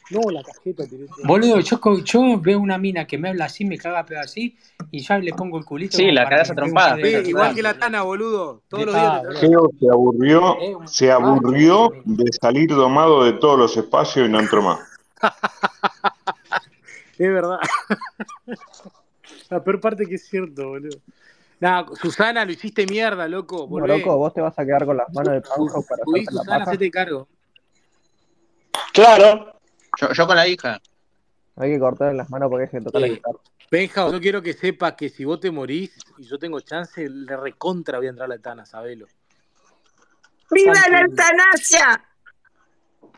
No, la cajeta tiré yo.
Boludo, yo, co- yo veo una mina que me habla así, me caga pero así, y ya le pongo el culito
Sí,
como
la
para
cagás
que
a
me pegue un par
trompadas,
de
Sí,
Benja, yo
igual
también.
que
cachetazos,
la
boludo.
Tana, boludo. Todos los días
Dejá,
te trae.
boludo.
Geo se aburrió,
Es
Eh,
un
se
facho
ah,
esa
aburrió
mina.
de salir domado de todos los espacios y no entró más.
Es verdad. La peor parte que es cierto, boludo. Nah, Susana, lo hiciste mierda, loco.
No,
Volvé.
loco, vos te vas a quedar con las manos de Panhouse para
Subí,
hacerte la
Susana,
paja.
hacete cargo.
Claro. Yo, yo con la hija.
Hay que cortar las manos porque hay que tocar la
Eh,
guitarra.
Benja, yo quiero que sepas que si vos te morís y yo tengo chance, le recontra voy a entrar a la Tana, sabelo.
¡Viva la eutanasia!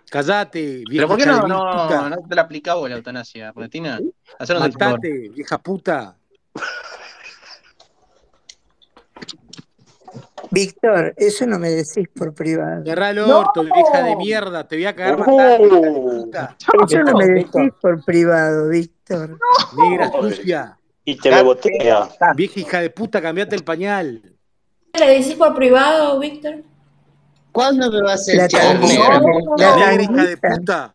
Callate, vieja
¿Pero por qué no, no,
chauvinista.
no te la aplicás vos la eutanasia, Martina? Hacernos el favor.
Matate, vieja puta.
Víctor, eso no me decís por privado.
Cerrá el orto, vieja de mierda. Te voy a
Uh.
cagar matando, hija de puta.
Eso no me decís
Víctor.
por privado, Víctor.
Negra sucia.
Y te me botea.
Vieja hija de puta, cambiate el pañal.
¿Le decís por privado, Víctor?
¿Cuándo me vas a La
echar,
tanguita,
negra?
la
Negra hija de
tanguita,
puta.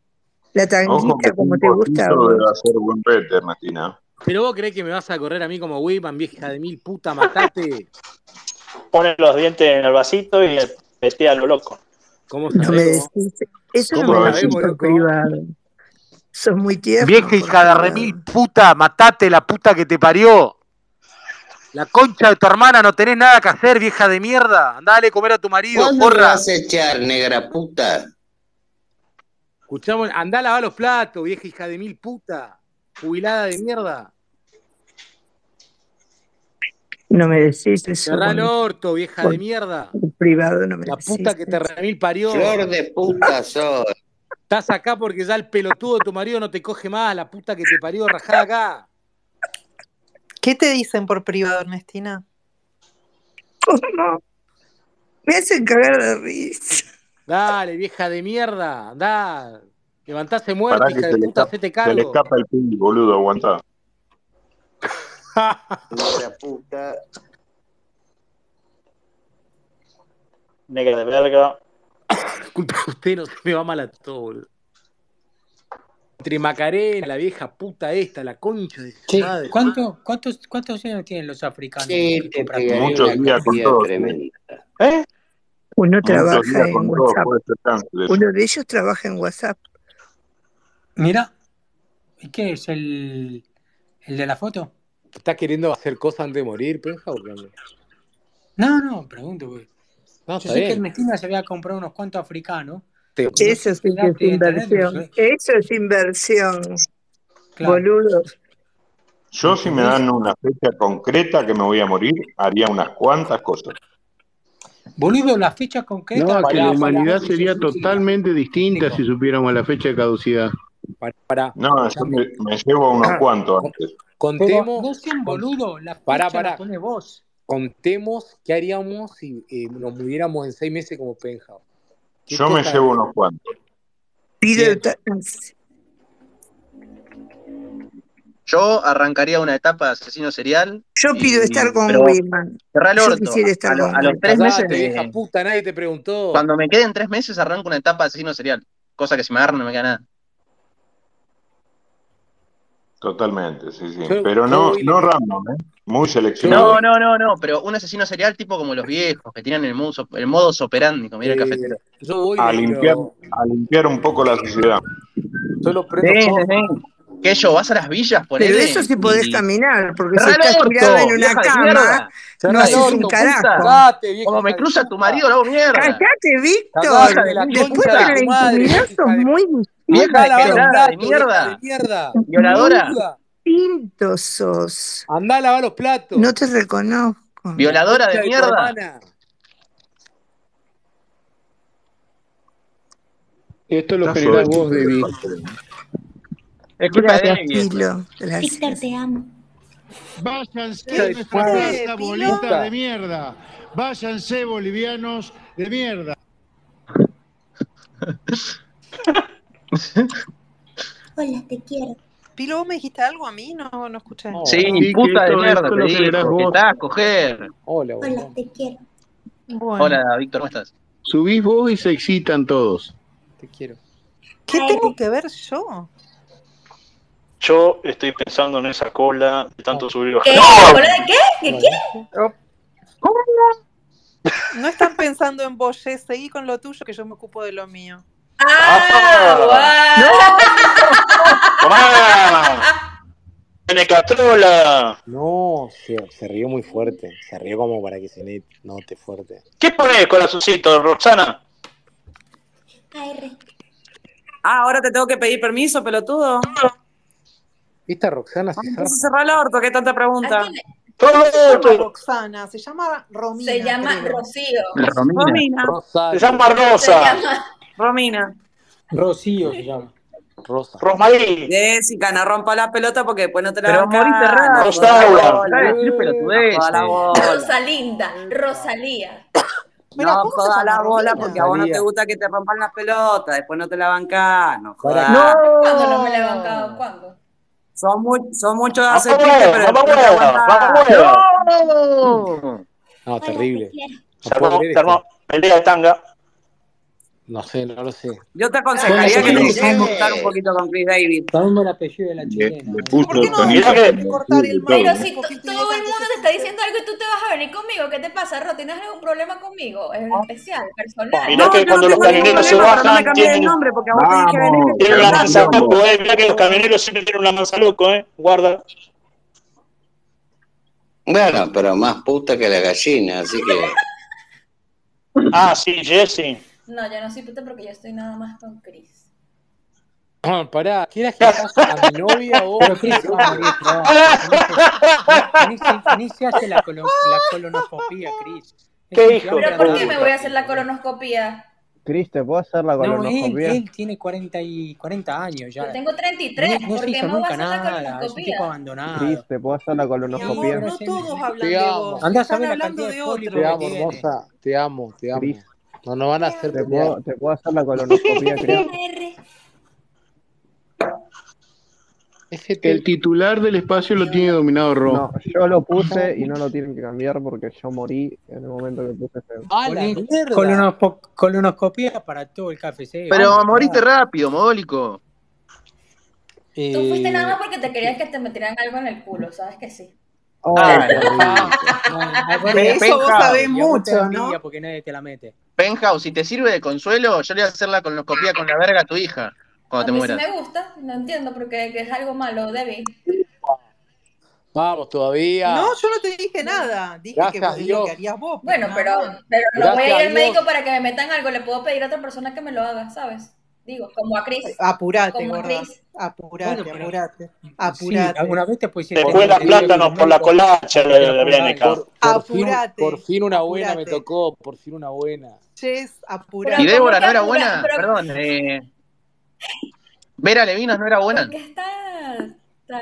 la
Ojo que
tanguita como
un
te gusta a
poquito
vos.
debe hacer buen pete, Martina.
Pero vos creés que me vas a correr a mí como Wiman, vieja de mil puta, matate.
Ponen los dientes en el vasito y vete a lo loco.
¿Cómo
No me
sabés vos?
decís, eso no
¿Cómo
me
sabés
decís
vos,
por
loco?
privado. Sos muy tierno
Vieja
por
hija de
privado.
remil puta, matate la puta que te parió. La concha de tu hermana, no tenés nada que hacer, vieja de mierda. Andale a comer a tu marido,
¿Cuándo me
porra.
vas a echar, negra puta?
Escuchamos, andá a lavar los platos, vieja hija de mil puta. Jubilada de mierda.
No me decís eso
Cerrá el
por,
orto, vieja de
por-
mierda.
por privado, no me
La
decís
puta que te
eso.
remil parió.
Flor de puta sos.
Estás acá porque ya el pelotudo de tu marido no te coge más. La puta que te parió, rajá de acá.
¿Qué te dicen por privado, Ernestina?
¿Cómo? Me hacen cagar de risa.
Dale, vieja de mierda. Andá. Levantaste
Pará
muerta,
que
hija
se
de
le,
puta,
escapa,
hacete
se le
cargo.
escapa el pin, boludo, aguantá.
Negra puta.
Negra de verga.
Disculpa, usted no se me va mal a todo, boludo. Entre Macarena, la vieja puta esta, la concha de su
Che,
madre.
¿cuánto- cuántos, ¿cuántos años tienen los africanos
Sí,
que
te
compraste?
pegaré
Muchos
una
días con
cantidad
todos, ¿eh?
tremenda.
¿Eh?
Uno
Muchos
trabaja
días
en
con todos,
WhatsApp.
pues,
puede ser cáncer eso.
Uno de ellos trabaja en WhatsApp.
Mira, ¿y qué es el, el de la foto?
¿Estás queriendo hacer cosas antes de morir, penja? o qué?
No, no, pregunto. porque
No,
Yo
está
sé que
bien.
Ernestina se había comprado unos cuantos africanos.
Te-
No sé
Eso sí
qué
que
edad
es
deben tener, pero
inversión. ¿eh?
se-
Eso es inversión,
claro,
boludo.
Yo, si me
¿entendés?
dan una fecha concreta que me voy a morir, haría unas cuantas cosas.
Boludo, la fecha
No,
concreta
a que
para,
la
Pará,
para,
humanidad
pará,
sería totalmente distinta si
explico.
supiéramos la fecha de caducidad.
pará, pará. Ah,
No, yo
Escuchame.
me, me llevo a unos cuantos
Con-
antes.
Pero
Contemos,
no sean
con-
boludo, la
pará,
fecha la
pará.
pone vos.
Contemos qué haríamos si eh, nos muriéramos en seis meses como penja. ¿Qué
Yo me
cosa?
llevo unos cuantos.
Pido
Bien,
eutanasia.
Yo arrancaría una etapa de asesino serial
Yo pido estar
y.
con
Pero
Wiman.
cerrá el
Yo
orto.
quisiera
A,
estar
lo-
con
a los
Wiman.
tres meses
callate, vieja
me.
puta, nadie te preguntó.
Cuando me queden tres meses arranco una etapa de asesino serial. Cosa que si me agarran no me queda nada.
Totalmente, sí, sí.
Yo,
Pero
yo
no,
voy,
no random, ¿eh? Muy
yo
seleccionado.
No,
voy,
no, no, no, pero un asesino serial tipo como los viejos que tienen el, modus- el modus operandi, como era el
eh,
cafetero.
yo voy
A
desde
limpiar,
lo.
a limpiar un poco la sociedad.
Yo lo
Sí,
prendo
sí,
fuego.
sí. Que yo, vas a las villas,
Pero eso
ponele,
sí podés
y.
caminar, porque si
¡Cerrá
estás
el
tirado en
orto,
una
vieja de
cama,
mierda!
no
Cerrá el
haces un
orto, puta.
carajo.
Callate, vieja
Como me
hija de
cruza tu
puta.
marido, lo hago mierda.
Callate,
Vieja
Callate,
Víctor.
de
la
mil
Después
concha
de
de
la
puta,
tu madre,
impunidad
vieja hija
sos
de
muy
vieja
Andá a lavar los
degenerada
platos, vieja de
de mierda,
mierda.
distintos,
violadora,
Boluda.
distintos sos.
Andá a lavar los platos.
No te reconozco.
La
violadora de
concha de tu
mierda.
hermana.
Esto lo
Ya soy
generás vos,
de
Debbie.
parte de mí.
Es culpa de
Gracias,
Debbie eso.
Pilo.
Víctor,
Gracias.
te amo.
Váyanse
Concha
¿Qué
de
de tu
fue,
nuestra
madre.
casa,
Pilo?
bolitas de
Puta.
mierda. Váyanse, bolivianos de mierda.
Hola, te quiero.
Pilo, vos me dijiste algo a mí, no, no escuché.
Oh,
Sí,
Sí, que
puta de
esto,
mierda,
esto
te
lo generás
dijo, que
vos.
está a coger.
Hola,
hola, boludo.
te quiero.
Bueno,
Hola, Víctor, ¿cómo estás?
Subís vos y se excitan todos.
Te quiero.
¿qué
Ay,
tengo que ver yo?
Yo estoy pensando en esa cola de
Oh,
tanto subir y
¿Qué?
bajar.
Eh.
¿La cola de qué? ¿Qué
bueno.
qué?
Oh, No están pensando en vos, Jess, seguí con lo tuyo que yo me ocupo de lo mío.
Ah,
¡Ah!
guau.
¡Tomá!
Menecatrola.
No, se, se rió muy fuerte. Se rió como para que se ne- note fuerte.
¿Qué pones, corazoncito, Roxana?
Ah, ahora te tengo que pedir permiso, pelotudo.
¿Viste a Roxana? Se
Entonces cerrá el orto, qué tanta pregunta.
No se llama Roxana, se llama Romina.
Se llama
creo.
Rocío.
Romina.
Rosario.
Se llama Rosa.
Se llama-
Romina.
Rocío se llama. Rosa.
Rosmarie.
Jessica, no rompa la pelota porque después no te la
Pero
banca.
morite rápido.
No,
Rosaura.
jodas la
Dale,
bola.
decir pelotudeces.
No jodas la bola.
Rosalinda, Rosalía.
No jodas la bola porque a vos no
Rosalía.
te gusta que te rompan las pelotas. Después no te la bancás. No jodas.
¿Cuándo no me la he
Oh.
bancado? ¿Cuándo?
Son, mu- son muchos de
Vamos,
hacer chistes, pero
vamos,
después no te
vamos,
aguantás.
Oh.
¡No!
No, terrible.
Se armó, se armó
este.
pelea de tanga.
No sé, no lo sé.
Yo te
Son
aconsejaría
las
que te
chicas
empieces a
que son-
juntar un poquito con Chris David.
Sabemos el apellido de la
Le,
chilena. ¿eh?
le puso
qué no?
tonito
Mira
de
que-
cortar el
y todo,
micro,
¿eh?
Pero si to-
Porque tiene
todo el
ganas de
mundo te
ser
está diciendo algo y tú te vas a venir conmigo, ¿qué te pasa, Ro? ¿Tienes algún problema conmigo? Es un especial, personal.
Mirá
No,
que
yo no
cuando los
tengo ningún
camioneros se
problema, pero no me
bajan,
cambié de
tienen,
nombre porque a vos te dije venir que
Vamos,
te
que
tienen una
hagamos
mansa
contrato.
quilombo.
loco, eh. Mirá que los camioneros siempre tienen una mansa loco, eh. Guarda.
Bueno, pero más puta que la gallina, así que.
Ah, sí, Jesse.
No, yo no soy puta porque yo estoy nada más con Chris.
Ah, Pará, ¿quieres que pase a mi novia o
Pero Cris se
Ah,
va a morir pronto. Ni se, ni- ni se- ni se hace la, colo- la colonoscopía, Cris. Es
¿Qué
un
hijo
chabón
de
¿Pero por qué me voy
grandado.
a hacer la colonoscopía?
Cris, ¿te puedo hacer la
No, él,
colonoscopia?
él tiene 40, y 40 años
Yo
ya.
tengo 33,
Ni- no
¿por
se
qué
hizo
me voy a
nunca
hacer la
nada. Es un
colonoscopia?
tipo
Cris,
abandonado.
¿te puedo hacer la
Mi
Sí,
amor,
colonoscopia?
pero
no
se-
todos hablan
Te
de
amo.
vos.
Andá a
Están
saber la cantidad
hablando
de
de
pólipos
Te
que
otro.
amo,
tiene.
hermosa. Te amo, te
Cris,
amo. No nos van a hacer
¿te
pelear.
puedo, te puedo hacer la colonoscopia, Cris?
FT.
El titular del espacio lo tiene dominado Ro.
No, yo lo puse y no lo tienen que cambiar porque yo morí en el momento que puse ese.
¡A la
Colo-
mierda!
colonospo- colonoscopía para todo el KFC.
Pero
Vamos,
moriste
carajo.
rápido, mogólico.
Tú fuiste nada
Eh,
más porque te querías que te metieran algo en el culo, ¿sabes que sí?
Oh,
Ah,
qué rico.
Ah, vos
Pe-
te
De
da
eso vos sabés
Penthouse.
envidia, vos te da
mucho,
envidia
¿no?
porque nadie te la mete.
Penthouse, si te sirve de consuelo, yo le voy a hacer la colonoscopía con la verga a tu hija cuando
A
te
mí sí
mueras.
me gusta, no entiendo porque es algo malo, Debbie.
Vamos
No,
todavía.
yo no te dije nada. Dije que
Gracias
vos- lo
Dios.
que harías vos, pero
Bueno,
nada
pero,
más.
pero no voy
Gracias
a
a
ir al
Dios.
médico para que me metan algo, le puedo pedir a otra persona que me lo haga, ¿sabes? Digo, como a Chris,
Apurate,
como a
gorda.
Chris.
Bueno,
Apurate,
pero
apurate.
sí,
Apurate.
alguna vez te pusiste,
Te
te,
cuela
te dijeron los
plátanos por la
médicos
colacha
hasta que
de
no
de
comas algo.
Bianca.
Por, por fin, un- por
Apurate.
fin una buena me
Apurate.
tocó. Por fin una buena.
Jess,
Pero
¿Y
apurate.
¿cómo
Débora
que
no era
apura?
buena?
Pero
Perdón, eh, Vera Levinas no era
¿por
buena.
qué está tan...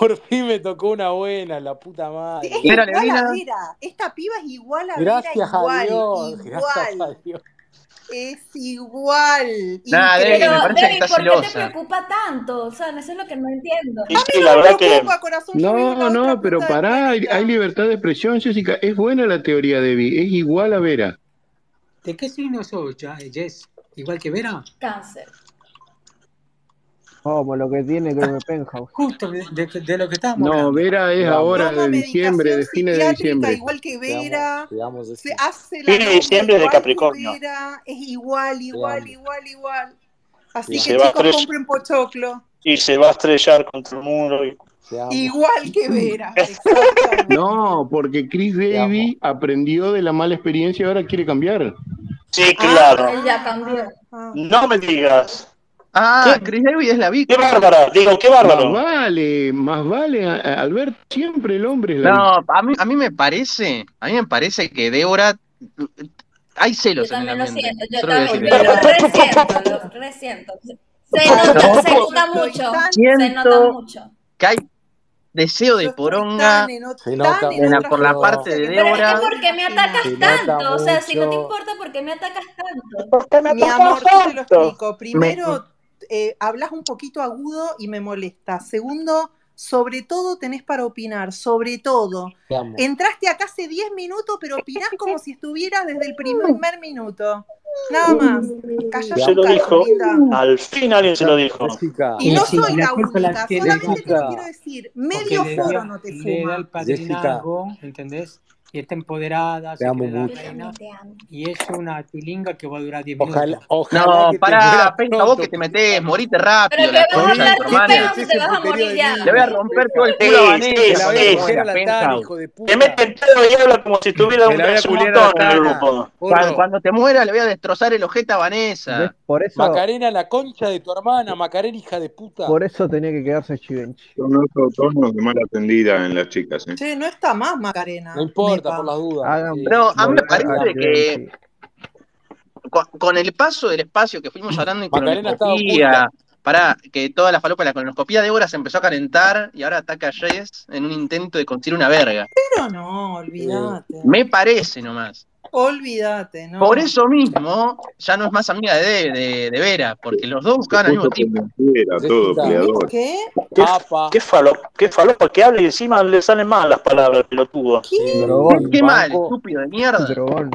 Por fin me tocó una buena, la puta madre.
Es
Vera
igual a
Levinas,
Vera. Esta piba es igual a Vera,
Gracias a
igual,
Dios. Gracias a
igual.
Dios.
Es igual.
nada, Debbie,
Pero,
me
Increíble.
parece que
Debbie,
está
¿por qué te
celosa.
preocupa tanto? O sea, eso es lo que no entiendo.
Y
A mí
sí,
no
la
me
verdad que
preocupa, corazón. Yo vivo en
No,
la otra
no, pero
punta del
pará, hay, hay
planeta.
libertad de expresión, Jessica. Es buena la teoría, Debbie. Es igual a Vera.
¿De qué signo sos, Ja- Jess? ¿Igual que Vera?
Cáncer.
Como lo que tiene que Penthouse.
Justo de, de- de lo que estábamos
No,
hablando.
Vera es
Te amo.
ahora
Toma
de diciembre,
medicación
de fines de
psiquiátrica
diciembre.
igual que
Te amo.
Vera.
Te amo,
Se
Ceci.
hace la
Fin de
novia
diciembre de
igual que
Capricornio.
Vera. Es igual,
Te
igual,
amo.
igual, igual.
Te
Así
Se
que
amo.
va a
chicos,
estrellar,
compren pochoclo.
y se va a estrellar contra el muro. y-
Te amo. Mm.
Igual que Vera, exactamente.
No, porque Chris
Te amo.
Davy aprendió de la mala experiencia y ahora quiere cambiar.
Sí,
Ah,
claro.
Él ya
ah,
cambió.
ah, ah.
No me digas.
Ah,
¿Qué,
Chris Davis es la
qué
víctima.
bárbara. Digo, qué
Más
bárbaro.
vale, más vale, a- a- Alberto. Siempre el hombre es la víctima.
No, a mí, a mí me parece, a mí me parece que Débora, hay
Yo
celos en el
también lo
ambiente.
siento, yo
Solo voy a
también,
decir
yo
eso.
lo
Olvídate.
resiento, lo resiento. Se nota,
No,
se nota
Yo estoy
mucho,
tan,
se nota
siento
mucho.
que hay deseo de
yo estoy tan
poronga
en, ot-
Se
tan
nota
en
en la,
otra
por la
mucho.
parte
frecuencia
de
que
Pero
no
es que
te
Débora.
puedes
¿por qué me atacas
imaginar.
Se nota
tanto? O sea, si no te
mucho.
importa, ¿por qué me atacas tanto?
¿Por qué me
Mi
atacas
amor, yo te lo
tanto?
explico.
Me,
Primero, eh, hablas un poquito agudo y me molesta. Segundo, sobre todo tenés para opinar, sobre todo.
Te amo.
Entraste acá hace 10 minutos, pero opinás como si estuvieras desde el primer minuto. Nada más.
Te
Callate
Se
un
lo
amo.
cacho,
dijo.
linda.
Al fin alguien se lo dijo.
Jessica,
Y
Y
no
sí,
soy
la
la
culpa la
única,
tiene ella.
solamente te lo
Jessica,
quiero decir,
Porque
medio
le
foro
dio,
no te
le da el
fuma.
Jessica,
padrinazgo, ¿entendés? y está empoderada,
Te amo
cree la
mucho.
reina, y es una tilinga que va a durar 10 minutos.
Ojalá, ojalá
No,
que te
pará,
mueras
Peña,
pronto.
vos que te metés, morite rápido.
Pero que
la
vas a
concha de
hablar
tu
tú,
hermana.
Penja, si te vas a morir ya.
Le voy a romper todo el
Sí,
culo a
sí,
Vanessa.
sí,
cuando
sí.
te mueras, Penthouse.
Te meten todo y habla como si tuviera
Me
un,
la voy a
hace un
culiar
montón
a la
en el
Tana.
grupo.
Cuando,
Porro.
cuando te muera le voy a destrozar el ojete a Vanessa.
Por eso,
Macarena, la concha de tu hermana, Macarena, hija de puta.
por eso tenía que quedarse Chivenchi.
Yo noto tonos de mala tendida en las chicas, ¿eh?
Che, no está más Macarena.
No importa,
Mepa.
por las dudas.
Hagan
Eh,
No, a mí me
volver a
parece
Chivenchi.
que con, con el paso del espacio que fuimos hablando en
Macarena estaba oculta.
colonoscopía, pará, que toda la falopa de la colonoscopía de Débora se empezó a calentar y ahora ataca a Jess en un intento de conseguir una verga.
Pero no, olvídate.
Me parece nomás.
Olvídate, no.
Por eso mismo, ya no es más amiga de, de, de Vera, porque los dos
Se
buscaban al mismo
puso
tipo.
como quiera, todo
Jessica,
peleador.
¿Qué?
¿Qué,
apa.
qué falo, qué falopa que habla y encima le salen mal las palabras, pelotudo.
¿Qué?
Qué
Drogón,
mal,
banco.
estúpido de mierda.
Drogón.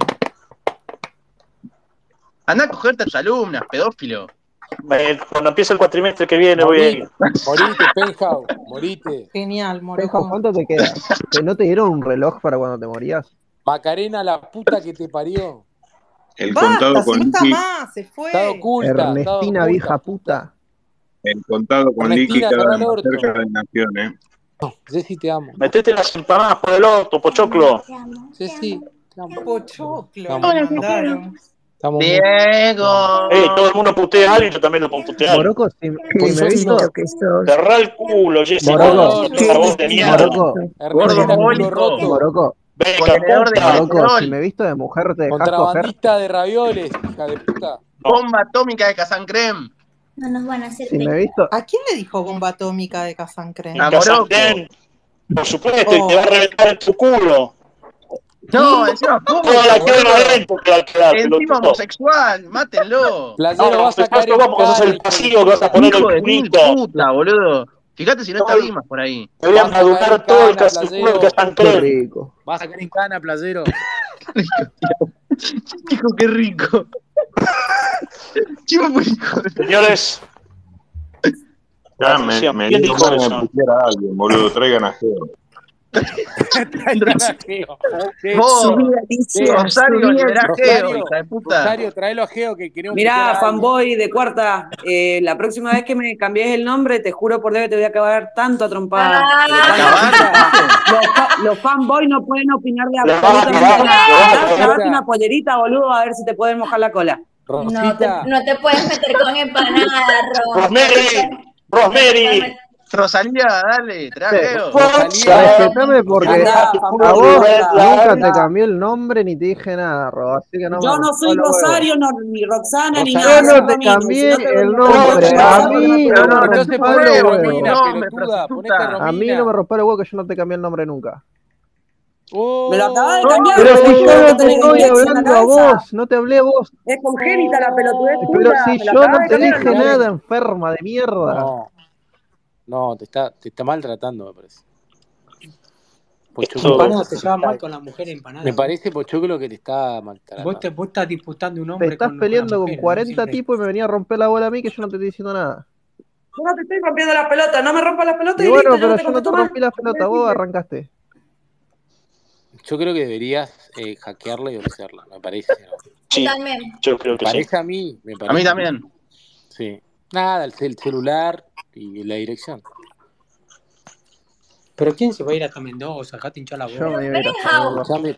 Andá a cogerte a tus alumnas, pedófilo.
Me- cuando empiece el cuatrimestre que viene voy a
Morí.
ir.
Morite, Penthouse. Morite.
Genial,
Penjo,
Morejón.
¿cuánto te queda? ¿Te- ¿No te dieron un reloj para cuando te morías?
Macarena, la puta que te parió.
El contado
Basta, si
con
no está
liqui,
más, se
Estaba
fue.
oculta, estaba
Ernestina,
oculta,
vieja
puta.
puta.
el contado con liqui
Ernestina,
cada
cerrá
vez
el
más
orto.
cerca de la nación, ¿eh?
Ceci, te amo.
Metete las empanadas por el orto, pochoclo.
Ceci, te amo. Te
Pochoclo
amo.
le mandaron.
Te amo mucho. Te amo.
Diego.
Eh, todo el mundo putea a alguien, yo también lo puedo putear.
Moroco, si, si
Qué
me
Jessy,
chiquito
visto,
que sos.
Cerrá el culo, Jessy,
cerrá el
Moroco,
vos,
Qué
esa
orto.
voz de
chiquito que
mierda.
Moroco,
sos.
Gordo
Ernestina, culo
mogólico,
roto.
Moroco,
Beca,
contenedor de
puta.
Moroco, si
colesterol,
me visto de mujer te dejas coger.
Contrabandista de ravioles, hija de puta.
No,
bomba atómica de Casancrem,
Si me visto,
¿A quién le dijo bomba atómica de Casancrem?
a
en Casa
Moroco.
Clan, por supuesto, y te va a
Oh,
reventar en tu culo.
No,
¿qué?
encima
Toda
puto,
la que uno
boludo.
adentro te va a quedar,
Encima
pelotudo.
homosexual, mátenlo.
No,
Playero va a
por
sacar
supuesto
en
vos, porque sos
cara
el
el
pasillo que vas a
colectivo.
poner el
Hijo de mil
culito.
puta, boludo. Fíjate si no está
Todo el-
Dimas por ahí.
Te
Va a
voy a
sacar en
madurar todo el,
cana,
cas- el culo de
playero.
qué
Casancrem.
rico.
Va a sacar en cana, playero.
Chico, qué rico. Chico, muy rico.
Señores, la
Ya me,
atención.
me
¿Quién
dio
dijo
ganas de
eso?
putear a alguien, boludo. Traigan a Geo.
Traigan a Geo. Che,
Vos,
Geo.
Subí a Alicia,
Geo.
subí
Rosario,
a
liberá a Geo,
Rosario,
hija de puta.
Rosario, tráelo a Geo que queremos putear
Mirá,
a alguien.
fanboy de cuarta, eh, la próxima vez que me cambies el nombre, te juro por Dios que te voy a acabar tanto a trompadas, pero
Ah,
tanto a
Acabar,
trompadas.
¿viste?
Los, fa- los fanboys no pueden opinar
Le
de
vas a
absolutamente
cagar,
nada.
le vas a
Andá,
cagar.
clavate
Rosita,
una pollerita, boludo, a ver si te pueden mojar la cola.
no te,
Rosita,
no te puedes meter con empanadas,
Pues,
Ros. No te puedes, no te
Rosemary,
puedes
Rosemary,
meter.
Rosalía, dale, trae a
Che,
Geo.
Rosalía,
Rosa,
respetame porque
Andá,
a, a
fanboy de
vos
volverla.
cuarta,
nunca te
andá.
cambié el nombre ni te dije nada, Ro, así que no me
Yo no
rompa
soy
los huevos.
Rosario, no- ni Roxana, ni nada.
Yo
Eso
no
Rosalía.
es
te
lo mismo. Si
cambié
no te
el
vuelvo
No,
loca,
no,
te
nombre,
vuelvo
a
loca, pero no
mí
te
no
Entonces ponete
Pero
me rompa los huevos.
No, no, no te muevas con tu
Romina,
nombre,
pelotuda, ponete
prostituta.
A mí no me
Romina.
rompa los huevos que yo no te cambié el nombre nunca.
Me lo acabas de
¡Oh!
cambiar,
Pero si
pelotudo,
yo
no
no te
tenés
estoy
dislexia en la
hablando a
cabeza.
vos, no te hablé a vos.
Es congénita la pelotudez
Pero
tuya,
si
me la
yo no
acabas de
te
cambiar el
dije
Tirar
nada,
nombre.
enferma de mierda.
No, no, te está, te está maltratando, me parece. Pochoclo.
Eso,
Empanada, te llevas mal con la mujer
Me
empanada, vos.
parece Pochoclo que te está
Vos, te,
maltratando.
vos estás disputando un
Te
hombre
estás
con, con la
peleando con
mujer, ¿no?
40
Siempre.
tipos y me venía a romper la bola a mí que yo no te estoy diciendo nada.
Yo no te estoy rompiendo las pelotas, no me rompas las pelotas
Y
y listo,
bueno,
yo no
pero
te
yo no te
contesto más.
rompí la
¿Qué
pelota, vos
decirte?
arrancaste.
Yo creo que deberías eh, hackearla y ofrecerla, me parece, ¿no?
Yo
sí,
también.
yo creo
Me
que sí.
parece a mí, me
A mí
parece a mí.
también.
Sí. Nada, el, cel- celular y la dirección.
Pero ¿quién se va a ir hasta Mendoza? Acá te hinchó la
Yo
bola.
me
Pero
iba a ir hasta
Penhouse,
Mendoza.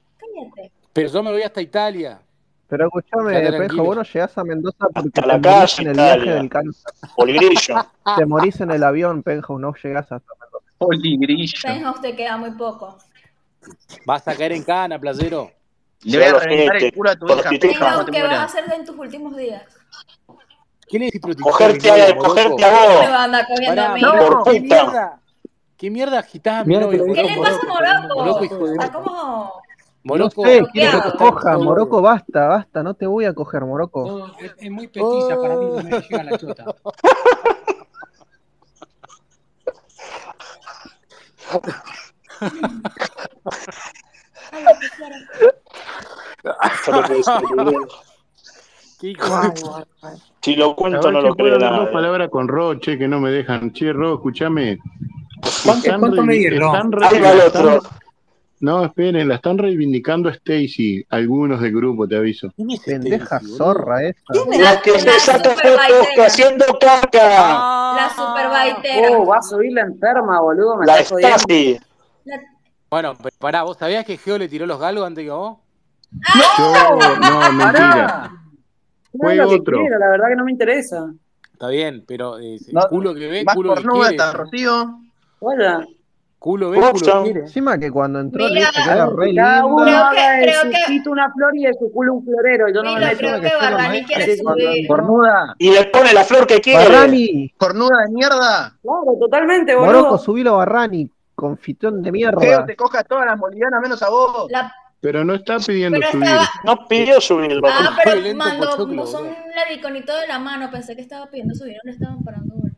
Escuchame,
cállate.
pero yo me voy hasta Italia.
Pero
Quédate
escuchame, Pejo,
tranquilo.
vos no llegás a Mendoza porque
Hasta
te
la
morís
calle
en el viaje
Italia,
del cáncer.
poligrillo.
Te morís en el avión, Penjo, no llegás hasta Mendoza.
Poligrillo.
Penhouse te queda muy poco.
Vas a caer en cana, playero.
Le voy
Sea
a
los
reventar el
gente,
culo a tu hija, Penja,
prostituta.
cuando
Penhouse,
te
¿qué vas a
mueras.
hacer en tus últimos días?
¿Qué le decís prostituta a mi
Cogerte
novia,
a, cogerte
moroco?
a
¿Cómo me va
vos,
a andar cogiendo a
Pará,
mí?
pero
por
¡No!
¿qué
puta.
mierda? ¿Qué mierda agitás a mi
Mirá lo que
novia,
le
¿Qué
dijo
le
moroco?
pasa a
Moroco, tremendo
Moroco,
Morocco? Está como
hijo de... Moroco,
pelotudo, Moroco.
No sé, quiero que
bloqueado.
moroco,
te
estás
coja, Moroco,
sordo.
basta, basta, no te voy a coger, Moroco.
No, es, es muy petiza para mí,
Oh.
no me llega la chota.
Yo no puedo decir boludo.
¿Qué hijo de
Guay,
puta?
guay, guay.
Si lo
A
cuento
ver
no
si
lo cree
puedo hablar dos
nadie.
palabras con Ro, che, que no me dejan. Che, Ro, escúchame.
¿Cuánto,
Están,
cuánto
rele-
medís, Ro?
están,
Ahí va el
rele- están
otro.
No, esperen, la están reivindicando Stacy, algunos del grupo, te aviso.
Pendeja zorra esa.
La que se saca fotos que haciendo caca.
La super baitera.
Oh, va a subir la enferma, boludo. Me
La
está jodiendo.
Stasi.
Bueno, pero pará, ¿vos sabías que Geo le tiró los galgos antes que a vos?
Yo, no,
Pará.
mentira.
No
Fue
es lo que
otro.
quiero, la verdad que no me interesa.
Está bien, pero eh,
No,
culo que ve,
más
culo que
cornuda
quiere.
está Rocío.
Vaya.
Culo ve, culo que quiere.
Encima que cuando entró le
Mira,
dije que era re
Cada uno
linda.
haga de
creo
su
que-
pito una flor y de su culo un florero. Yo no me
Mira,
meto.
creo
que
que
fue la
Barrani
maestra
quiere subir.
Cornuda.
Y le pone la flor que quiere.
¡Barrani!
Cornuda de mierda.
Claro, totalmente,
Moroco,
boludo.
subilo a Barrani, confitón de
Geo
mierda.
te coja todas las bolivianas menos a vos.
La-
Pero no está pidiendo
pero
subir.
estaba.
No pidió subir el
Ah,
barro.
pero
violento
mandó
pochoclo,
son
boludo.
el iconito de la mano. Pensé que estaba pidiendo subir, no le estaban parando. bola.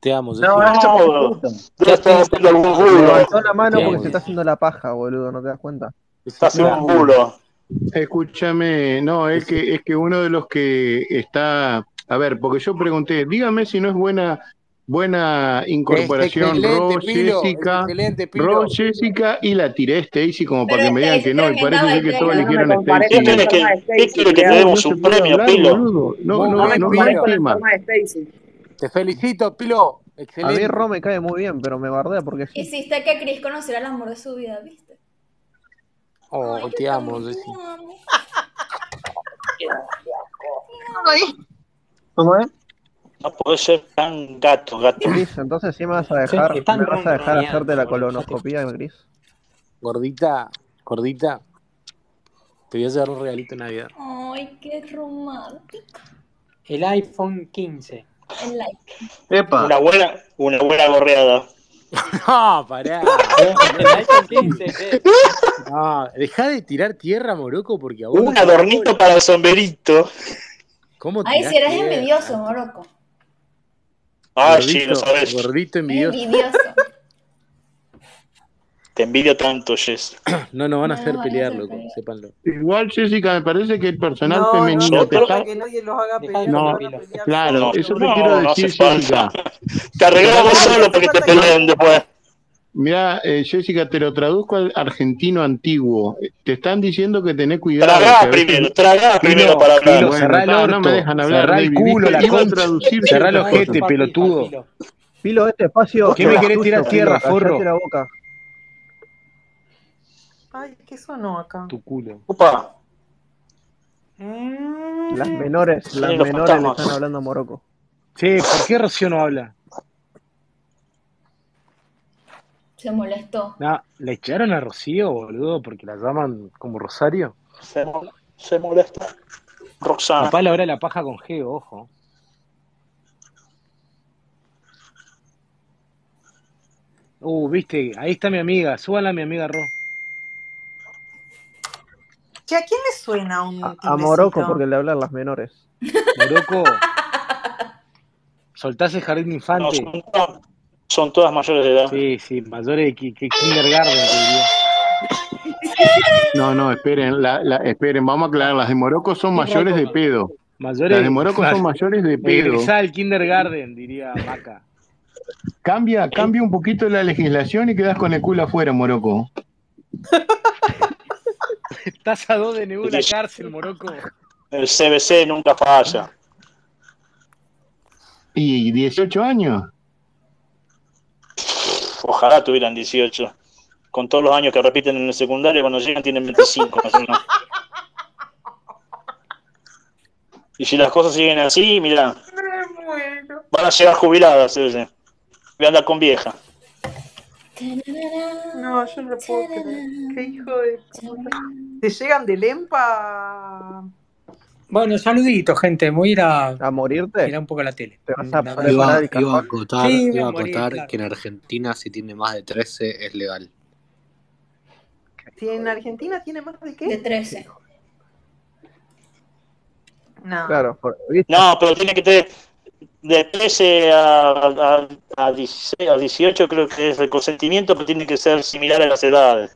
Te amo,
No,
Cecilia.
eso por
No,
puto.
ya está haciendo algún bulo.
Levantó la mano
Te
porque
amo,
se
Cecilia.
está haciendo la paja, boludo, no te das cuenta.
Está
Cecilia.
No,
haciendo un bulo.
Escúchame, no, es que, es que uno de los que está, a ver, porque yo pregunté, dígame si no es buena, buena
Es
incorporación
Este excelente,
Ro,
Pilo. Es
Jessica,
excelente,
Ro,
Pilo.
Jessica y la tiré Stacy como
Pero
para que me digan
Stacy
que no, y
tremenda
parece ser que
baitera.
todos
No, no me
eligieron a
compares
¿Qué
con la
Stacy.
quiere
enferma
que,
de
qué
Stacy,
quiere que te
León.
Uy,
demos
no se
un
puede
premio,
hablar,
Pilo?
boludo. No,
Muy
No
no,
me
bien,
no
compares con la
Pilo.
blasfema.
enferma de
este,
Stacy.
Te felicito, Pilo.
A mí
Excelente.
Ro me cae muy bien, pero me bardea porque sí.
Hiciste que Chris conociera el amor de su vida, ¿viste? Ay,
Oh,
yo
te amo,
también te
Ceci.
amo.
Ay. ¿Cómo es?
No puede ser tan gato, gato.
Gris, entonces sí me vas a
Sergio,
dejar,
están
me vas a dejar
ronroneando,
hacerte
boludo. Ya
la
te
colonoscopía, Gris.
Gordita, gordita, te voy a llevar un regalito de Navidad.
Ay, qué romántico.
El iPhone 15.
El like.
Epa.
Una buena, una buena gorreada.
No, pará.
Eh, El iPhone 15, Sergio.
No, dejá de tirar tierra, Moroco, porque a vos no
Un
te va a joder.
adornito para el sombrerito.
¿Cómo
Ay, si
tirás
eres
tierra?
envidioso, Moroco.
Ay, Ah, sí, lo
Gordito,
sabes.
gordito envidioso.
Envidioso.
Te envidio tanto, Jess.
No nos van
No
a
nos
hacer
van a
pelear,
hacer
loco,
pelear.
sépanlo.
Igual, Jessica, me parece que el personal
No, no hace
femenino te
Nosotros.
falta
está...
que nadie los
Deja
haga
de
pelear, se
No,
van a
interrumpirlo.
pelear
claro,
No,
solos,
eso te quiero
no,
boludo.
no hace
decir,
falta.
Jessica.
Te
Te lo
Pará,
arreglamos
No
traigo.
solo
hace
para que te
falta que
peleen
nadie.
después.
Mirá, eh, Jessica, te lo traduzco al argentino antiguo. Eh, Te están diciendo que tenés cuidado, que
Tragá
a veces...
primero, tragá
Pilo,
primero para
Pilo,
hablar.
Bueno,
cerrá el
está, no me
orto,
dejan hablar,
cerrá el
David,
culo,
¿viste?
la
Iba a
concha,
traducir
cerrá el
ciertas cosas.
ojete,
Ocho pijas,
pelotudo.
Pilo.
Pilo, este espacio
¿Qué me
es
Ocho.
querés tirar
tuyo, Pilo,
tierra,
callate
forro?
la boca.
Ay, ¿qué sonó acá?
Tu culo.
Opa,
Las
Mm.
menores, las
vienen los
menores le están
fantasmas.
hablando a Moroco.
Che, ¿por qué Rocío no habla?
Se molestó.
Nah, ¿Le echaron a Rocío, boludo, porque la llaman como Rosario?
Se, mol- se molesta. Roxana.
Capaz la hora de la paja con Geo, ojo. Uh, viste, ahí está mi amiga, súbala a mi amiga Ro.
Che, ¿a quién le suena
A,
un
a Moroco porque
timbrecito?
le hablan las menores.
Moroco, soltás el jardín de
No,
infante.
son, todas- son todas mayores de edad.
Sí, sí, mayores de ki- que kindergarten, te diría.
No, no, esperen, la- la- esperen, vamos a aclarar. Las de Morocco son mayores de pedo. Las de
Mayores,
Morocco son mayores de pedo.
egresá al kindergarten, diría Maca.
Cambia, cambia un poquito la legislación y quedás con el culo afuera, Morocco.
Estás a dos de nuevo la
Dice,
cárcel, Moroco.
El CBC nunca falla.
¿Y 18 años?
Ojalá tuvieran 18. Con todos los años que repiten en el secundario, cuando llegan tienen 25 más o menos. Y si las cosas siguen así, mirá,
Me muero.
van a llegar jubiladas, CBC. Voy a andar con vieja.
No, yo no lo puedo creer. Qué hijo de puta. ¿Te llegan del EMPA?
Bueno, saluditos, gente. Voy a ir a
¿A morirte?
mirar un poco la tele.
¿Te vas a
Un abrazo.
Iba,
preparar el
iba a
cajón?
acotar,
Sí, voy a
iba a
morir,
acotar
claro.
que en Argentina si tiene más de 13 es legal.
Si en Argentina tiene más de
De
qué?
13.
No.
Claro, por- ¿viste?
No, pero tiene que tener de 13 a, a- a 16, a 18 creo que es el consentimiento, pero tiene que ser similar a las edades.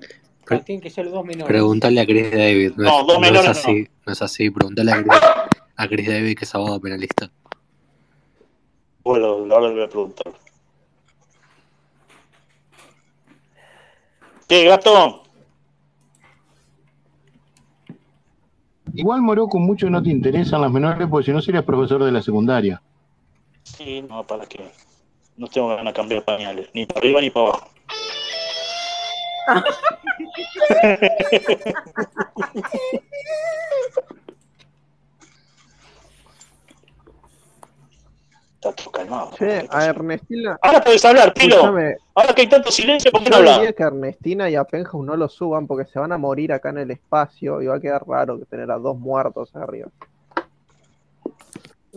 Claro,
Pre-
tienen que ser los dos menores.
pregúntale a Chris David, no
No,
es,
dos
no es
menores no.
así, no es así. Pregúntale a Chris, a Chris David que es abogado penalista.
Bueno, ahora le voy a preguntar.
¿Qué, gato?
Igual Moroco mucho no te interesan las menores porque si no serías profesor de la secundaria.
Sí, no, para qué. No tengo ganas de cambiar pañales, ni para arriba ni para abajo. Está todo calmado.
Che, a Ernestina.
Ahora puedes hablar, Pilo.
Escúchame.
Ahora que hay tanto silencio, ¿por qué no
Yo diría
hablas?
que a Ernestina y a Penhouse no lo suban porque se van a morir acá en el espacio y va a quedar raro que tener a dos muertos arriba.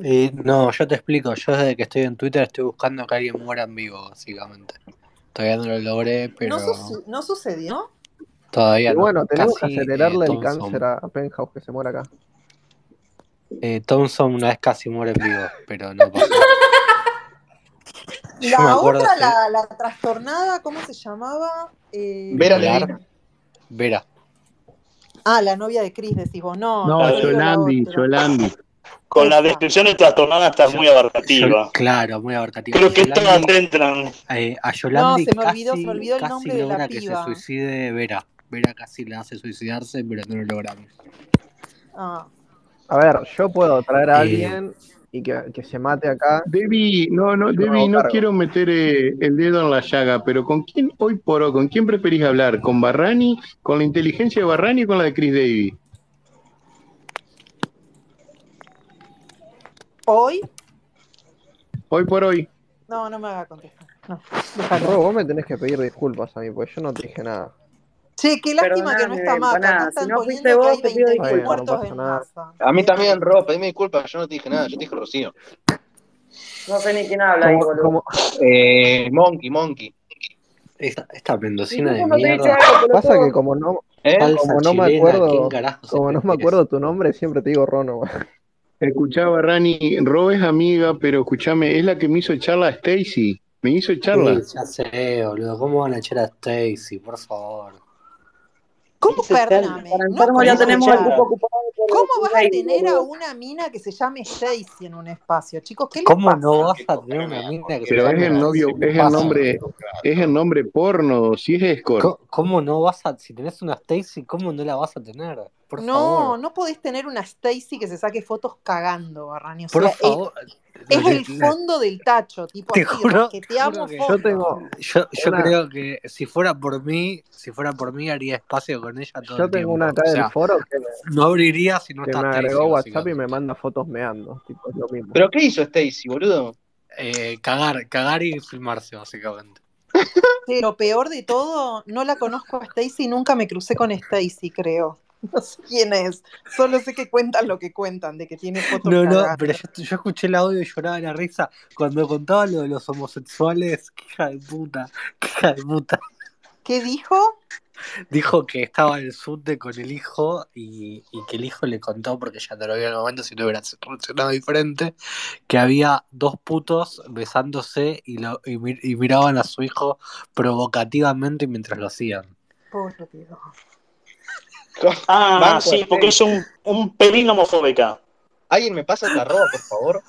Eh, no, yo te explico. Yo desde que estoy en Twitter estoy buscando que alguien muera en vivo, básicamente. Todavía no lo logré, pero
No, su- no sucedió.
todavía
Y
no.
bueno, tenemos
Casi,
que acelerarle
eh,
el
Thompson.
cáncer a, a Penthouse que se muera acá.
Eh, Thompson una vez casi muere en vivo, pero no pasó. Yo me
La
acuerdo
otra,
hace-
la, la trastornada, ¿cómo se llamaba? Eh,
Bipolar. Vera.
Ah, la novia de Cris, decís vos. No,
No,
yo digo la
Yolandi,
otra.
Yolandi.
Con la descripción de trastornada estás muy abarcativa.
Claro, muy abarcativa.
Creo que
Yolandi-
todas entran.
Eh, a
No,
Yolandi
se me
casi,
olvidó, se me olvidó el
casi
nombre de
logra
la
que se
piba.
suicide Vera. Vera casi la hace suicidarse, pero no lo logramos.
Ah.
A ver, yo puedo traer a
Eh,
alguien y que, que se mate acá.
Debbie, no, no,
Yo me
Debbie,
hago
no
cargo.
quiero meter eh, el dedo en la llaga, pero ¿con quién hoy por hoy, con quién preferís hablar? ¿Con Barrani, con la inteligencia de Barrani o con la de Chris Davis?
¿Hoy?
Hoy por hoy.
No, no me haga contestar. No.
Rob, Ah, vos me tenés que pedir disculpas a mí, porque yo no te dije nada.
Che, qué lástima que no
Perdóname,
está Maca. Acá
Belponá, si
están
no fuiste
poniendo que
vos,
hay
te pido
20.000
Está bien, no
muertos
pasa
en
nada.
masa.
A mí también, Rob, pedime disculpas, yo no te dije nada, yo te dije Rocío.
No sé ni quién habla ahí,
Como,
boludo.
como...
Eh, Monkey, Monkey.
esta, esta
¿Y
mendocina
tú
de
cuando te dice
mierda.
algo,
Pasa que
pelotudo?
como no,
¿Eh?
Salsa
como no
chilena,
me
¿quién
acuerdo,
carajo se
como no me
cree que
acuerdo
es?
tu nombre, siempre te digo Rono. güey.
Escuchaba Rani, Rob es amiga, pero escúchame, es la que me hizo charla a Stacy. Me hizo charla.
Sí, ya sé, boludo. ¿Cómo van a echar a Stacy? Por favor.
¿Cómo,
Hizo charla.
perdóname?
Para
No
enfermo ya
podés
Hizo
tenemos el cupo
charla.
echar.
ocupado por
¿Cómo
Rocky
vas a
Rey,
tener a
boludo.
una mina que se llame Stacy en un espacio? Chicos, ¿qué les
¿Cómo no
pasa?
vas a tener una mina que se
Pero es
llame
el
Stacy
novio,
en un
es el
paso?
nombre, es el nombre porno, si es escort.
Co- ¿Cómo no vas a.? Si tenés una Stacy, ¿cómo no la vas a tener? Por
No,
favor.
no podés tener una Stacy que se saque fotos cagando, Barrani. O
Por
sea, es,
favor.
es el
La-
fondo del tacho, tipo
Te
así,
juro, te juro
rasqueteamos
que
Yo
fotos.
tengo
yo, yo
una,
creo que si fuera por mí, si fuera por mí haría espacio con ella todo
yo
el
tengo una
tiempo.
acá
O
del
sea,
foro que me,
no abriría si no
que
está
me
Stacy,
agregó WhatsApp y me
básicamente.
manda fotos meando, tipo es lo mismo.
¿Pero qué hizo Stacy, boludo?
Eh, cagar, cagar y filmarse, básicamente.
Sí, Lo peor de todo, no la conozco a Stacy, nunca me crucé con Stacy, creo. No sé quién es, solo sé que cuentan lo que cuentan, de que tiene fotos
No, no, pero
cagando.
yo, yo escuché el audio y lloraba de la risa cuando contaba lo de los homosexuales. ¡Qué hija de puta! ¡Qué hija de puta!
¿Qué dijo?
Dijo que estaba en el subte con el hijo y, y que el hijo le contó, porque ya no lo había en el momento, si no hubiera reaccionado diferente, que había dos putos besándose y, lo, y, mir- y miraban a su hijo provocativamente mientras lo hacían.
Pobre Dios.
Ah,
Banco
sí, porque
Stacy.
es un, un pelín homofóbica.
¿Alguien me pasa esta roba, por favor?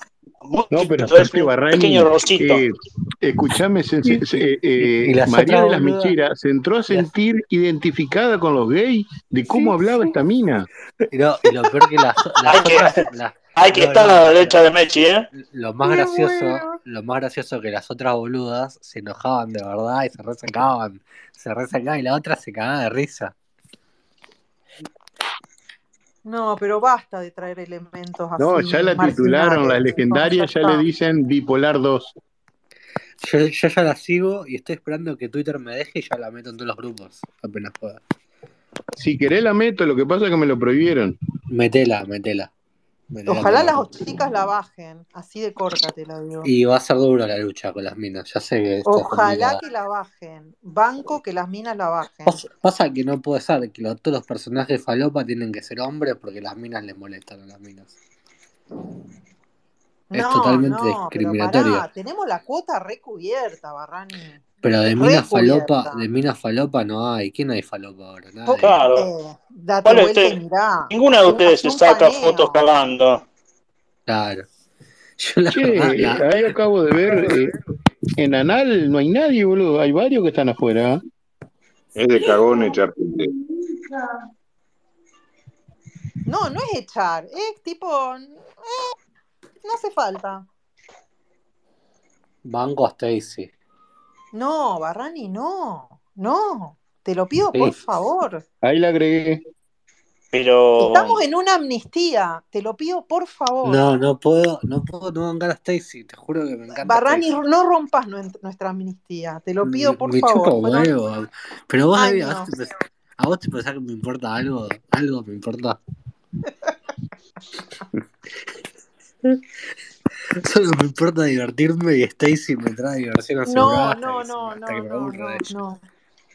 No,
Monkey
pero
es
aparte
un pequeño
Barrani,
rosito.
eh, escuchame, se- se- se- eh,
Y,
eh,
y las
María
otras
de las
boludas,
Micheras se entró a
y las-
sentir identificada con los gays de cómo
sí,
hablaba
sí.
esta mina.
Y no, y lo peor que las,
Hay
las
que,
otras, las,
hay que
no,
estar a la
no, lo,
derecha de Mechi, ¿eh?
lo más
Me
gracioso,
muero.
lo más gracioso que las otras boludas se enojaban de verdad y se resacaban, se resacaban y la otra se cagaba de risa.
No, pero basta de traer elementos
No, ya
así
la titularon,
marginales,
las
chicos, ya
legendarias ya le
está.
dicen bipolar 2.
Yo, yo ya la sigo y estoy esperando que Twitter me deje y ya la meto en todos los grupos, apenas pueda.
Si querés la meto, lo que pasa es que me lo prohibieron.
Metela, metela, metela en todos
Ojalá
los
las
grupos.
chicas la bajen, así de corta te la digo.
Y va a ser duro la lucha con las minas, ya sé que esto es
Ojalá
complicado.
que la bajen. Banco que las minas la bajen.
Pasa, pasa que no puede ser que los- todos los personajes falopa tienen que ser hombres porque las minas les molestan a las minas. Es
No,
totalmente
no, pero
discriminatorio.
pará, tenemos la cuota recubierta, Barrani.
Pero de mina falopa, de
Recubierta.
mina falopa no hay. ¿Quién hay falopa ahora?
Po-
Nadie.
Claro.
eh, date
¿Cuál es
vuelta y
este?
mirá.
Ninguna de
Hace un,
ustedes
hace
se
un
saca fotos
paneo.
cagando.
Claro. Yo la
Che,
verdad,
eh,
la,
ahí acabo de ver, eh, en Anal no hay nadie, boludo. Hay varios que están afuera. ¿eh?
Es de cagón echar gente.
No, no es echar, es tipo, eh, no hace falta.
Banco a Stacy.
No, Barrani, no, no, te lo pido por
Sí.
favor.
Ahí la agregué.
Pero.
Estamos en una amnistía, te lo pido por favor.
No, no puedo, no puedo no bancar a Stacy, te juro que me encanta. este.
Barrani,
Stacy.
no rompas nuen- nuestra amnistía, te lo pido por
me
favor.
chupa
Fueron-
huevo. Pero vos, David, a
Años.
vos, te pensás, a vos te pensás que me importa algo, algo me importa. Solo me importa divertirme y Stacy me trae diversión
No,
asegurada
no,
hasta
no,
que, hasta que
no,
me
no,
aburra de
no,
ella.
no.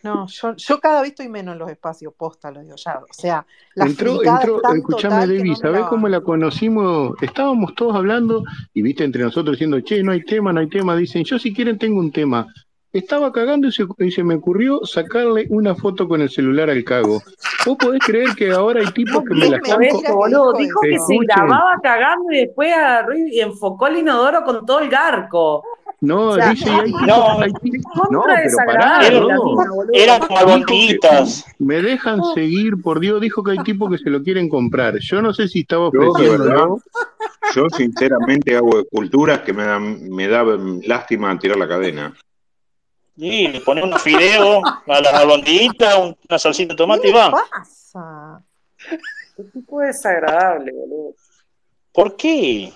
No, yo, yo cada vez estoy menos en los espacios posta, lo digo ya. O sea, la
Entró,
filicada es
entró,
tan
escuchame,
total que
Debbie,
no me la
¿sabés cómo
banco.
la conocimos? Estábamos todos hablando y viste entre nosotros diciendo, che, no hay tema, no hay tema. Dicen, yo si quieren tengo un tema. Estaba cagando y se, y se me ocurrió sacarle una foto con el celular al cago. ¿Vos podés creer que ahora hay tipos que me la
Dijo
están... co-
eso, boludo. Dijo que se
Escuchen,
grababa cagando y después agarró y enfocó el inodoro con todo el garco. O
no,
sea,
dice, y hay tipos...
no,
Hay,
es
no,
contra
pero pará,
desagradable la
no.
mina, boludo.
Dijo que me dejan seguir, por Dios, dijo que hay tipos que se lo quieren comprar. Yo no sé si estaba
Yo, de verdad,
ofreciéndolo.
yo sinceramente hago esculturas que me dan, me da mm, lástima tirar la cadena.
Sí, le pones unos fideos a las albondiguitas, un- una salsita de tomate y
¿Qué
va.
pasa?
Qué tipo desagradable, boludo.
¿Por qué?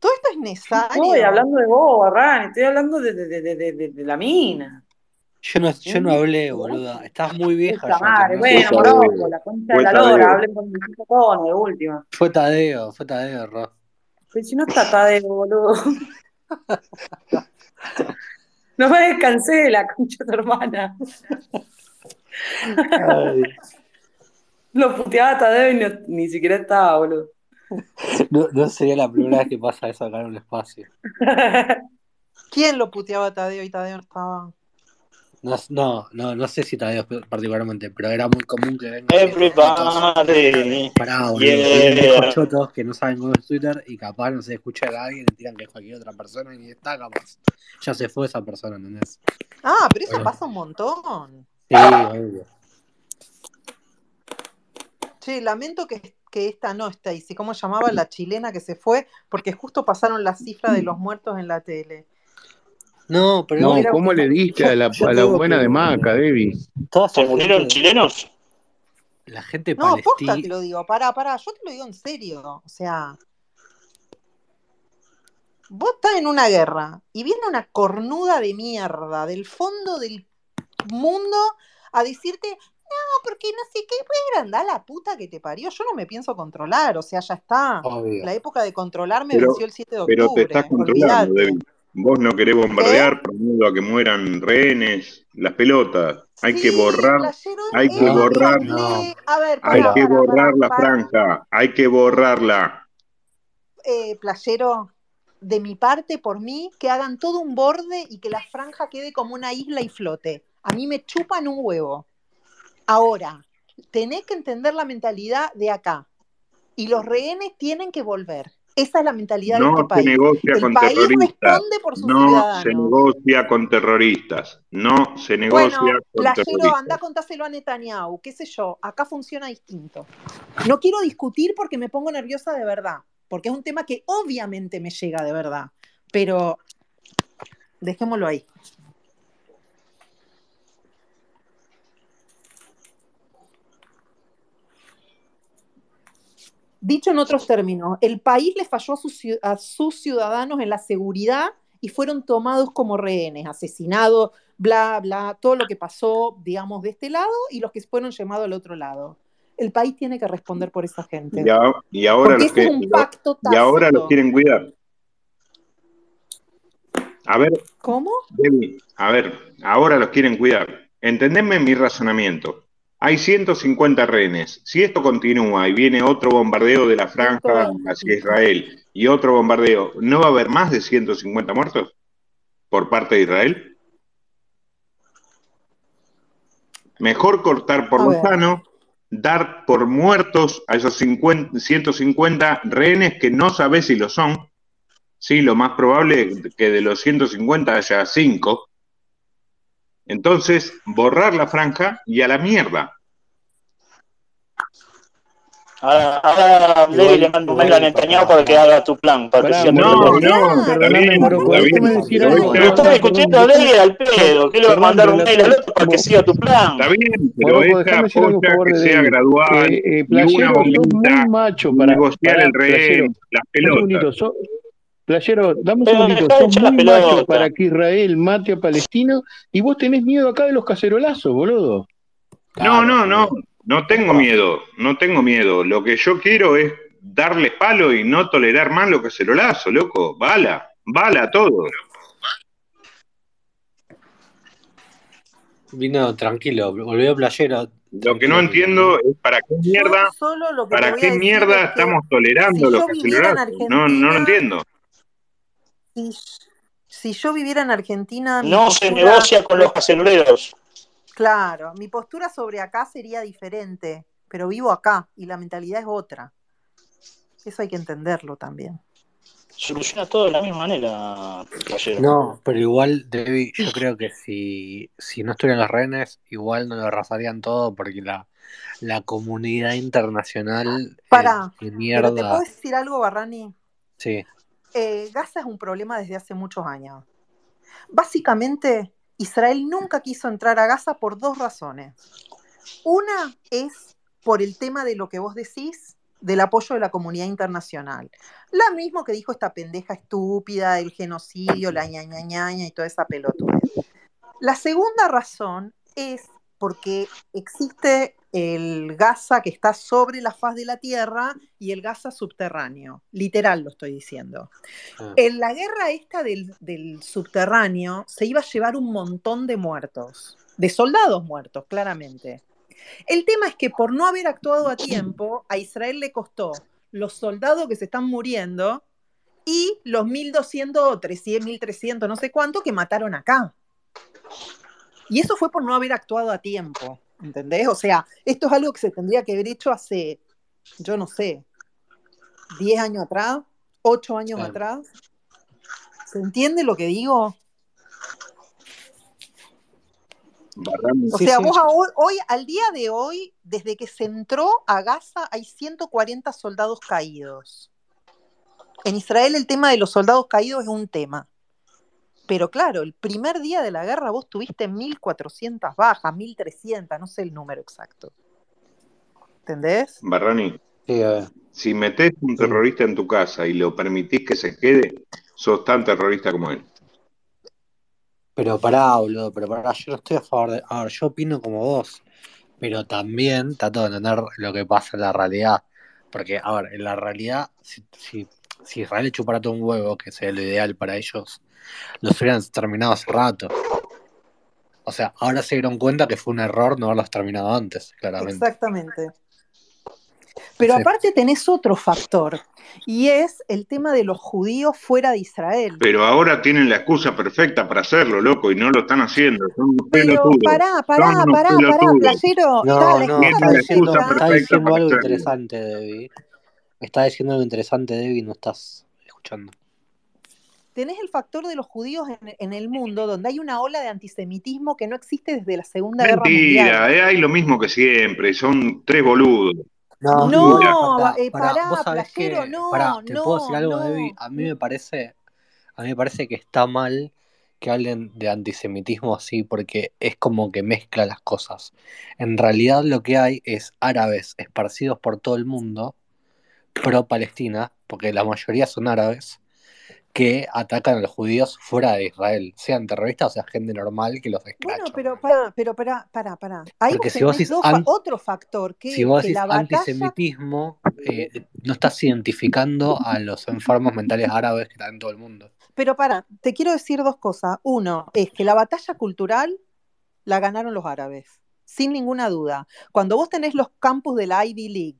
Todo esto es
Estoy
necesario.
hablando de vos, Barrani, Ah, estoy hablando de, de- de- de- de- de- de la mina.
Yo no, yo no hablé, boluda. Estás muy vieja
Puta
ya,
madre,
Tomás.
bueno,
Fue
Morocco,
Tadeo,
la concha de
fue
la lora,
Tadeo.
hablen con el chico tono, de última.
Fue Tadeo, fue Tadeo, Ro.
Pero Pues, si no está Tadeo, boludo. No me descansé de la concha de tu hermana.
Ay.
Lo puteaba a Tadeo y no- ni siquiera estaba, boludo.
No, no sería la primera vez que pasa eso acá en un espacio.
¿Quién lo puteaba a Tadeo y Tadeo no estaba?
No, no, no, no sé si Tadeo particularmente, pero era muy común que vengan viejos chotos.
Everybody.
Pará, boludo, que vienen viejos
Yeah.
chotos que no saben cómo es Twitter y capaz no se escucha a alguien y le tiran que es cualquier otra persona y está capaz. Ya se fue esa persona, ¿entendés?
Ah, pero eso
Bueno,
pasa un montón.
sí, obvio.
Che, lamento que, que esta no esté ahí. ¿Cómo llamaba la chilena que se fue? Porque justo pasaron la cifra de los muertos en la tele.
No, pero igual
No,
era.
¿cómo le diste
Yo,
a la,
yo
a
te
la
digo
buena de
que
Maca, Debbie?
toda
¿Se
esa
murieron
gente,
chilenos?
la gente
No, aposta te
palestina.
lo digo. Pará, pará, yo te lo digo en serio. O sea, vos estás en una guerra y viene una cornuda de mierda del fondo del mundo a decirte, no, porque no sé qué, pues anda la puta que te parió. Yo no me pienso controlar. O sea, ya está.
Obvio.
La época de controlarme
Pero,
venció el 7 de
pero te estás
octubre.
controlando,
Olvídate.
Debbie. Vos no querés
¿Eh?
bombardear por miedo a que mueran rehenes, las pelotas. Hay que
Sí,
borrar,
playero,
hay que
eso yo
borrar,
No,
hablé. A ver,
hay
pará,
no.
que
pará,
borrar
pará,
la
pará.
franja, hay que borrarla.
Eh, playero, de mi parte, por mí, que hagan todo un borde y que la franja quede como una isla y flote. A mí me chupan un huevo. Ahora, tenés que entender la mentalidad de acá. Y los rehenes tienen que volver. Esa es la mentalidad de este
No se
país.
negocia
El
con
país
terroristas,
responde por sus
no se
ciudadanos.
negocia con terroristas, no se negocia
Bueno,
con
playero, anda,
terroristas.
contáselo a Netanyahu, qué sé yo, acá funciona distinto. No quiero discutir porque me pongo nerviosa de verdad, porque es un tema que obviamente me llega de verdad, pero dejémoslo ahí. Dicho en otros términos, el país le falló a sus, ciu- a sus ciudadanos en la seguridad y fueron tomados como rehenes, asesinados, bla, bla, todo lo que pasó, digamos, de este lado y los que fueron llamados al otro lado. El país tiene que responder por esa
Y,
gente,
a- y ahora
porque
los
ese es
que
un
lo-
pacto
y ahora los
tácito.
quieren cuidar. A ver,
¿Cómo?
Debbie, a ver, ahora los quieren cuidar. Entendeme mi razonamiento. Hay 150 rehenes. Si esto continúa y viene otro bombardeo de la franja
120,
hacia
Tito.
Israel y otro bombardeo, ¿no va a haber más de 150 muertos por parte de Israel? Mejor cortar por
A
lo
ver,
sano, dar por muertos a esos 50 150 rehenes que no sabés si lo son. Sí, lo más probable es que de los 150 haya 5. Entonces, borrar la franja y a la mierda.
Ahora, ahora Ley le mando un mail a Netanyahu para que haga tu plan. Para que
Pará,
siga tu
no,
reporte.
no, perdóname, Morocco, déjame decir algo.
Pero estás discutiendo a Ley al pedo. ¿Qué le va a mandar un mail al otro para que siga tu plan?
Está bien, pero
Morocco,
esta
déjame decir algo a
posta
favor
que
de
sea
David.
gradual
Eh, eh,
y una
playero, sos
bombita,
muy macho para,
negociar
pará,
el
playero.
rehén, las
Un
pelotas.
segundito, sos- Playero, dame un
Pero
segundito.
dejá de
Sos
echar la
muy macho
pelota.
para que Israel mate a Palestina y vos tenés miedo acá de los cacerolazos, boludo.
No, no, no, no tengo miedo, no tengo miedo. Lo que yo quiero es darles palo y no tolerar más lo que se lo lazo, loco. Bala, bala a todos.
Vino tranquilo, volvió playero.
Lo que no entiendo es para qué mierda,
Solo lo que te
para
voy a
qué
decir
mierda
es que
estamos tolerando
si
lo
yo
que se lo
viviera en
lazo. No, no lo
Argentina,
entiendo.
si, si yo viviera en Argentina, mi
No se
postura,
negocia con los caceroleros.
claro, mi postura sobre acá sería diferente, pero vivo acá y la mentalidad es otra. Eso hay que entenderlo también.
Soluciona todo de la misma manera, Playero.
No, pero igual, Debbie, yo creo que si, si no estuvieran los rehenes, igual no lo arrasarían todo porque la, la comunidad internacional es
Pará,
de
pero te puedo
mierda.
decir algo, Barrani.
Sí.
Eh, Gaza es un problema desde hace muchos años. Básicamente, Israel nunca quiso entrar a Gaza por dos razones. Una es por el tema de lo que vos decís, del apoyo de la comunidad internacional. La mismo que dijo esta pendeja estúpida, el genocidio, la ñaña ñaña y toda esa pelotuda. La segunda razón es porque existe el Gaza que está sobre la faz de la tierra y el Gaza subterráneo. Literal lo estoy diciendo. En la guerra esta del, del subterráneo se iba a llevar un montón de muertos, de soldados muertos, claramente. El tema es que por no haber actuado a tiempo, a Israel le costó los soldados que se están muriendo y los 1.200 o 300, 1.300, no sé cuánto, que mataron acá. Y eso fue por no haber actuado a tiempo, ¿entendés? O sea, esto es algo que se tendría que haber hecho hace, yo no sé, 10 años atrás, 8 años
Claro.
atrás. ¿Se entiende lo que digo?
Barrani.
O sea, vos a hoy, hoy- al día de hoy, desde que se entró a Gaza, hay 140 soldados caídos. En Israel el tema de los soldados caídos es un tema. Pero claro, el primer día de la guerra vos tuviste 1.400 bajas, 1.300, no sé el número exacto. ¿Entendés?
Barrani,
Sí, a ver.
si metés un terrorista en tu casa y lo permitís que se quede, sos tan terrorista como él.
Pero pará, boludo, pero pará, yo no estoy a favor de. A ver, yo opino como vos, pero también trato de entender lo que pasa en la realidad. Porque, a ver, en la realidad, si, si, si Israel chupara todo un huevo, que sería lo ideal para ellos, los hubieran terminado hace rato. O sea, ahora se dieron cuenta que fue un error no haberlos terminado antes, claramente.
Exactamente. Pero
Sí.
aparte tenés otro factor, y es el tema de los judíos fuera de Israel.
Pero ahora tienen la excusa perfecta para hacerlo, loco, y no lo están haciendo. Son unos
Pero
pelotudos.
pará,
Son
pará,
unos
pará, pará,
pelotudos.
playero, da,
No, no,
la excusa
está
Tienen la excusa
diciendo, está
perfecta.
perfecta
diciendo
para
algo
hacerlo.
interesante, Debbie. Está diciendo algo interesante, Debbie, y no estás escuchando.
Tenés el factor de los judíos en, en el mundo, donde hay una ola de antisemitismo que no existe desde la Segunda Guerra Mundial.
Mentira, eh, hay lo mismo que siempre, son tres boludos.
No,
Basura.
no,
No,
pará,
eh,
pará. Vos
pará,
sabés
playero,
que, pará,
no,
¿te puedo decir
no,
algo, Debbie?
no.
A mí me parece, a mí me parece que está mal que hablen de antisemitismo así, porque es como que mezcla las cosas. En realidad lo que hay es árabes esparcidos por todo el mundo, pro-Palestina, porque la mayoría son árabes, que atacan a los judíos fuera de Israel, sean terroristas o sea gente normal que los
Bueno,
escracha.
pero pará, pero pará, pará, pará. Ahí
Porque
vos
si vos decís,
tenés dos fa-
an-
otro factor,
si
que,
vos
que
decís
la batalla
antisemitismo, eh, no estás identificando a los enfermos mentales árabes que están en todo el mundo.
Pero para, te quiero decir dos cosas. Uno, es que la batalla cultural la ganaron los árabes, sin ninguna duda. Cuando vos tenés los campus de la Ivy League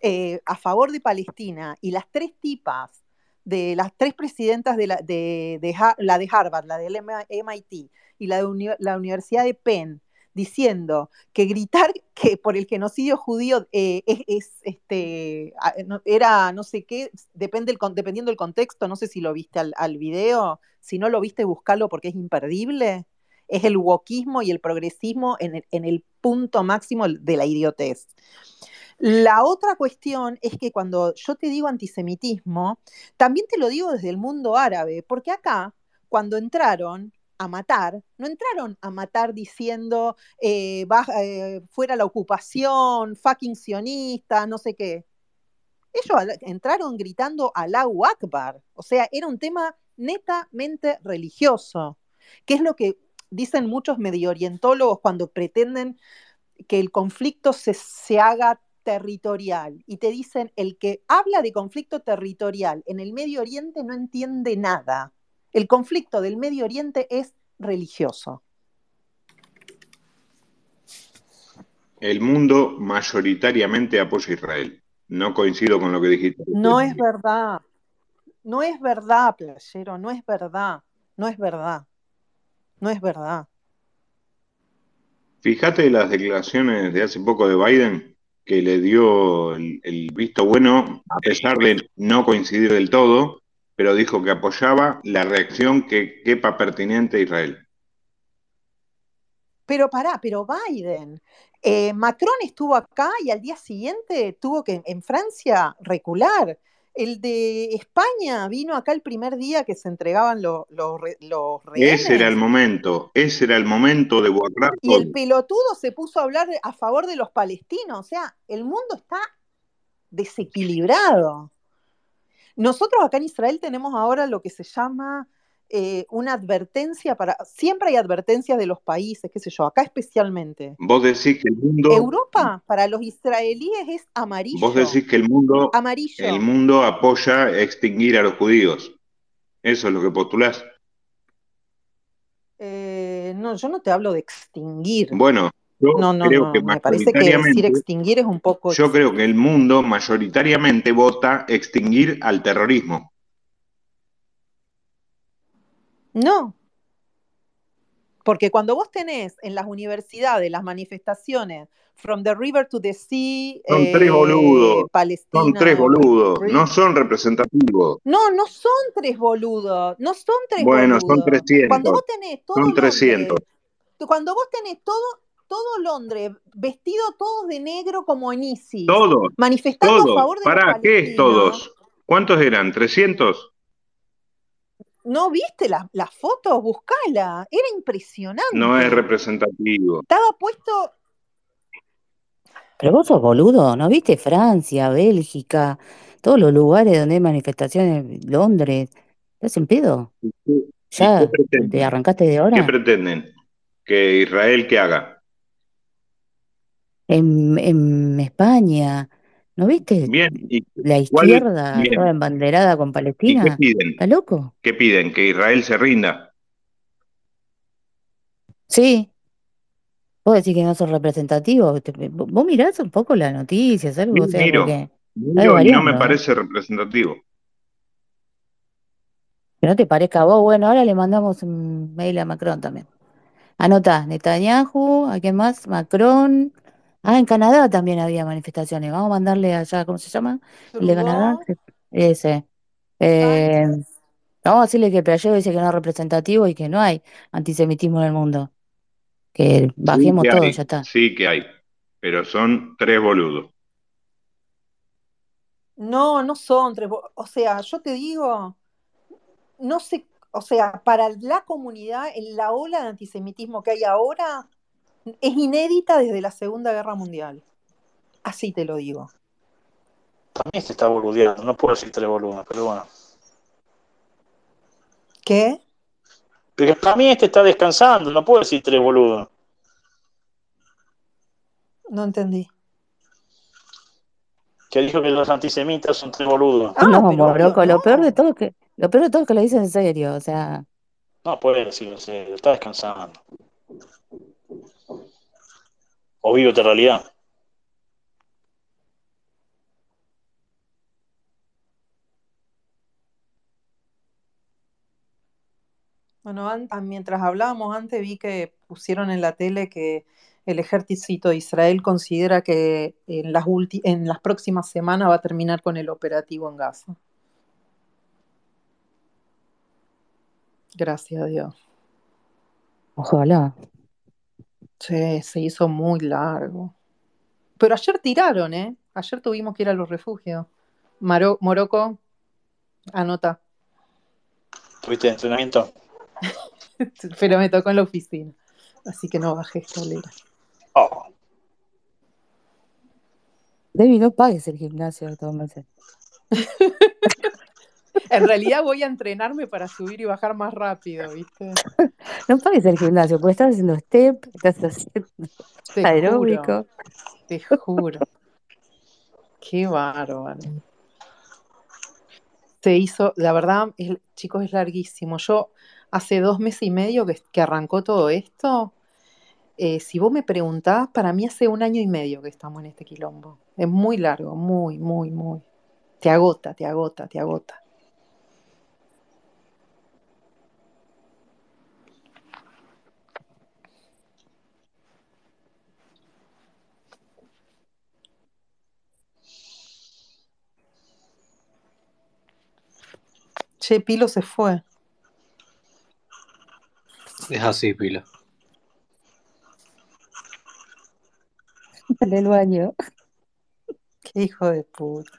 eh, a favor de Palestina y las tres tipas, de las tres presidentas de la de, de Ha- la de Harvard, la del M- MIT y la de uni- la Universidad de Penn, diciendo que gritar que por el genocidio judío eh, es, es, este, a- no- era no sé qué, depende el con- dependiendo del contexto, no sé si lo viste al, al video, si no lo viste, buscalo porque es imperdible. es el wokismo y el progresismo en el, en el punto máximo de la idiotez. La otra cuestión es que cuando yo te digo antisemitismo, también te lo digo desde el mundo árabe, porque acá, cuando entraron a matar, no entraron a matar diciendo eh, baja, eh, fuera la ocupación, fucking sionista, no sé qué. Ellos al- entraron gritando Allahu Akbar, o sea, era un tema netamente religioso, que es lo que dicen muchos medioorientólogos cuando pretenden que el conflicto se, se haga territorial. Y te dicen, el que habla de conflicto territorial en el Medio Oriente no entiende nada. El conflicto del Medio Oriente es religioso.
El mundo mayoritariamente apoya a Israel. No coincido con lo que dijiste.
No es verdad. No es verdad, playero, no es verdad. No es verdad. No es verdad.
Fíjate las declaraciones de hace poco de Biden, que le dio el, el visto bueno, a pesar de no coincidir del todo, pero dijo que apoyaba la reacción que quepa pertinente a Israel.
Pero pará, pero Biden, eh, Macron estuvo acá y al día siguiente tuvo que en Francia recular. El de España vino acá el primer día que se entregaban lo- lo re- los rehenes.
Ese era el momento, ese era el momento de borrar
Y el
todo.
pelotudo se puso a hablar de- a favor de los palestinos. O sea, el mundo está desequilibrado. Nosotros acá en Israel tenemos ahora lo que se llama eh, una advertencia para. Siempre hay advertencias de los países, qué sé yo, acá especialmente.
Vos decís que el mundo,
Europa para los israelíes es amarillo.
vos decís que el mundo,
Amarillo.
el mundo apoya extinguir a los judíos. Eso es lo que postulás.
Eh, no, yo no te hablo de extinguir.
Bueno, yo
No, no,
creo
no.
que
Me parece que decir
mayoritariamente,
extinguir es un poco.
yo creo que el mundo mayoritariamente vota extinguir al terrorismo.
No. Porque cuando vos tenés en las universidades las manifestaciones From the River to the Sea,
Son tres
eh,
boludos, son tres
Palestina.
boludos,
Free-
no son representativos.
No, no son tres boludos, no son tres
Bueno, son
boludos.
300,
Cuando vos tenés todo
son
Londres,
300.
cuando vos tenés todo, todo Londres vestido todos de negro como en ISIS,
Todos,
manifestando a
todos.
favor de los
Pará, ¿qué es
palestinos,
todos? ¿Cuántos eran? ¿300?
¿no viste la- las fotos? Buscala, era impresionante.
No es representativo.
Estaba puesto,
Pero vos sos boludo, ¿no viste Francia, Bélgica, todos los lugares donde hay manifestaciones, Londres? ¿Estás en pedo?
¿Y qué
¿Ya te
pretenden?
arrancaste de
¿Qué
ahora?
pretenden? ¿Que Israel qué haga?
En, en España, ¿no viste
Bien, ¿y
la
cuál?
izquierda toda
Bien.
embanderada con
¿Y qué
Palestina?
piden?
¿Está loco?
¿Qué piden? ¿Que Israel se rinda?
Sí, vos decís que no sos representativo. Te- Vos vos mirás un poco las noticias, algo,
Yo
o sea,
miro,
porque está
miro y no me
variando, ¿eh?
parece representativo.
Que no te parezca a vos, bueno, ahora le mandamos un mail a Macron también. Anotá, Netanyahu, ¿a quién más? Macron. Ah, en Canadá también había manifestaciones. Vamos a mandarle allá, ¿cómo se llama? El de Canadá.
Trudeau,
que- Ese. Eh, vamos a decirle que el playero dice que no es representativo y que no hay antisemitismo en el mundo. Que
Sí
bajemos
que
todo,
hay,
ya está.
sí que hay, pero son tres boludos.
no, no son tres, bo- o sea, yo te digo, no sé, o sea, para la comunidad, en la ola de antisemitismo que hay ahora es inédita desde la Segunda Guerra Mundial. Así te lo digo.
También se está boludeando, no puedo decir tres boludos, pero bueno.
¿Qué?
Pero también este está descansando, no puedo decir tres boludos.
No entendí.
Que dijo que los antisemitas son tres boludos.
Ah,
No,
pero obvio,
Morocco, lo peor de
no.
todo es que, lo peor de todo es que lo dice en serio, o sea,
No puede decirlo, en serio, está descansando. O vive otra realidad.
Bueno, an- a- mientras hablábamos antes vi que pusieron en la tele que el ejército de Israel considera que en las, ulti- en las próximas semanas va a terminar con el operativo en Gaza. Gracias a Dios.
Ojalá.
Sí, se hizo muy largo. Pero ayer tiraron, ¿eh? Ayer tuvimos que ir a los refugios. Maro- Morocco, anota.
¿Tuviste entrenamiento?
Pero me tocó en la oficina. Así que no bajé escalera.
Oh.
Debbie, no pagues el gimnasio de todos meses.
En realidad voy a entrenarme para subir y bajar más rápido, ¿viste?
No pagues el gimnasio, porque estás haciendo step, estás haciendo
Te
aeróbico.
juro, te juro. Qué bárbaro. Se hizo, la verdad, es- chicos, es larguísimo. Yo hace dos meses y medio que, que arrancó todo esto. eh, si vos me preguntás, para mí hace un año y medio que estamos en este quilombo. Es muy largo, muy, muy, muy. Te agota, te agota, te agota. Che, Pilo se fue.
Es así, Pilo.
En el baño.
Qué hijo de puta.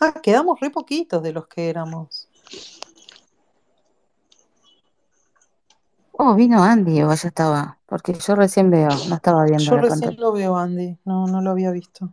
Ah, quedamos re poquitos de los que éramos.
Oh, vino Andy, o ya estaba. Porque yo recién veo, no estaba viendo
Yo
la
recién
pantalla.
lo veo, Andy. No, no lo había visto.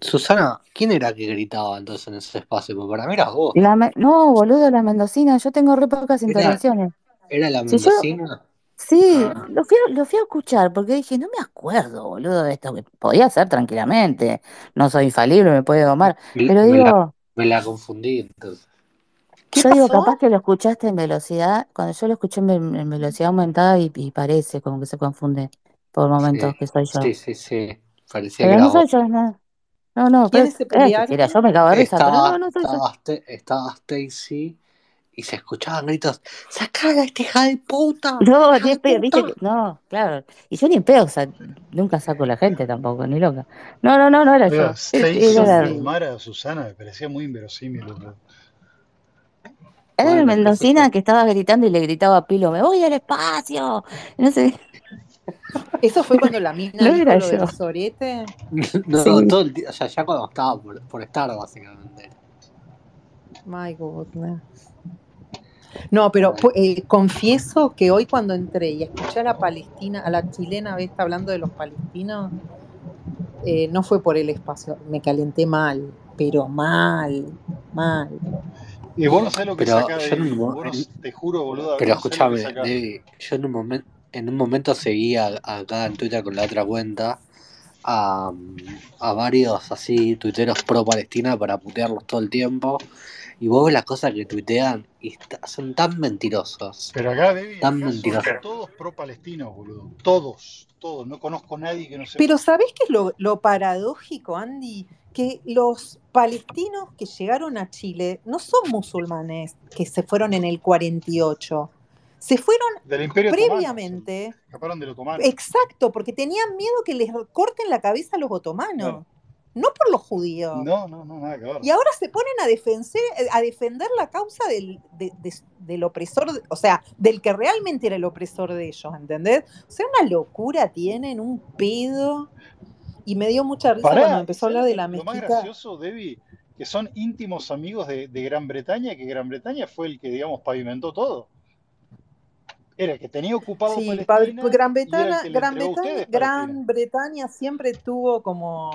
Susana, ¿quién era que gritaba entonces en ese espacio? Porque para mí eras vos.
La me- no, boludo, la mendocina, yo tengo re pocas intervenciones.
¿Era la
Si yo,
mendocina?
sí,
Ah.
lo fui, a, lo fui a escuchar porque dije, no me acuerdo, boludo, de esto, que podía ser tranquilamente, no soy infalible, me puede domar,
Me,
pero
me la,
digo,
me la confundí entonces.
yo digo, capaz que lo escuchaste en velocidad, cuando yo lo escuché en, ve- en velocidad aumentada y, y parece como que se confunde por
Sí,
momentos que soy yo.
sí, sí, sí. Parecía que
Pero no
eras vos.
soy yo, no, no, no, pero,
¿Quiénes se
eh, si era
pelearon?
yo me cago de risa, pero no,
Estaba,
no soy yo.
estaba, Ste- estaba Stacy y se escuchaban gritos: ¡Sacala, este hija de puta!
No,
¡Hija
ni
de
en pedo, viste que,
puta!
no, claro. Y yo ni en pedo, o sea, nunca saco a la gente tampoco, ni loca. No, no, no, no era
Oiga,
yo. Era,
Stacy
era la,
domar a Susana me parecía muy inverosímil. loco.
era la
Bueno, qué sé yo.
mendocina que estaba gritando y le gritaba a Pilo, me voy al espacio. No sé,
¿Eso fue cuando la mina
no
dijo
era
lo de
yo.
los oretes?
No,
Sí.
todo el día, o sea, ya cuando estaba por, por estar, básicamente.
My goodness. No, pero pu- eh, confieso que hoy cuando entré y escuché a la palestina, a la chilena, ¿ves? Está hablando de los palestinos, eh, no fue por el espacio. Me calenté mal, pero mal, mal.
Y vos no sabés lo que
Pero
saca
yo en
de.
un, mo-
Vos no
en-
s- te juro, boludo,
pero
no sé lo que
escúchame,
saca.
Debbie, yo en un momento, en un momento seguía acá en Twitter con la otra cuenta a, a varios así tuiteros pro Palestina para putearlos todo el tiempo. Y vos ves las cosas que tuitean y está- son tan mentirosos,
Pero acá, Debbie,
tan
acá son
mentirosos.
todos pro-palestinos, boludo. Todos, todos. No conozco a nadie que no sea.
Pero ¿sabés qué es lo, lo paradójico, Andy? Que los palestinos que llegaron a Chile no son musulmanes que se fueron en el 48. Se fueron
Del Imperio Otomano. Se
previamente,
escaparon del otomano.
exacto, porque tenían miedo que les corten la cabeza a los
Claro.
otomanos, no por los judíos.
No, no, no, nada que ver.
Y ahora se ponen a, defenser- a defender la causa del, de- de- del opresor, o sea, del que realmente era el opresor de ellos, ¿entendés? O sea, una locura tienen, un pedo. Y me dio mucha risa cuando
Pará, ¿y
empezó a
sabes
hablar
lo,
de
que-
la
lo más
mezquita.
gracioso, Debbie? Que son íntimos amigos de, de Gran Bretaña, que Gran Bretaña fue el que, digamos, pavimentó todo. Era el que tenía ocupado
Sí, pa-
Palestina
Gran
y era el
Bretaña,
que le
Gran
entregó
Bretaña,
a ustedes Palestina.
Gran Bretaña siempre tuvo como,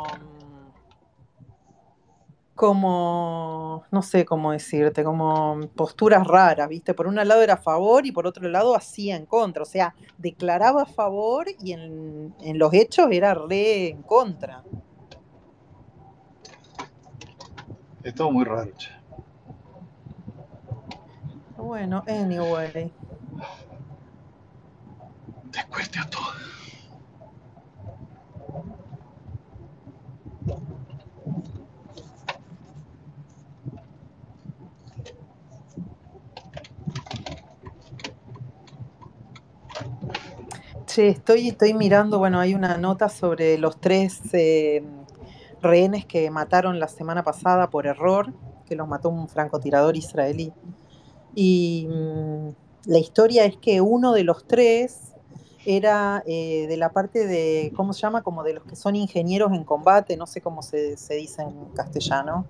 como, no sé cómo decirte, como posturas raras, ¿viste? Por un lado era a favor y por otro lado hacía en contra. O sea, declaraba a favor y en, en los hechos era re en contra.
Es todo muy raro, che.
Bueno, anyway.
Te cueste a todo.
Che, estoy, estoy mirando, bueno, hay una nota sobre los tres eh, rehenes que mataron la semana pasada por error. que los mató un francotirador israelí. Y mm, la historia es que uno de los tres era eh, de la parte de, ¿cómo se llama? Como de los que son ingenieros en combate, no sé cómo se, se dice en castellano.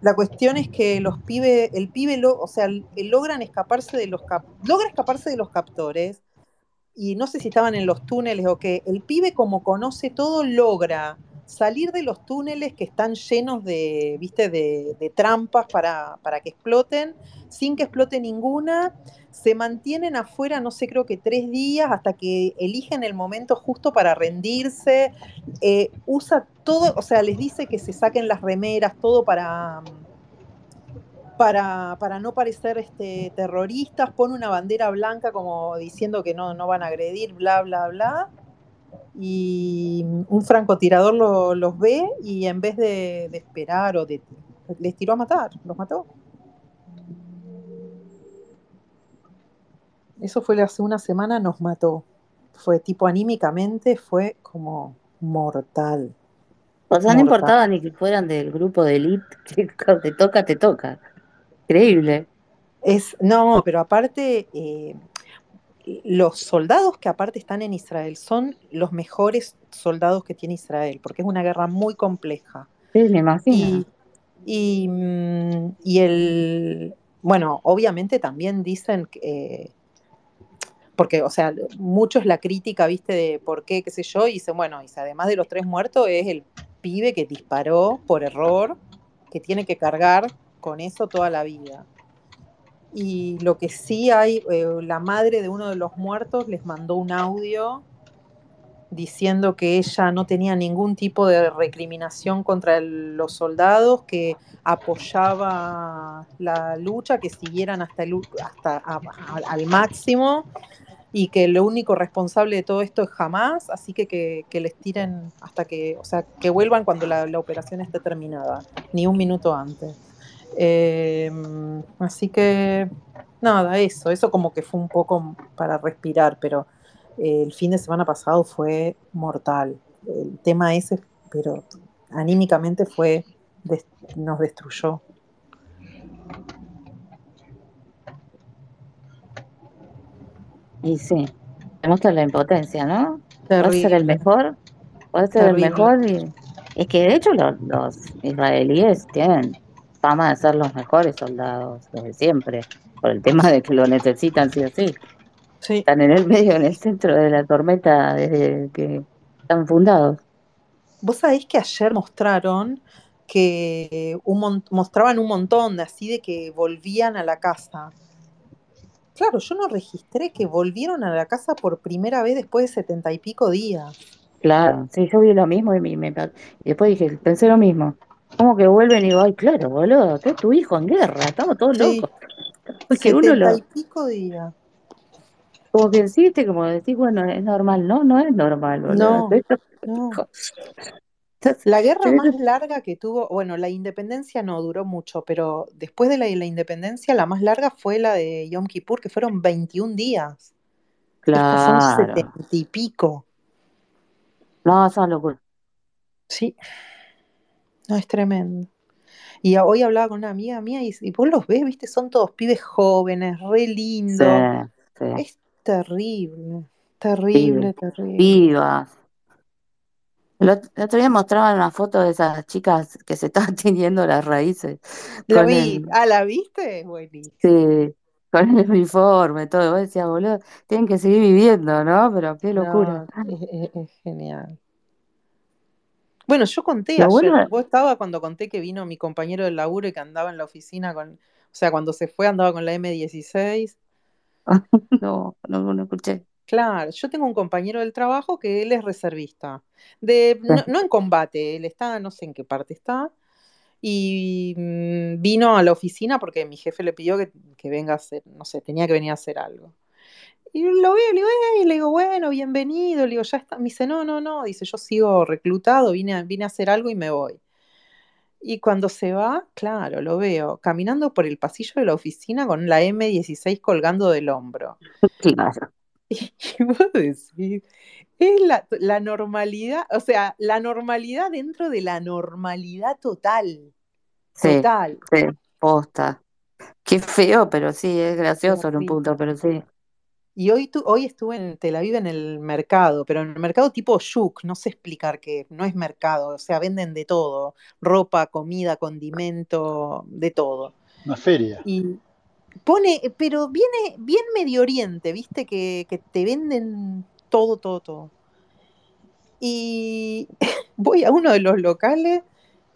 La cuestión es que los pibes, el pibe, lo, o sea, el- logran escaparse de los cap- logra escaparse de los captores y no sé si estaban en los túneles o qué. El pibe, como conoce todo, logra salir de los túneles que están llenos de, viste, de, de trampas para, para que exploten, sin que explote ninguna. Se mantienen afuera, no sé, creo que tres días hasta que eligen el momento justo para rendirse. Eh, usa todo, o sea, les dice que se saquen las remeras, todo para, para, para no parecer este, terroristas, pone una bandera blanca como diciendo que no, no van a agredir, bla, bla, bla. Y un francotirador lo- los ve y en vez de, de esperar o de... Les tiró a matar, los mató. Eso fue hace una semana, nos mató. Fue tipo anímicamente, fue como mortal.
O sea,
Mortal.
no importaba ni que fueran del grupo de elite, que cuando te toca, te toca. Increíble. Oh.
Es, no, pero aparte, eh, los soldados que aparte están en Israel son los mejores soldados que tiene Israel, porque es una guerra muy compleja.
Sí, me imagino.
Y, y, mm, y el, bueno, obviamente también dicen que, eh, porque, o sea, mucho es la crítica, viste, de por qué, qué sé yo, y dicen, bueno, y si además de los tres muertos es el pibe que disparó por error, que tiene que cargar con eso toda la vida. Y lo que sí hay, eh, la madre de uno de los muertos les mandó un audio diciendo que ella no tenía ningún tipo de recriminación contra el- los soldados, que apoyaba la lucha, que siguieran hasta, el, u- hasta a- a- al máximo y que lo único responsable de todo esto es jamás, así que, que, que les tiren hasta que, o sea, que vuelvan cuando la, la operación esté terminada, ni un minuto antes. Eh, así que, nada, eso, eso como que fue un poco para respirar, pero eh, el fin de semana pasado fue mortal. El tema ese, pero anímicamente fue, des- nos destruyó.
Y sí, te muestra la impotencia, ¿no? Puedes ser el
Terrible,
mejor, puedes ser el
terrible.
mejor. Y... Es que de hecho los, los israelíes tienen fama de ser los mejores soldados desde siempre, por el tema de que lo necesitan sí o sí.
Sí.
Están en el medio, en el centro de la tormenta desde que están fundados.
Vos sabés que ayer mostraron que un mon- mostraban un montón de así de que volvían a la casa. Claro, yo no registré que volvieron a la casa por primera vez después de setenta y pico días.
Claro, sí, yo vi lo mismo y, me, me- y después dije, pensé lo mismo. ¿Cómo que vuelven? Y digo, ay, claro, boludo, que es tu hijo en guerra, estamos todos
Sí,
locos. Que uno
setenta y
lo,
pico días.
como que insiste, como decís, bueno, es normal. No, no es normal, boludo.
No,
Esto-
no.
Entonces,
La guerra
pero
más larga que tuvo, bueno, la independencia no duró mucho, pero después de la, la independencia la más larga fue la de Yom Kippur, que fueron 21 días. Estas son
Claro,
setenta y pico.
no, son locura.
Sí, no es tremendo. Y a- hoy hablaba con una amiga mía y, y vos los ves, viste, son todos pibes jóvenes, re
Sí,
lindo.
sí,
Es terrible,
pibes,
terrible, terrible.
pibas. El ot- el otro día mostraban una foto de esas chicas que se estaban tiñendo las raíces
La
con
vi,
el,
ah, ¿la viste? Buenísimo.
sí, con el uniforme, todo. Vos decías, boludo, tienen que seguir viviendo, ¿no? Pero qué locura.
No, es, es- es genial. Bueno, yo conté
Lo
ayer,
bueno,
vos estaba cuando conté que vino mi compañero del laburo y que andaba en la oficina con, o sea, cuando se fue andaba con la M16.
no, no, no escuché.
Claro, yo tengo un compañero del trabajo que él es reservista, de, no, no en combate, él está, no sé en qué parte está, y mm, vino a la oficina porque mi jefe le pidió que, que venga a hacer, no sé, tenía que venir a hacer algo. Y lo veo, le digo, "Ey", le digo, bueno, bienvenido, le digo, ya está. Me dice, no, no, no, dice, yo sigo reclutado, vine a, vine a hacer algo y me voy. Y cuando se va, claro, lo veo caminando por el pasillo de la oficina con la M16 colgando del hombro.
Claro.
Y vos decís, es la, la normalidad, o sea, la normalidad dentro de la normalidad total.
Sí,
Total.
sí, posta. Qué feo, pero sí, es gracioso en un punto, pero sí.
Y hoy, tu- hoy estuve en Tel Aviv en el mercado, pero en el mercado tipo Shuk, no sé explicar qué, no es mercado, o sea, venden de todo, ropa, comida, condimento, de todo.
Una feria.
Y pone, eh, pero viene bien Medio Oriente, viste, que, que te venden todo, todo, todo. Y voy a uno de los locales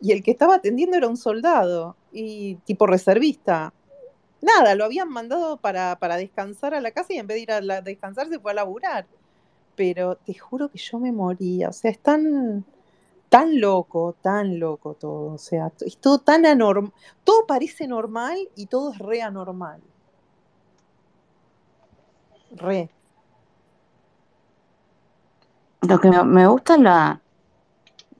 y el que estaba atendiendo era un soldado y tipo reservista. Nada, lo habían mandado para, para descansar a la casa y en vez de ir a la- descansar se fue a laburar. Pero te juro que yo me moría. O sea, es tan, tan loco, tan loco todo. O sea, t- es todo tan anormal. Todo parece normal y todo es re anormal. Re.
Lo que me, me gusta es la,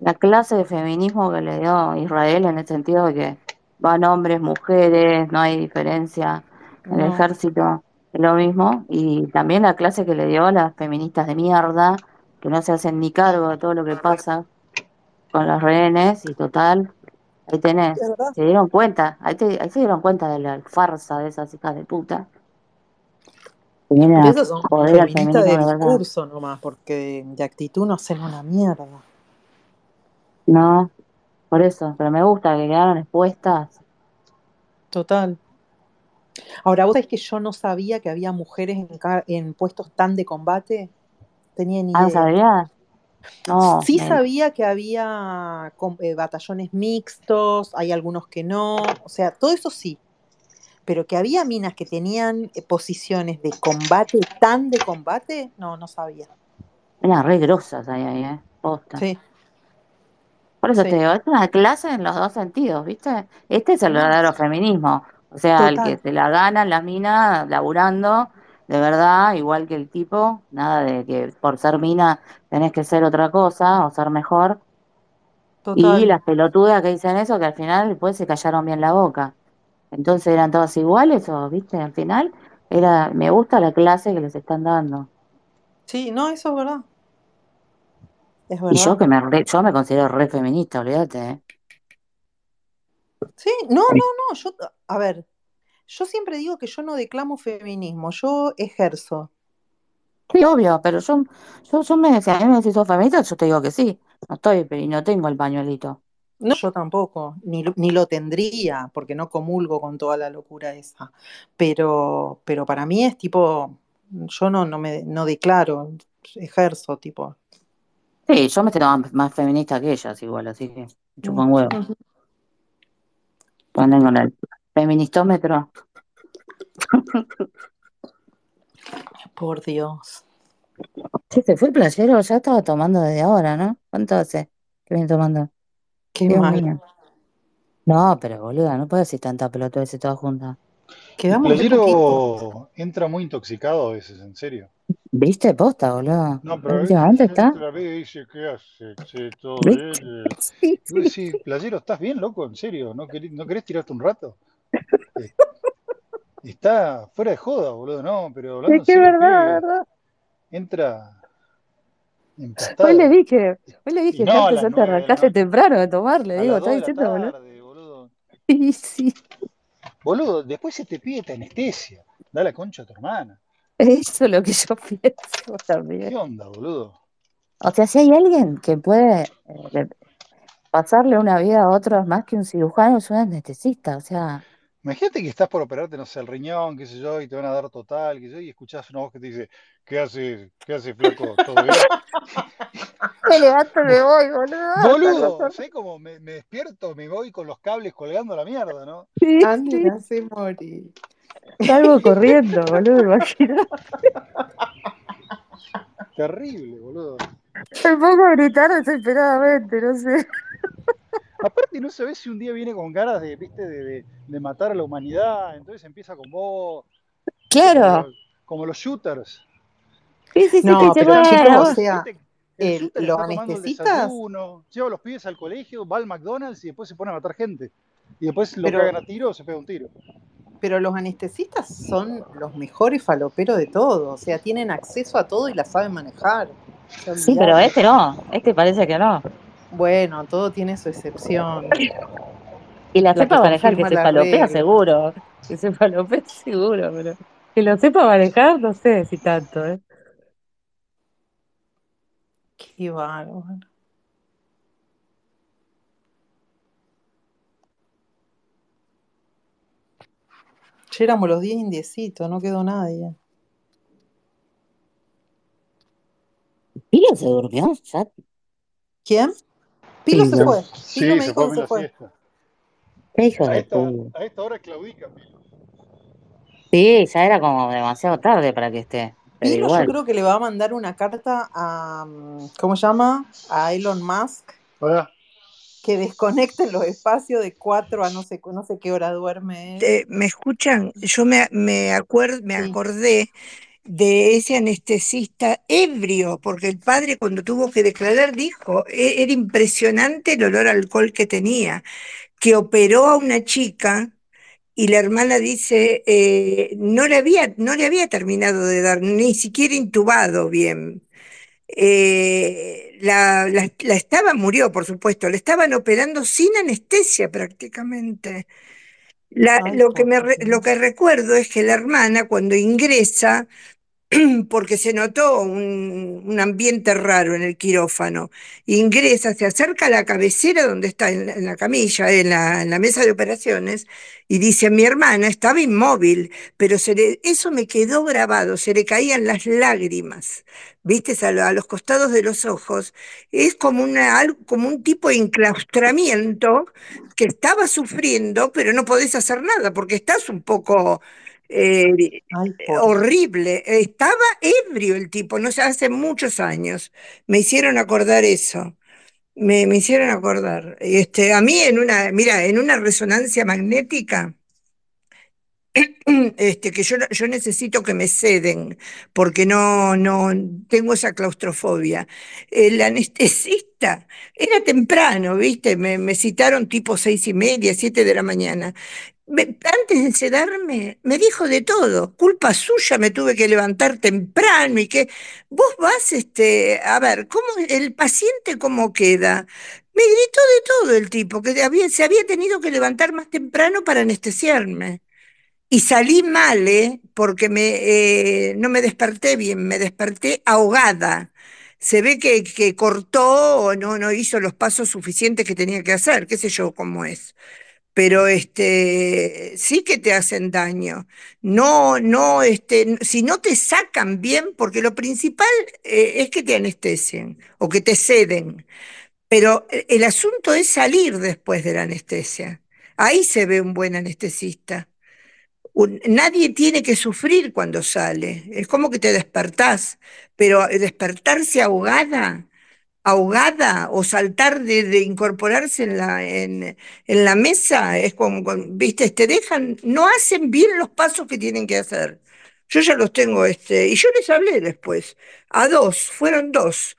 la clase de feminismo que le dio Israel en el sentido de que van hombres, mujeres, no hay diferencia. El
No.
ejército es lo mismo. Y también la clase que le dio a las feministas de mierda, que no se hacen ni cargo de todo lo que pasa con los rehenes y total. Ahí tenés, se dieron cuenta, ahí, te- ahí se dieron cuenta de la farsa de esas hijas de puta. que vienen
Pero
a
esas son
joder al
feministas
feminismo
de
de verdad.
discurso nomás, porque de actitud no hacen una mierda.
No, por eso, pero me gusta que quedaron expuestas.
Total. Ahora, vos sabés que yo no sabía que había mujeres en, car- en puestos tan de combate. Tenía ni
Ah,
idea.
¿sabía? No,
Sí
me-
sabía que había com- eh, batallones mixtos, hay algunos que no, o sea, todo eso sí, pero que había minas que tenían eh, posiciones de combate, tan de combate, no, no sabía.
eran re grosas ahí, ahí, eh, posta.
Sí,
Por eso te
sí,
digo, es una clase en los dos sentidos, ¿viste? Este es el
No,
verdadero feminismo. O sea, el que
total,
se la ganan las minas laburando, de verdad, igual que el tipo, nada de que por ser mina tenés que ser otra cosa o ser mejor. Y
total,
las pelotudas que dicen eso, que al final después se callaron bien la boca. Entonces eran todas iguales, o, ¿viste? Al final era, me gusta la clase que les están dando.
sí, no, eso es verdad, es
Y yo
verdad.
que me re- yo me considero re feminista, olvídate, ¿eh?
Sí, no, no, no, yo, a ver, yo siempre digo que yo no declamo feminismo, yo ejerzo.
Sí, obvio, pero yo, yo, yo me decía, a mí me decís, ¿sos feminista? Yo te digo que sí. No estoy, pe- y no tengo el pañuelito.
No, yo tampoco, ni, lo- ni lo tendría, porque no comulgo con toda la locura esa. Pero, pero para mí es tipo, yo no, no me no declaro, ejerzo, tipo.
Sí, yo me siento más, más feminista que ellas, igual, así que me
Mm,
chupan huevo.
ujú.
Anden con el feministómetro.
Por Dios.
Sí, se fue el playero, ya estaba tomando desde ahora, ¿no? ¿Cuánto hace que viene tomando?
Qué
Dios
mal.
mío. No, pero boluda, no puedo decir tanta pelotudez toda junta.
El
Quedamos re poquito.
playero entra muy intoxicado a veces, en serio.
¿Viste? Posta, boludo.
No, pero a veces
Últimamente Ah, está.
entra, ve y dice, ¿qué hace? Che, todo
¿Viste?
bien. eh.
Sí,
Y vos
sí.
decís, playero, ¿estás bien, loco? ¿En serio? ¿No querés, no querés tirarte un rato? Eh, Está fuera de joda, boludo. No, pero hablando
Es
en
que es
serio, el
verdad, es
pibe
verdad.
entra
Hoy le
empastado.
dije, hoy le
Y
dije,
no a
Carlos,
las
ya te
9 de la
arrancaste
noche,
temprano de tomar, le
a
digo,
las 2
¿estás
de la
diciendo, boludo?
tarde, boludo.
Y sí,
Boludo, después se te pide te anestesia. Da la concha a tu hermana.
eso es lo que yo pienso también.
¿Qué onda, boludo?
O sea, si hay alguien que puede eh, de- pasarle una vida a otro más que un cirujano, es un anestesista, o sea,
Imagínate que estás por operarte, no sé, el riñón, qué sé yo, y te van a dar total, qué sé yo, y escuchás una voz que te dice, ¿qué haces? ¿Qué haces, flaco? ¿Todo bien?
me levanto y me
Bo-
voy, boludo, hasta
Boludo,
razón.
¿sabés cómo? Me, me despierto, me voy con los cables colgando a la mierda, ¿no?
Sí,
Ah,
sí,
Anda, se morí.
salgo corriendo, boludo, imagínate.
Terrible, boludo.
Me pongo a gritar desesperadamente, no sé.
Aparte, no sabés si un día viene con ganas de, ¿viste? De, de- de matar a la humanidad, entonces empieza con vos, ¿viste? Como
Claro,
los, como los shooters.
sí, sí, sí, te
No,
dice,
pero chicos,
bueno,
o
vos-
sea,
¿Viste? El
eh,
el- los
shooter está tomando el
anestesistas,
desayuno, lleva a los pibes al colegio, va al McDonald's y después se pone a matar gente. Y después lo
pero,
cagan a tiro o se pega un tiro.
pero los anestesistas son los mejores faloperos de todo. O sea, tienen acceso a todo y la saben manejar. Se
sí, pero
olvidate.
este no, este parece que no.
Bueno, todo tiene su excepción.
que la
La
sepa
que
manejar, que
confirma
se
las
palopea
reglas.
seguro. Que se palopea seguro, pero. Que lo sepa manejar, no sé si tanto, ¿eh?
Qué bárbaro. Ya éramos los 10 indiecitos, no quedó nadie.
¿Pilo se durmió? ¿Ya?
¿Quién? Pilo se fue. Pilo
Sí,
me
se
dijo
fue a
que se
la
fue.
siesta.
¿Qué hijo
A
de
esta,
puta?
a esta hora claudica, Pilo.
Sí, ya era como demasiado tarde para que esté. Pero
Pilo yo
igual.
creo que le va a mandar una carta a, mm, ¿cómo se llama? A Elon Musk. Que desconecten los espacios de 4 a no sé, cu- no sé qué hora duerme. ¿eh? él.
Te- eh, ¿Me escuchan? Yo me, me, acuer- me acordé de ese anestesista ebrio, porque el padre cuando tuvo que declarar dijo, e- era impresionante el olor a alcohol que tenía, que operó a una chica y la hermana dice, eh, no le había, no le había terminado de dar, ni siquiera intubado bien. Eh, la, la, la estaba, murió por supuesto, la estaban operando sin anestesia prácticamente. La-
Ay,
lo que
por
me, re- lo que recuerdo es que la hermana cuando ingresa, porque se notó un, un ambiente raro en el quirófano, ingresa, se acerca a la cabecera donde está en la, en la camilla, eh, en la, en la mesa de operaciones, y dice, mi hermana estaba inmóvil, pero se le- eso me quedó grabado, se le caían las lágrimas, viste, a, lo- a los costados de los ojos. Es como, una, al- como un tipo de enclaustramiento que estaba sufriendo, pero no podés hacer nada, porque estás un poco... eh, Horrible, estaba ebrio el tipo, no sé, hace muchos años. Me hicieron acordar eso, me, me hicieron acordar. Este, a mí en una, mira, en una resonancia magnética, este, que yo, no- yo necesito que me ceden, porque no, no tengo esa claustrofobia. El anestesista era temprano, ¿viste? Me, me citaron tipo seis y media, siete de la mañana. Me- antes de sedarme, me dijo de todo. Culpa suya, me tuve que levantar temprano y que vos vas, este, a ver, ¿cómo el paciente cómo queda? Me gritó de todo el tipo, que había- se había tenido que levantar más temprano para anestesiarme. Y salí mal, ¿eh? Porque me, eh, no me desperté bien, me desperté ahogada. Se ve que, que cortó o no, no hizo los pasos suficientes que tenía que hacer, qué sé yo cómo es. Pero este, sí que te hacen daño. No, no, este, n- si no te sacan bien, porque lo principal, eh, es que te anestesien o que te ceden. Pero eh, el asunto es salir después de la anestesia. Ahí se ve un buen anestesista un- nadie tiene que sufrir cuando sale. Es como que te despertás, pero eh, despertarse ahogada, ahogada o saltar de, de incorporarse en la, en, en la mesa, es como, con- viste, te dejan, no hacen bien los pasos que tienen que hacer. Yo ya los tengo, este, y yo les hablé después, a dos, fueron dos,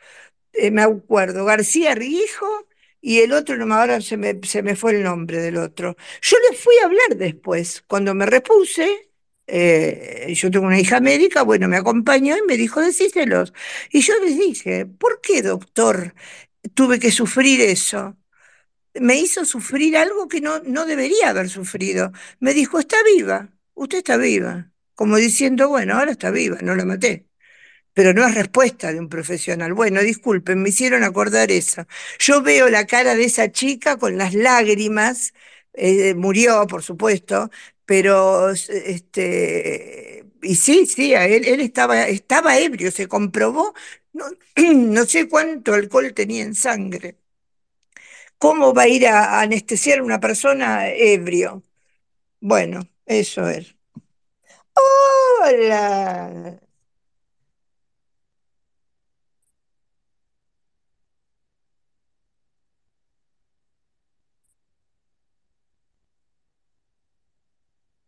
eh, me acuerdo, García Rijo y el otro, no me ahora se me, se me fue el nombre del otro. Yo les fui a hablar después, cuando me repuse, eh, yo tengo una hija médica, bueno, me acompañó y me dijo, decíselos. Y yo les dije, ¿por qué, doctor, tuve que sufrir eso? Me hizo sufrir algo que no, no debería haber sufrido. Me dijo, está viva, usted está viva. Como diciendo, bueno, ahora está viva, no la maté pero no es respuesta de un profesional. Bueno, disculpen, me hicieron acordar eso. Yo veo la cara de esa chica con las lágrimas, eh, murió, por supuesto, pero s- este, y sí, sí, a él, él estaba, estaba ebrio, se comprobó, no, no sé cuánto alcohol tenía en sangre. ¿Cómo va a ir a, a anestesiar a una persona ebrio? Bueno, eso es. Hola.